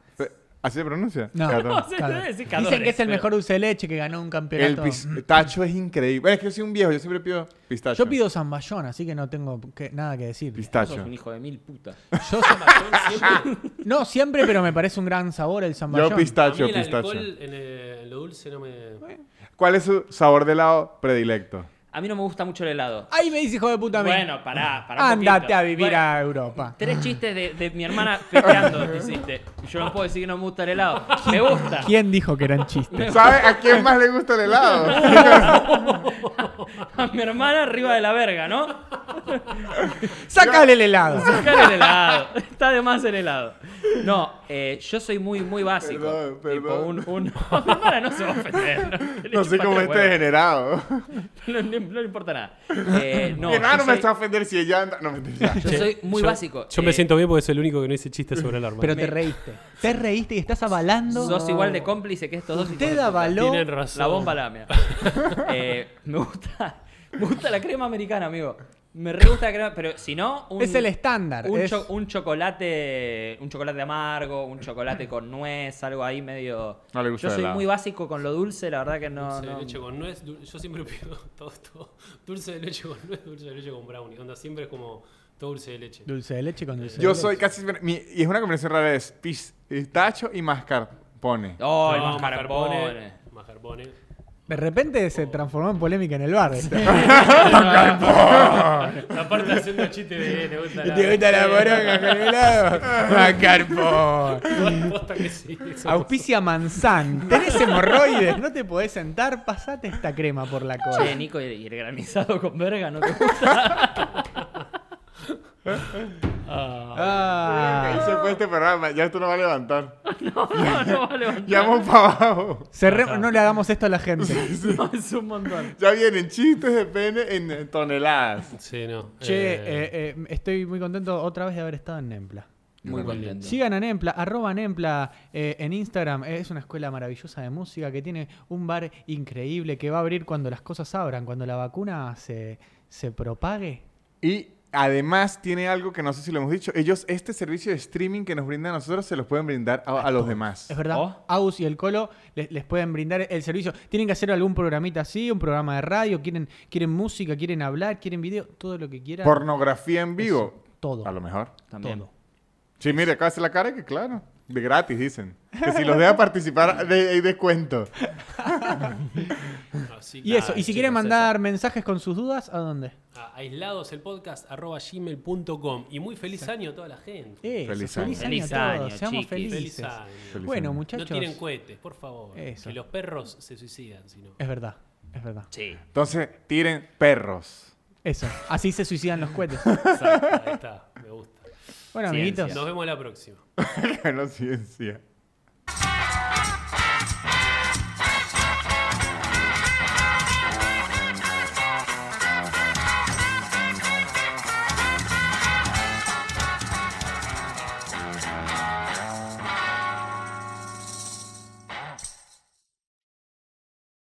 Speaker 3: ¿Así se pronuncia?
Speaker 1: No.
Speaker 4: <laughs>
Speaker 3: Cadore.
Speaker 4: No sé,
Speaker 1: Cadore.
Speaker 4: debe decir Cadore,
Speaker 1: Dicen que es el
Speaker 4: pero-
Speaker 1: mejor dulce de leche que ganó un
Speaker 3: El
Speaker 1: campeonato.
Speaker 3: pistacho es increíble. Bueno, es que yo soy un viejo, yo siempre pido pistacho.
Speaker 1: Yo pido zambayón, así que no tengo que- nada que decir.
Speaker 4: Vos sos
Speaker 3: pistacho.
Speaker 4: un hijo de mil putas.
Speaker 1: Yo <laughs> No, siempre, pero me parece un gran sabor el zambayón.
Speaker 3: Yo
Speaker 2: A mí
Speaker 3: pistacho,
Speaker 2: el
Speaker 3: pistacho.
Speaker 2: alcohol en, eh, en lo dulce no me...
Speaker 3: ¿Cuál es su sabor de helado predilecto?
Speaker 4: A mí no me gusta mucho el helado.
Speaker 1: Ahí me dice hijo de puta a mí.
Speaker 4: Bueno, pará, pará. un
Speaker 1: Ándate
Speaker 4: poquito.
Speaker 1: a vivir
Speaker 4: Bueno,
Speaker 1: a Europa.
Speaker 4: Tres chistes de, de mi hermana
Speaker 1: <laughs>
Speaker 4: peteando te hiciste. Yo no puedo decir que no me gusta el helado. Me gusta.
Speaker 1: ¿Quién dijo que eran
Speaker 4: <laughs>
Speaker 1: chistes?
Speaker 3: ¿Sabe a quién más le gusta el helado?
Speaker 4: A mi hermana arriba de la verga, ¿no?
Speaker 1: ¡Sácale el helado!
Speaker 4: Sacar el helado. <laughs> Está de más el helado. No, eh, yo soy muy, muy básico.
Speaker 3: Perdón, perdón.
Speaker 4: Tipo, un, <laughs> un... No, mi hermana no se va a
Speaker 3: <laughs>
Speaker 4: ofender.
Speaker 3: No sé cómo este
Speaker 4: este
Speaker 3: degenerado.
Speaker 4: <laughs> No, no- no le importa nada. Eh, no,
Speaker 3: que nada,
Speaker 4: yo
Speaker 3: no me
Speaker 4: soy-
Speaker 3: está a ofender si ella anda. No me
Speaker 4: <laughs> Yo
Speaker 3: <laughs>
Speaker 4: soy muy
Speaker 2: Yo-
Speaker 4: básico.
Speaker 2: Yo me
Speaker 4: Eh,
Speaker 2: siento bien porque soy el único que no hice chistes sobre el arma.
Speaker 1: Pero te reíste. Te reíste y estás avalando.
Speaker 4: Sos igual de cómplice que estos dos. hijos
Speaker 1: Usted
Speaker 4: de puta.
Speaker 1: avaló.
Speaker 2: Tienen razón.
Speaker 4: La bomba
Speaker 2: <laughs>
Speaker 4: la mía. Eh, me gusta. <laughs> Me gusta la crema americana, amigo. Me re gusta la crema, pero si no, un,
Speaker 1: Es el estándar.
Speaker 4: un,
Speaker 1: es-
Speaker 4: cho- un chocolate, un chocolate amargo, un chocolate con nuez, algo ahí medio.
Speaker 3: No le gusta
Speaker 4: Yo
Speaker 3: el
Speaker 4: soy
Speaker 3: helado.
Speaker 4: muy básico con lo dulce, la verdad que no.
Speaker 2: Dulce
Speaker 4: no-
Speaker 2: de leche con nuez, dul- yo siempre pido <laughs> todo, todo. Dulce de leche con nuez, dulce de leche con brownie. Onda, siempre es como todo dulce de leche.
Speaker 1: Dulce de leche con dulce de
Speaker 3: Yo
Speaker 1: leche.
Speaker 3: soy casi. mi- y es una combinación rara: es pistacho y mascarpone.
Speaker 4: Oh, el
Speaker 2: No,
Speaker 4: mascarpone.
Speaker 2: mascarpone.
Speaker 1: De repente se transformó en polémica en el bar. ¿viste?
Speaker 2: <laughs> Aparte haciendo chistes de... Le gusta
Speaker 1: ¿Y te gusta
Speaker 2: <laughs>
Speaker 1: la poronga con helado?
Speaker 4: <laughs>
Speaker 1: Mascarpone.
Speaker 2: Posta que sí,
Speaker 1: <laughs>
Speaker 2: somos-
Speaker 1: Auspicia Manzán. ¿Tenés hemorroides? ¿No te podés sentar? Pasate esta crema por la cola.
Speaker 4: Che, Nico, y el granizado con verga, ¿no te gusta? <laughs>
Speaker 1: Ah.
Speaker 3: Ahí se fue este programa, ya esto no va a levantar.
Speaker 4: Ah. <laughs> No, no vale. vale.
Speaker 3: Ya vamos para abajo.
Speaker 1: Cerremos- no le hagamos esto a la gente.
Speaker 4: No, es un montón.
Speaker 3: Ya vienen chistes de pene en toneladas.
Speaker 2: Sí, no.
Speaker 1: Che,
Speaker 2: eh,
Speaker 1: eh, eh, estoy muy contento otra vez de haber estado en Nempla.
Speaker 4: Muy contento.
Speaker 1: Sigan a Nempla, arroba Nempla eh, en Instagram. Es una escuela maravillosa de música que tiene un bar increíble que va a abrir cuando las cosas abran, cuando la vacuna se, se propague.
Speaker 3: Y además tiene algo que no sé si lo hemos dicho. Ellos, este servicio de streaming que nos brindan a nosotros, se los pueden brindar a, a los demás.
Speaker 1: Es verdad,
Speaker 4: Oh.
Speaker 1: Aus y el Colo les, les pueden brindar el servicio. Tienen que hacer algún programita así, un programa de radio, quieren, quieren música, quieren hablar, quieren video, todo lo que quieran.
Speaker 3: Pornografía en vivo.
Speaker 1: todo.
Speaker 3: A lo mejor.
Speaker 4: También.
Speaker 1: Todo.
Speaker 3: Sí, mire, acá hace la cara que claro. De gratis, dicen. Que si
Speaker 1: <laughs>
Speaker 3: los deja participar, de- hay descuento.
Speaker 2: así-
Speaker 1: eh, Y eso,
Speaker 2: Ah,
Speaker 1: y si
Speaker 2: chicos,
Speaker 1: quieren
Speaker 2: eso.
Speaker 1: mandar mensajes con sus dudas, ¿a dónde?
Speaker 2: A aislados el podcast arroba gmail.com y muy feliz año a toda la gente.
Speaker 1: Eso,
Speaker 3: Feliz año.
Speaker 4: Feliz
Speaker 1: a todos,
Speaker 4: año,
Speaker 1: seamos
Speaker 4: chiquis.
Speaker 1: felices.
Speaker 2: Feliz año.
Speaker 3: Feliz
Speaker 1: Bueno,
Speaker 3: año.
Speaker 1: muchachos.
Speaker 2: No tiren cohetes, por favor.
Speaker 1: Eso.
Speaker 2: Que los perros se suicidan, si no.
Speaker 1: Es verdad, es verdad.
Speaker 4: Sí.
Speaker 3: Entonces, tiren perros. <laughs>
Speaker 1: Eso, así se suicidan los cohetes.
Speaker 2: Exacto, ahí está, me gusta.
Speaker 1: Bueno,
Speaker 4: Ciencia.
Speaker 1: amiguitos.
Speaker 2: Nos vemos la próxima.
Speaker 3: Bueno, ciencia.